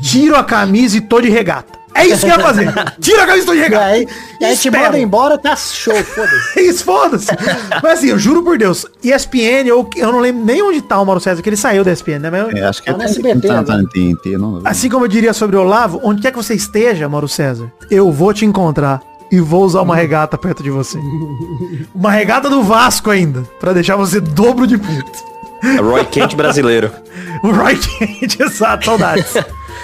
Speaker 3: Tiro a camisa e tô de regata. É isso que eu ia fazer. Tiro a camisa e tô de
Speaker 2: E
Speaker 3: regata.
Speaker 2: aí, e aí te
Speaker 3: Espero.
Speaker 2: manda embora, tá show, foda-se.
Speaker 3: É Isso, foda-se. Mas assim, eu juro por Deus, ESPN, ou eu não lembro nem onde tá o Mauro César, que ele saiu da ESPN, né? Mas,
Speaker 6: É, acho que
Speaker 2: Tá no SBT
Speaker 6: Não,
Speaker 2: agora.
Speaker 6: tá no TNT, não.
Speaker 3: Assim como eu diria sobre o Olavo, onde quer que você esteja, Mauro César, eu vou te encontrar e vou usar uma regata perto de você. Uma regata do Vasco ainda, pra deixar você dobro de puto.
Speaker 5: é Roy Kent brasileiro.
Speaker 3: O Roy Kent, exato, saudades.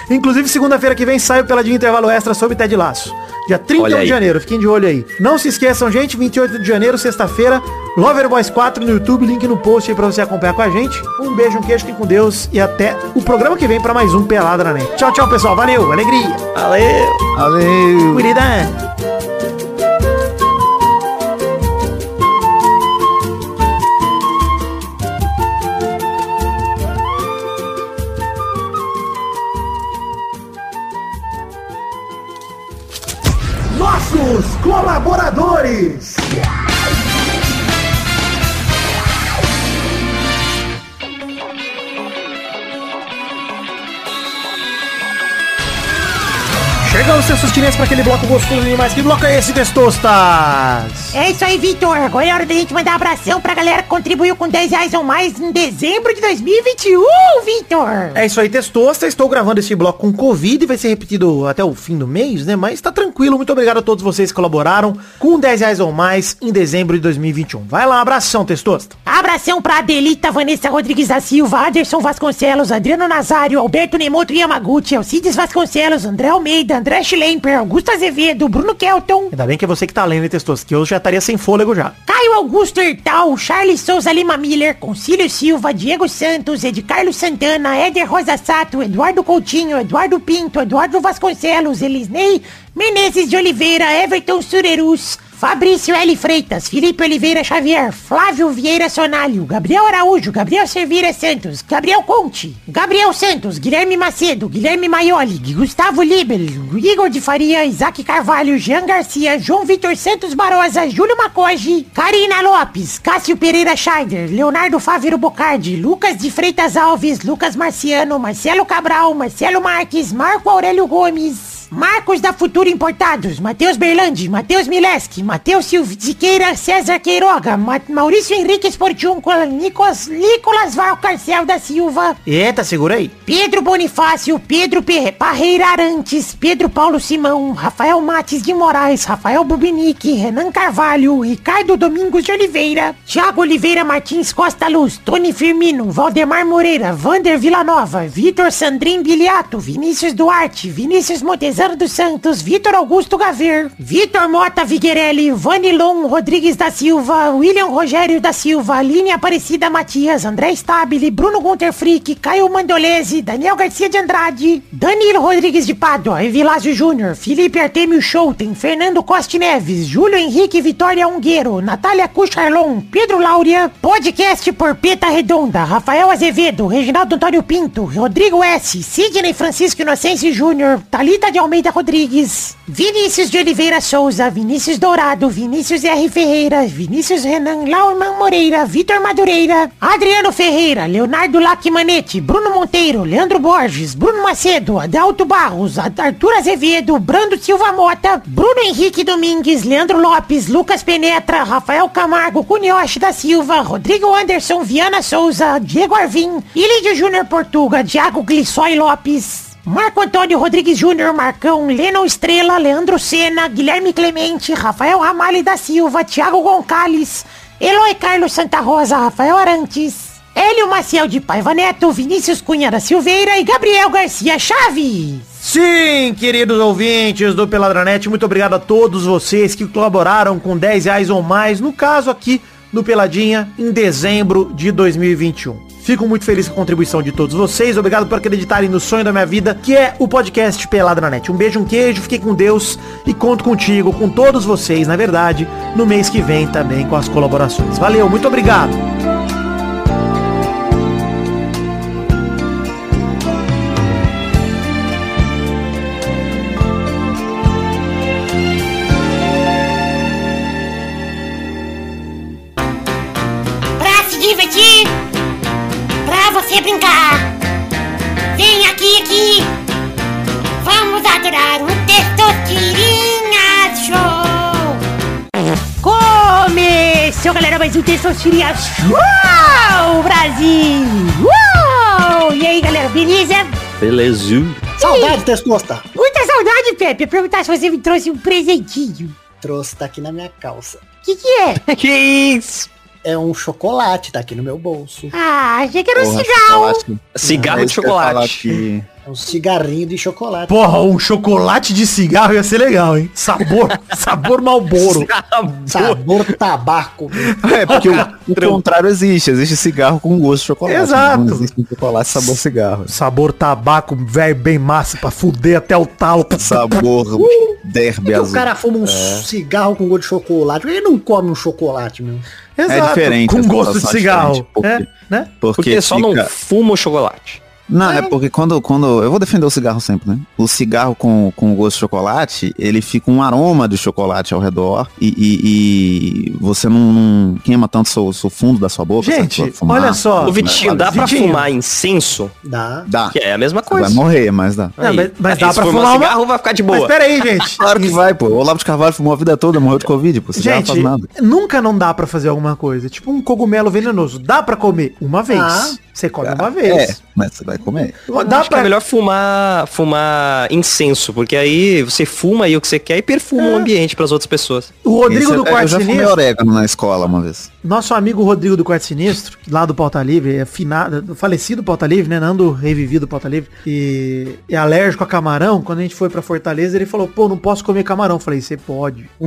Speaker 3: Inclusive, segunda-feira que vem sai o Peladinho Intervalo Extra sobre Ted Laço. Dia 31
Speaker 5: Olha
Speaker 3: de
Speaker 5: aí.
Speaker 3: janeiro, fiquem de olho aí. Não se esqueçam, gente, 28 de janeiro, sexta-feira, Lover Boys 4 no YouTube, link no post aí pra você acompanhar com a gente. Um beijo, um queijo, fiquem com Deus e até o programa que vem pra mais um Pelada na Net. Tchau, tchau, pessoal. Valeu, alegria.
Speaker 5: Valeu!
Speaker 6: Valeu!
Speaker 3: Cuidado. Nossos colaboradores. Chegamos, seus sustinenses, para aquele bloco gostoso demais. Que bloco é esse, Testostas? É isso aí, Vitor. Agora é hora da gente mandar abração pra galera que contribuiu com 10 reais ou mais em dezembro de 2021, Vitor.
Speaker 1: É isso aí, Testosta. Estou gravando esse bloco com Covid e vai ser repetido até o fim do mês, né? Mas tá tranquilo. Muito obrigado a todos vocês que colaboraram com 10 reais ou mais em dezembro de 2021. Vai lá, abração, Testosta.
Speaker 3: Abração pra Adelita, Vanessa Rodrigues da Silva, Anderson Vasconcelos, Adriano Nazário, Alberto Nemoto Yamaguchi, Alcides Vasconcelos, André Almeida, André Schlemper, Augusto Azevedo, Bruno Kelton,
Speaker 1: Ainda bem que é você que tá lendo, hein, Testosta, que eu já estaria sem fôlego já.
Speaker 3: Caio Augusto Hertal, Charles Souza Lima Miller, Concílio Silva, Diego Santos, Ed Carlos Santana, Éder Rosa Sato, Eduardo Coutinho, Eduardo Pinto, Eduardo Vasconcelos, Elisney Menezes de Oliveira, Everton Surerus, Fabrício L. Freitas, Felipe Oliveira Xavier, Flávio Vieira Sonalho, Gabriel Araújo, Gabriel Servira Santos, Gabriel Conte, Gabriel Santos, Guilherme Macedo, Guilherme Maioli, Gustavo Libel, Igor de Faria, Isaac Carvalho, Jean Garcia, João Vitor Santos Barosa, Júlio Macoge, Karina Lopes, Cássio Pereira Scheider, Leonardo Fávero Bocardi, Lucas de Freitas Alves, Lucas Marciano, Marcelo Cabral, Marcelo Marques, Marco Aurélio Gomes, Marcos da Futura Importados, Matheus Berlandi, Matheus Mileski, Matheus Silv- Siqueira, César Queiroga, Ma- Maurício Henrique Esportiúncula, Nicolas, Nicolas Valcarcel da Silva,
Speaker 1: Eita, segura aí.
Speaker 3: Pedro Bonifácio, Pedro Pe- Parreira Arantes, Pedro Paulo Simão, Rafael Mates de Moraes, Rafael Bubinique, Renan Carvalho, Ricardo Domingos de Oliveira, Thiago Oliveira Martins Costa Luz, Tony Firmino, Valdemar Moreira, Vander Villanova, Vitor Sandrin Biliato, Vinícius Duarte, Vinícius Montezano dos Santos, Vitor Augusto Gaver, Vitor Mota Viguerelli, Vanilon Rodrigues da Silva, William Rogério da Silva, Aline Aparecida Matias, André Stabile, Bruno Gunter Frick, Caio Mandolese, Daniel Garcia de Andrade, Danilo Rodrigues de Pádua, Evilásio Júnior, Felipe Artemio Schouten, Fernando Costa Neves, Júlio Henrique Vitória Ungueiro, Natália Cucharlon, Pedro Laura, Podcast Porpeta Redonda, Rafael Azevedo, Reginaldo Antônio Pinto, Rodrigo S, Sidney Francisco Inocêncio Júnior, Talita de Almeida Rodrigues, Vinícius de Oliveira Souza, Vinícius Dourado, Vinícius R. Ferreira, Vinícius Renan, Lauman Moreira, Vitor Madureira, Adriano Ferreira, Leonardo Lacmanete, Bruno Monteiro, Leandro Borges, Bruno Macedo, Adalto Barros, Ad- Arthur Azevedo, Brando Silva Mota, Bruno Henrique Domingues, Leandro Lopes, Lucas Penetra, Rafael Camargo, Cunioche da Silva, Rodrigo Anderson, Viana Souza, Diego Arvim, Ilídio Júnior Portuga, Diago Glissói Lopes, Marco Antônio Rodrigues Júnior, Marcão, Lennon Estrela, Leandro Sena, Guilherme Clemente, Rafael Ramalho da Silva, Thiago Gonçalves, Eloy Carlos Santa Rosa, Rafael Arantes, Hélio Maciel de Paiva Neto, Vinícius Cunha da Silveira e Gabriel Garcia Chaves.
Speaker 1: Sim, queridos ouvintes do Peladranet, muito obrigado a todos vocês que colaboraram com 10 reais ou mais, no caso aqui no Peladinha, em dezembro de 2021. Fico muito feliz com a contribuição de todos vocês. Obrigado por acreditarem no sonho da minha vida, que é o podcast Pelada na Net. Um beijo, um queijo, fiquei com Deus e conto contigo, com todos vocês, na verdade, no mês que vem também com as colaborações. Valeu, muito obrigado.
Speaker 3: Pra se divertir, pra você brincar, vem aqui, aqui, vamos adorar o Testosterinha Show! Começou, galera, mais um Testosterinha Show, Brasil! Uou! E aí, galera, beleza?
Speaker 5: Beleza.
Speaker 2: Saudade, Testosta.
Speaker 3: Muita saudade, Pepe, perguntar se você me trouxe um presentinho.
Speaker 2: Trouxe, tá aqui na minha calça.
Speaker 3: Que que é?
Speaker 5: que isso?
Speaker 2: É um chocolate, tá aqui no meu bolso.
Speaker 3: Ah, achei que era um
Speaker 6: Porra,
Speaker 3: cigarro.
Speaker 6: chocolate.
Speaker 5: Cigarro de
Speaker 6: É isso que eu ia falar
Speaker 5: chocolate.
Speaker 6: que-
Speaker 2: É um cigarrinho de chocolate.
Speaker 1: Porra, um chocolate de cigarro ia ser legal, hein? Sabor, sabor malboro.
Speaker 2: Sabor tabaco.
Speaker 6: É, porque o, o contrário existe. Existe cigarro com gosto de chocolate.
Speaker 1: Exato.
Speaker 6: Não existe um chocolate sabor cigarro.
Speaker 1: Sabor tabaco, velho, bem massa, pra fuder até o talo. tá
Speaker 6: Sabor derby
Speaker 2: Por que o
Speaker 6: azul.
Speaker 2: cara fuma um cigarro com gosto de chocolate? Por que ele não come um chocolate, meu?
Speaker 6: diferente,
Speaker 1: com
Speaker 6: a
Speaker 1: gosto de
Speaker 6: sensação é
Speaker 1: cigarro.
Speaker 6: diferente, porque-
Speaker 1: É, né?
Speaker 6: Porque,
Speaker 5: Porque só
Speaker 6: fica...
Speaker 5: não fuma o chocolate.
Speaker 6: Não, é porque quando, quando. Eu vou defender o cigarro sempre, né? O cigarro com, com o gosto de chocolate, ele fica um aroma de chocolate ao redor e, e- e você não, não queima tanto o seu, seu fundo da sua boca.
Speaker 3: Gente,
Speaker 6: sabe? Sua fumaça,
Speaker 3: olha só.
Speaker 6: né?
Speaker 5: Ô, Vitinho, dá pra
Speaker 3: Vitinho.
Speaker 5: fumar incenso?
Speaker 2: Dá.
Speaker 6: Dá.
Speaker 5: Que é a mesma coisa.
Speaker 6: Ah. Vai morrer, mas dá.
Speaker 3: Não,
Speaker 5: Aí.
Speaker 3: mas- mas dá
Speaker 5: Se
Speaker 3: pra
Speaker 5: fumar
Speaker 3: fumar uma-
Speaker 5: cigarro, vai ficar de
Speaker 3: Mas
Speaker 5: boa.
Speaker 3: pera aí, gente.
Speaker 6: Claro que vai, pô. O Olavo de Carvalho fumou a vida toda, morreu de Covid, pô. Cigarro
Speaker 3: Gente, é
Speaker 6: não faz nada.
Speaker 3: nunca não dá pra fazer alguma coisa. Tipo um cogumelo venenoso. Dá pra comer uma vez. Você come uma
Speaker 6: É,
Speaker 3: vez.
Speaker 6: mas você vai comer.
Speaker 3: Dá
Speaker 5: Ah. Acho que é
Speaker 3: pra...
Speaker 5: melhor fumar, fumar incenso, porque aí você fuma aí o que você quer e
Speaker 3: É.
Speaker 5: perfuma o ambiente pras outras pessoas.
Speaker 3: O Rodrigo
Speaker 6: Esse- é-
Speaker 3: do Quarto
Speaker 6: Eu já fumei
Speaker 3: Sinistro,
Speaker 6: orégano na escola uma vez.
Speaker 3: nosso amigo Rodrigo do Quarto Sinistro, lá do Pauta Livre, é finado, falecido Pauta Livre, né? Nando revivido Pauta Livre, e é alérgico a camarão. Quando a gente foi pra Fortaleza, ele falou, pô, não posso comer camarão. Eu falei, você pode.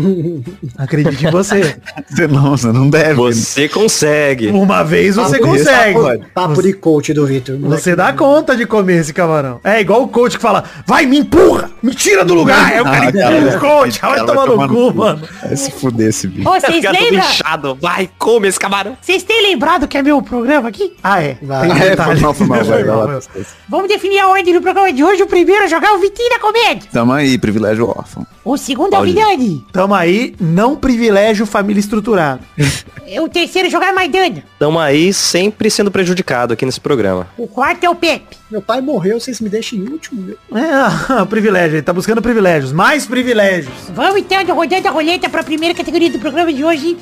Speaker 3: Acredite em você.
Speaker 6: Você não, você não deve. né?
Speaker 5: Você consegue.
Speaker 3: Uma vez você
Speaker 6: Papo de-
Speaker 3: consegue.
Speaker 6: papo-
Speaker 2: Papo de coach do Vitor. moleque.
Speaker 3: Você dá conta de comer esse camarão. É igual o coach que fala, vai, me empurra, me tira do lugar. É o cara
Speaker 6: Ah,
Speaker 3: empurra o
Speaker 6: cara,
Speaker 3: coach,
Speaker 6: cara,
Speaker 3: vai tomar no cu, mano.
Speaker 6: Vai se fuder esse bicho.
Speaker 9: Ô,
Speaker 5: Os
Speaker 9: vocês
Speaker 5: caras tão
Speaker 9: lembram?
Speaker 5: bichados. Vai, come esse camarão.
Speaker 9: Vocês têm lembrado que é meu programa aqui?
Speaker 3: Ah, é.
Speaker 2: Vai.
Speaker 3: Tem
Speaker 6: É,
Speaker 3: detalhe.
Speaker 6: foi mal, foi mal, vai, vai lá.
Speaker 3: meu.
Speaker 9: Vamos definir a ordem do programa de hoje. O primeiro é jogar o Vitinho na comédia.
Speaker 6: Tamo aí, privilégio órfão.
Speaker 9: O segundo é o Vilhane.
Speaker 3: Tamo aí, não privilégio família estruturada.
Speaker 9: É O terceiro é jogar Maidana.
Speaker 5: Tamo aí sempre sendo prejudicado aqui nesse programa.
Speaker 9: O quarto é o Pepe.
Speaker 2: Meu pai morreu, vocês me deixam em último.
Speaker 3: É, privilégio, ele tá buscando privilégios, mais privilégios.
Speaker 9: Vamos então, rodando a roleta para a primeira categoria do programa de hoje.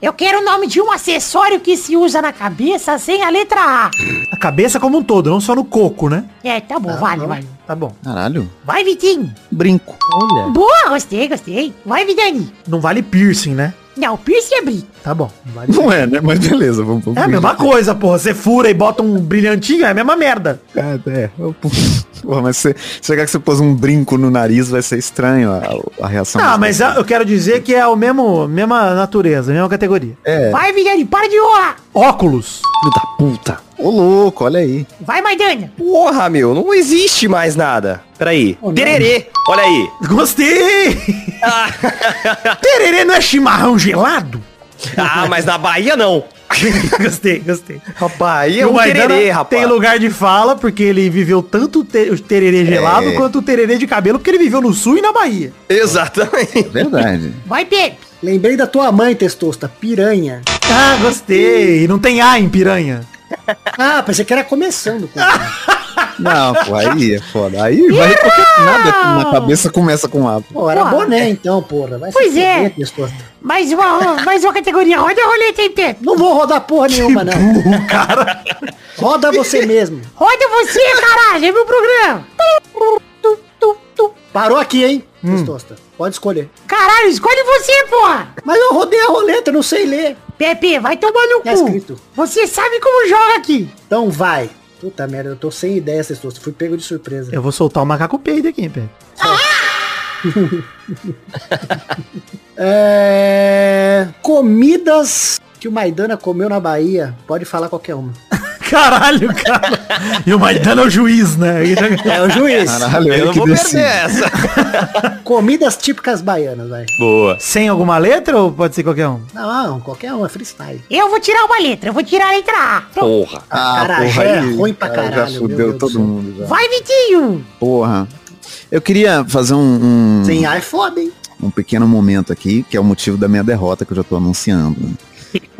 Speaker 9: Eu quero o nome de um acessório que se usa na cabeça sem a letra A.
Speaker 3: A cabeça como um todo, não só no coco, né?
Speaker 9: É, tá bom, vale, vale.
Speaker 3: Tá bom.
Speaker 6: Caralho.
Speaker 9: Vai, Vitinho.
Speaker 6: Brinco.
Speaker 9: Boa, gostei, gostei. Vai, Vidani.
Speaker 3: Não vale piercing, né?
Speaker 9: Não, piercing é brinco.
Speaker 3: Tá bom.
Speaker 6: Não é, né? Mas beleza, vamos pro
Speaker 3: É a mesma coisa, porra. Você fura e bota um brilhantinho, é a mesma merda.
Speaker 6: É, é. Pô, mas você, chegar que você pôs um brinco no nariz, vai ser estranho a, a reação.
Speaker 3: Não,
Speaker 6: das
Speaker 3: mas
Speaker 6: pessoas.
Speaker 3: eu quero dizer que é o mesmo, mesma natureza, mesma categoria.
Speaker 6: É.
Speaker 9: Vai, Vidani, para de rolar.
Speaker 3: Óculos.
Speaker 5: Filho da puta.
Speaker 6: Ô, louco, olha aí.
Speaker 9: Vai, Maidana.
Speaker 5: Porra, Ah, meu, não existe mais nada. Peraí. Tererê, olha aí.
Speaker 3: Gostei! Tererê não é chimarrão gelado?
Speaker 5: Ah, mas na Bahia não.
Speaker 3: gostei, gostei.
Speaker 5: A Bahia
Speaker 3: E
Speaker 5: é
Speaker 3: o
Speaker 5: um
Speaker 3: Maidana
Speaker 5: tererê, rapaz.
Speaker 3: tem lugar de fala, porque ele viveu tanto o te- o tererê gelado
Speaker 6: É.
Speaker 3: quanto o tererê de cabelo, porque ele viveu no sul e na Bahia.
Speaker 5: Exatamente.
Speaker 6: Verdade.
Speaker 9: Vai, Pepe.
Speaker 2: Lembrei da tua mãe, testosta. Piranha.
Speaker 3: Ah, gostei. E não tem A em piranha.
Speaker 2: Ah, pensei que era começando. pô.
Speaker 9: Ah,
Speaker 6: Não, pô, aí é foda. Aí vai qualquer nada na cabeça começa com A. pô.
Speaker 2: Pô, era
Speaker 9: Porra.
Speaker 2: boné então, porra. Vai se
Speaker 9: Pois é.
Speaker 2: fuder, testosta.
Speaker 9: Mais uma, mais uma categoria. Roda a roleta aí, Pepe.
Speaker 2: Não vou rodar porra nenhuma, não. Roda você mesmo.
Speaker 9: Roda você, caralho. É meu programa.
Speaker 2: Parou aqui, hein,
Speaker 3: Hum.
Speaker 2: testosta. Pode escolher.
Speaker 9: Caralho, escolhe você, porra.
Speaker 2: Mas eu rodei a roleta, eu não sei ler.
Speaker 9: Pepe, vai tomar no
Speaker 3: Uh.
Speaker 2: Tá
Speaker 9: cu.
Speaker 2: escrito.
Speaker 9: Você sabe como joga aqui.
Speaker 2: Então vai. Puta merda, eu tô sem ideia, testosta. Fui pego de surpresa.
Speaker 3: Eu vou soltar o macaco peido aqui, pé.
Speaker 2: É... Comidas que o Maidana comeu na Bahia. Pode falar qualquer uma.
Speaker 3: Caralho, cara. E o Maidana é o juiz, né?
Speaker 2: É o juiz.
Speaker 6: Caralho,
Speaker 5: Eu
Speaker 6: ele
Speaker 5: não
Speaker 6: que
Speaker 5: vou
Speaker 6: decide.
Speaker 5: perder essa.
Speaker 2: Comidas típicas baianas, vai.
Speaker 5: Boa.
Speaker 3: Sem alguma letra ou pode ser qualquer um?
Speaker 2: Não, qualquer uma, freestyle.
Speaker 9: Eu vou tirar uma letra. Eu vou tirar a letra A. Pronto.
Speaker 5: Porra.
Speaker 6: Ah,
Speaker 2: Carajé
Speaker 6: porra,
Speaker 2: é
Speaker 6: aí,
Speaker 2: ruim pra
Speaker 6: cara,
Speaker 2: caralho,
Speaker 6: Já
Speaker 2: meu
Speaker 6: fudeu
Speaker 2: Deus do
Speaker 6: todo
Speaker 2: céu.
Speaker 6: mundo. Já.
Speaker 9: Vai, Vitinho.
Speaker 6: Porra. Eu queria fazer um, um-
Speaker 2: Sem ar é foda, hein?
Speaker 6: um pequeno momento aqui, que é o motivo da minha derrota que eu já tô anunciando. né?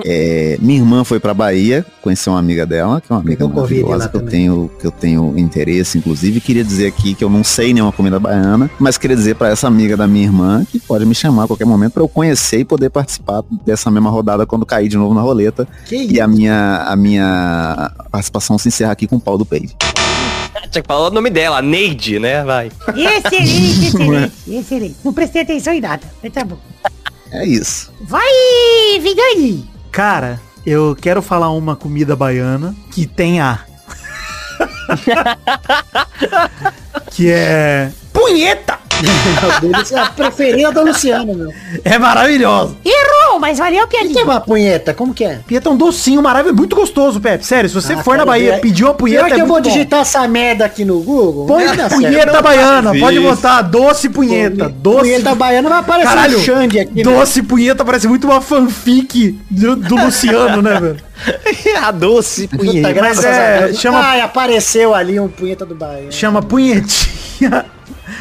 Speaker 6: É, minha irmã foi pra Bahia, conheceu uma amiga dela, que é uma amiga
Speaker 2: Pegou Covid
Speaker 6: maravilhosa,
Speaker 2: lá
Speaker 6: que eu,
Speaker 2: também.
Speaker 6: tenho, que eu tenho interesse, inclusive. Queria dizer aqui que eu não sei nenhuma comida baiana, mas queria dizer pra essa amiga da minha irmã que pode me chamar a qualquer momento pra eu conhecer e poder participar dessa mesma rodada quando cair de novo na roleta.
Speaker 2: Que
Speaker 6: E a minha, a minha participação se encerra aqui com o pau do peito.
Speaker 5: Tinha que falar o nome dela, Neide, né? Vai.
Speaker 9: Excelente, excelente, excelente. Não prestei atenção em nada. Mas tá bom.
Speaker 6: É isso.
Speaker 9: Vai, Vidani.
Speaker 3: Cara, eu quero falar uma comida baiana que tem A. que é. Punheta!
Speaker 2: Meu Deus, é a preferida da Luciana, meu.
Speaker 3: É maravilhosa.
Speaker 9: Errou! Não, mas valeu,
Speaker 2: O que é
Speaker 9: Pialinho.
Speaker 2: uma punheta? Como que é?
Speaker 3: Pieta é um docinho maravilhoso, muito gostoso, Pepe. Sério, se você
Speaker 2: Ah,
Speaker 3: for na
Speaker 2: quero
Speaker 3: Bahia,
Speaker 2: ver.
Speaker 3: pedir uma punheta
Speaker 2: Pior que
Speaker 3: é
Speaker 2: eu vou
Speaker 3: muito bom.
Speaker 2: digitar essa merda aqui no Google.
Speaker 3: Põe
Speaker 2: vai dar certo.
Speaker 3: punheta baiana, pode
Speaker 5: Isso.
Speaker 3: botar doce punheta, doce...
Speaker 2: Punheta baiana vai aparecer
Speaker 3: Caralho,
Speaker 2: um Xande aqui. né?
Speaker 3: doce é, punheta parece muito uma fanfic do, do Luciano, né, velho?
Speaker 5: a doce, punheta.
Speaker 2: Puta, graças
Speaker 3: é,
Speaker 2: a Deus. Ah.
Speaker 3: chama-
Speaker 2: Ai, apareceu ali um punheta do Bahia.
Speaker 3: Chama punhetinha.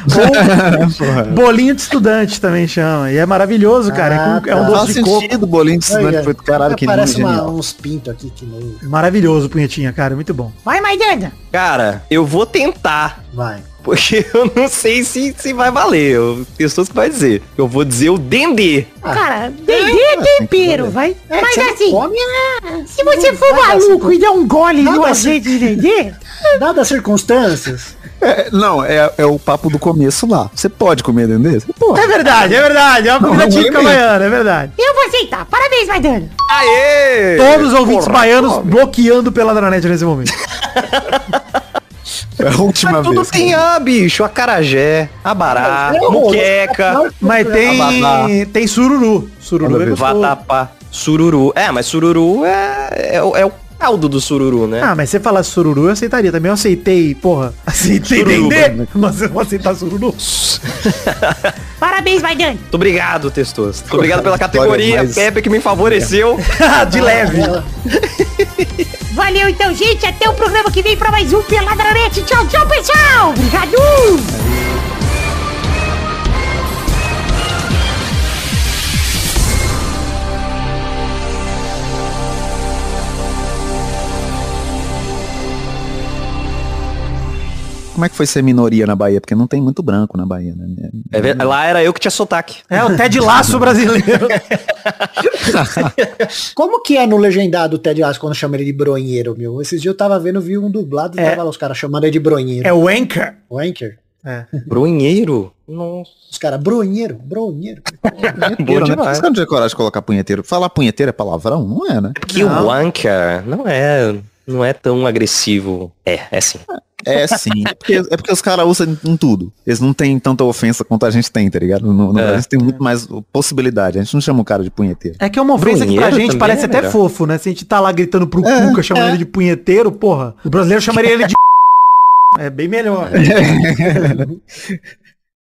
Speaker 3: Ou bolinho de estudante também chama. E é maravilhoso, cara. É com- é, um
Speaker 2: Ah, tá.
Speaker 3: doce
Speaker 6: Faz
Speaker 3: de coco.
Speaker 6: sentido o bolinho de
Speaker 2: Olha,
Speaker 6: estudante. Foi do caralho, que lindo,
Speaker 2: aparece uma-
Speaker 6: genial.
Speaker 2: uns pintos aqui que não...
Speaker 3: Maravilhoso, punhetinha, cara. Muito bom.
Speaker 9: Vai, Maidana.
Speaker 5: Cara, eu vou tentar.
Speaker 2: Vai.
Speaker 5: Porque eu não sei se, se vai valer. Eu, pessoas que vai dizer. Eu vou dizer o Dendê.
Speaker 9: Cara, Dedê é tempero, vai.
Speaker 2: É,
Speaker 9: mas
Speaker 2: você não
Speaker 9: assim,
Speaker 2: come, né?
Speaker 9: se você for
Speaker 2: vai dar
Speaker 9: maluco
Speaker 2: essa-
Speaker 9: e der um gole
Speaker 2: Nada
Speaker 9: no
Speaker 2: assim.
Speaker 9: azeite de Dedê,
Speaker 2: dadas as circunstâncias.
Speaker 6: É, não, é, é o papo do começo lá. Você pode comer dendê? Você pode.
Speaker 3: É verdade, é verdade. É uma comida
Speaker 6: Não,
Speaker 3: típica
Speaker 6: não é mesmo.
Speaker 3: baiana, é verdade.
Speaker 9: eu vou aceitar. Parabéns, Maidana.
Speaker 5: Aê!
Speaker 3: Todos os ouvintes baianos bloqueando pela Dranet nesse momento.
Speaker 6: É a última
Speaker 5: Mas tudo
Speaker 6: vez.
Speaker 5: tem A, bicho. Acarajé, abará, muqueca,
Speaker 3: Mas tem, tem sururu. Sururu é gostoso.
Speaker 5: vatapá, sururu. É, mas sururu é, é, o- é o caldo do sururu, né?
Speaker 3: Ah, mas se você falar sururu, eu aceitaria. Também eu aceitei, porra. Aceitei
Speaker 5: Sururu.
Speaker 3: Dendê, mas eu vou aceitar sururu.
Speaker 9: Parabéns, Maidana.
Speaker 5: Muito obrigado, Testoso. Muito obrigado pela
Speaker 6: Olha,
Speaker 5: categoria,
Speaker 6: mas-
Speaker 5: Pepe, que me favoreceu.
Speaker 3: Ah, De leve.
Speaker 9: Valeu então, gente. Até o programa que vem pra mais um Peladranete. Tchau, tchau, pessoal. Obrigado.
Speaker 6: Como é que foi ser minoria na Bahia? Porque não tem muito branco na Bahia, né?
Speaker 5: É ver- Lá era eu que tinha sotaque.
Speaker 3: É o Ted Laço brasileiro.
Speaker 2: Como que é no legendado o Ted Lasso quando chama ele de bronheiro, meu? Esses dias eu tava vendo, vi um dublado e
Speaker 3: É.
Speaker 2: tava lá os caras chamando ele de bronheiro.
Speaker 3: É o Anchor.
Speaker 2: O Anker?
Speaker 5: Brunheiro? Nossa.
Speaker 2: Os caras, bronheiro, bronheiro.
Speaker 5: Bom
Speaker 6: Punheteiro, né? Por
Speaker 5: demais.
Speaker 6: isso que eu não tinha coragem de colocar punheteiro. Falar punheteiro é palavrão? Não é, né?
Speaker 5: Porque o Anker não é, não é tão agressivo. É, é sim.
Speaker 6: É sim. É porque, é porque os caras usam em tudo. Eles não têm tanta ofensa quanto a gente tem, tá ligado? No, no
Speaker 5: É.
Speaker 6: Brasil tem muito mais possibilidade. A gente não chama o cara de punheteiro.
Speaker 3: É que é uma ofensa que pra
Speaker 5: Brunheiro
Speaker 3: gente
Speaker 5: também
Speaker 3: parece
Speaker 5: é
Speaker 3: até
Speaker 5: melhor.
Speaker 3: fofo, né? Se a gente tá lá gritando pro Cuca, chamando ele de punheteiro, porra. O brasileiro chamaria ele de... É bem melhor.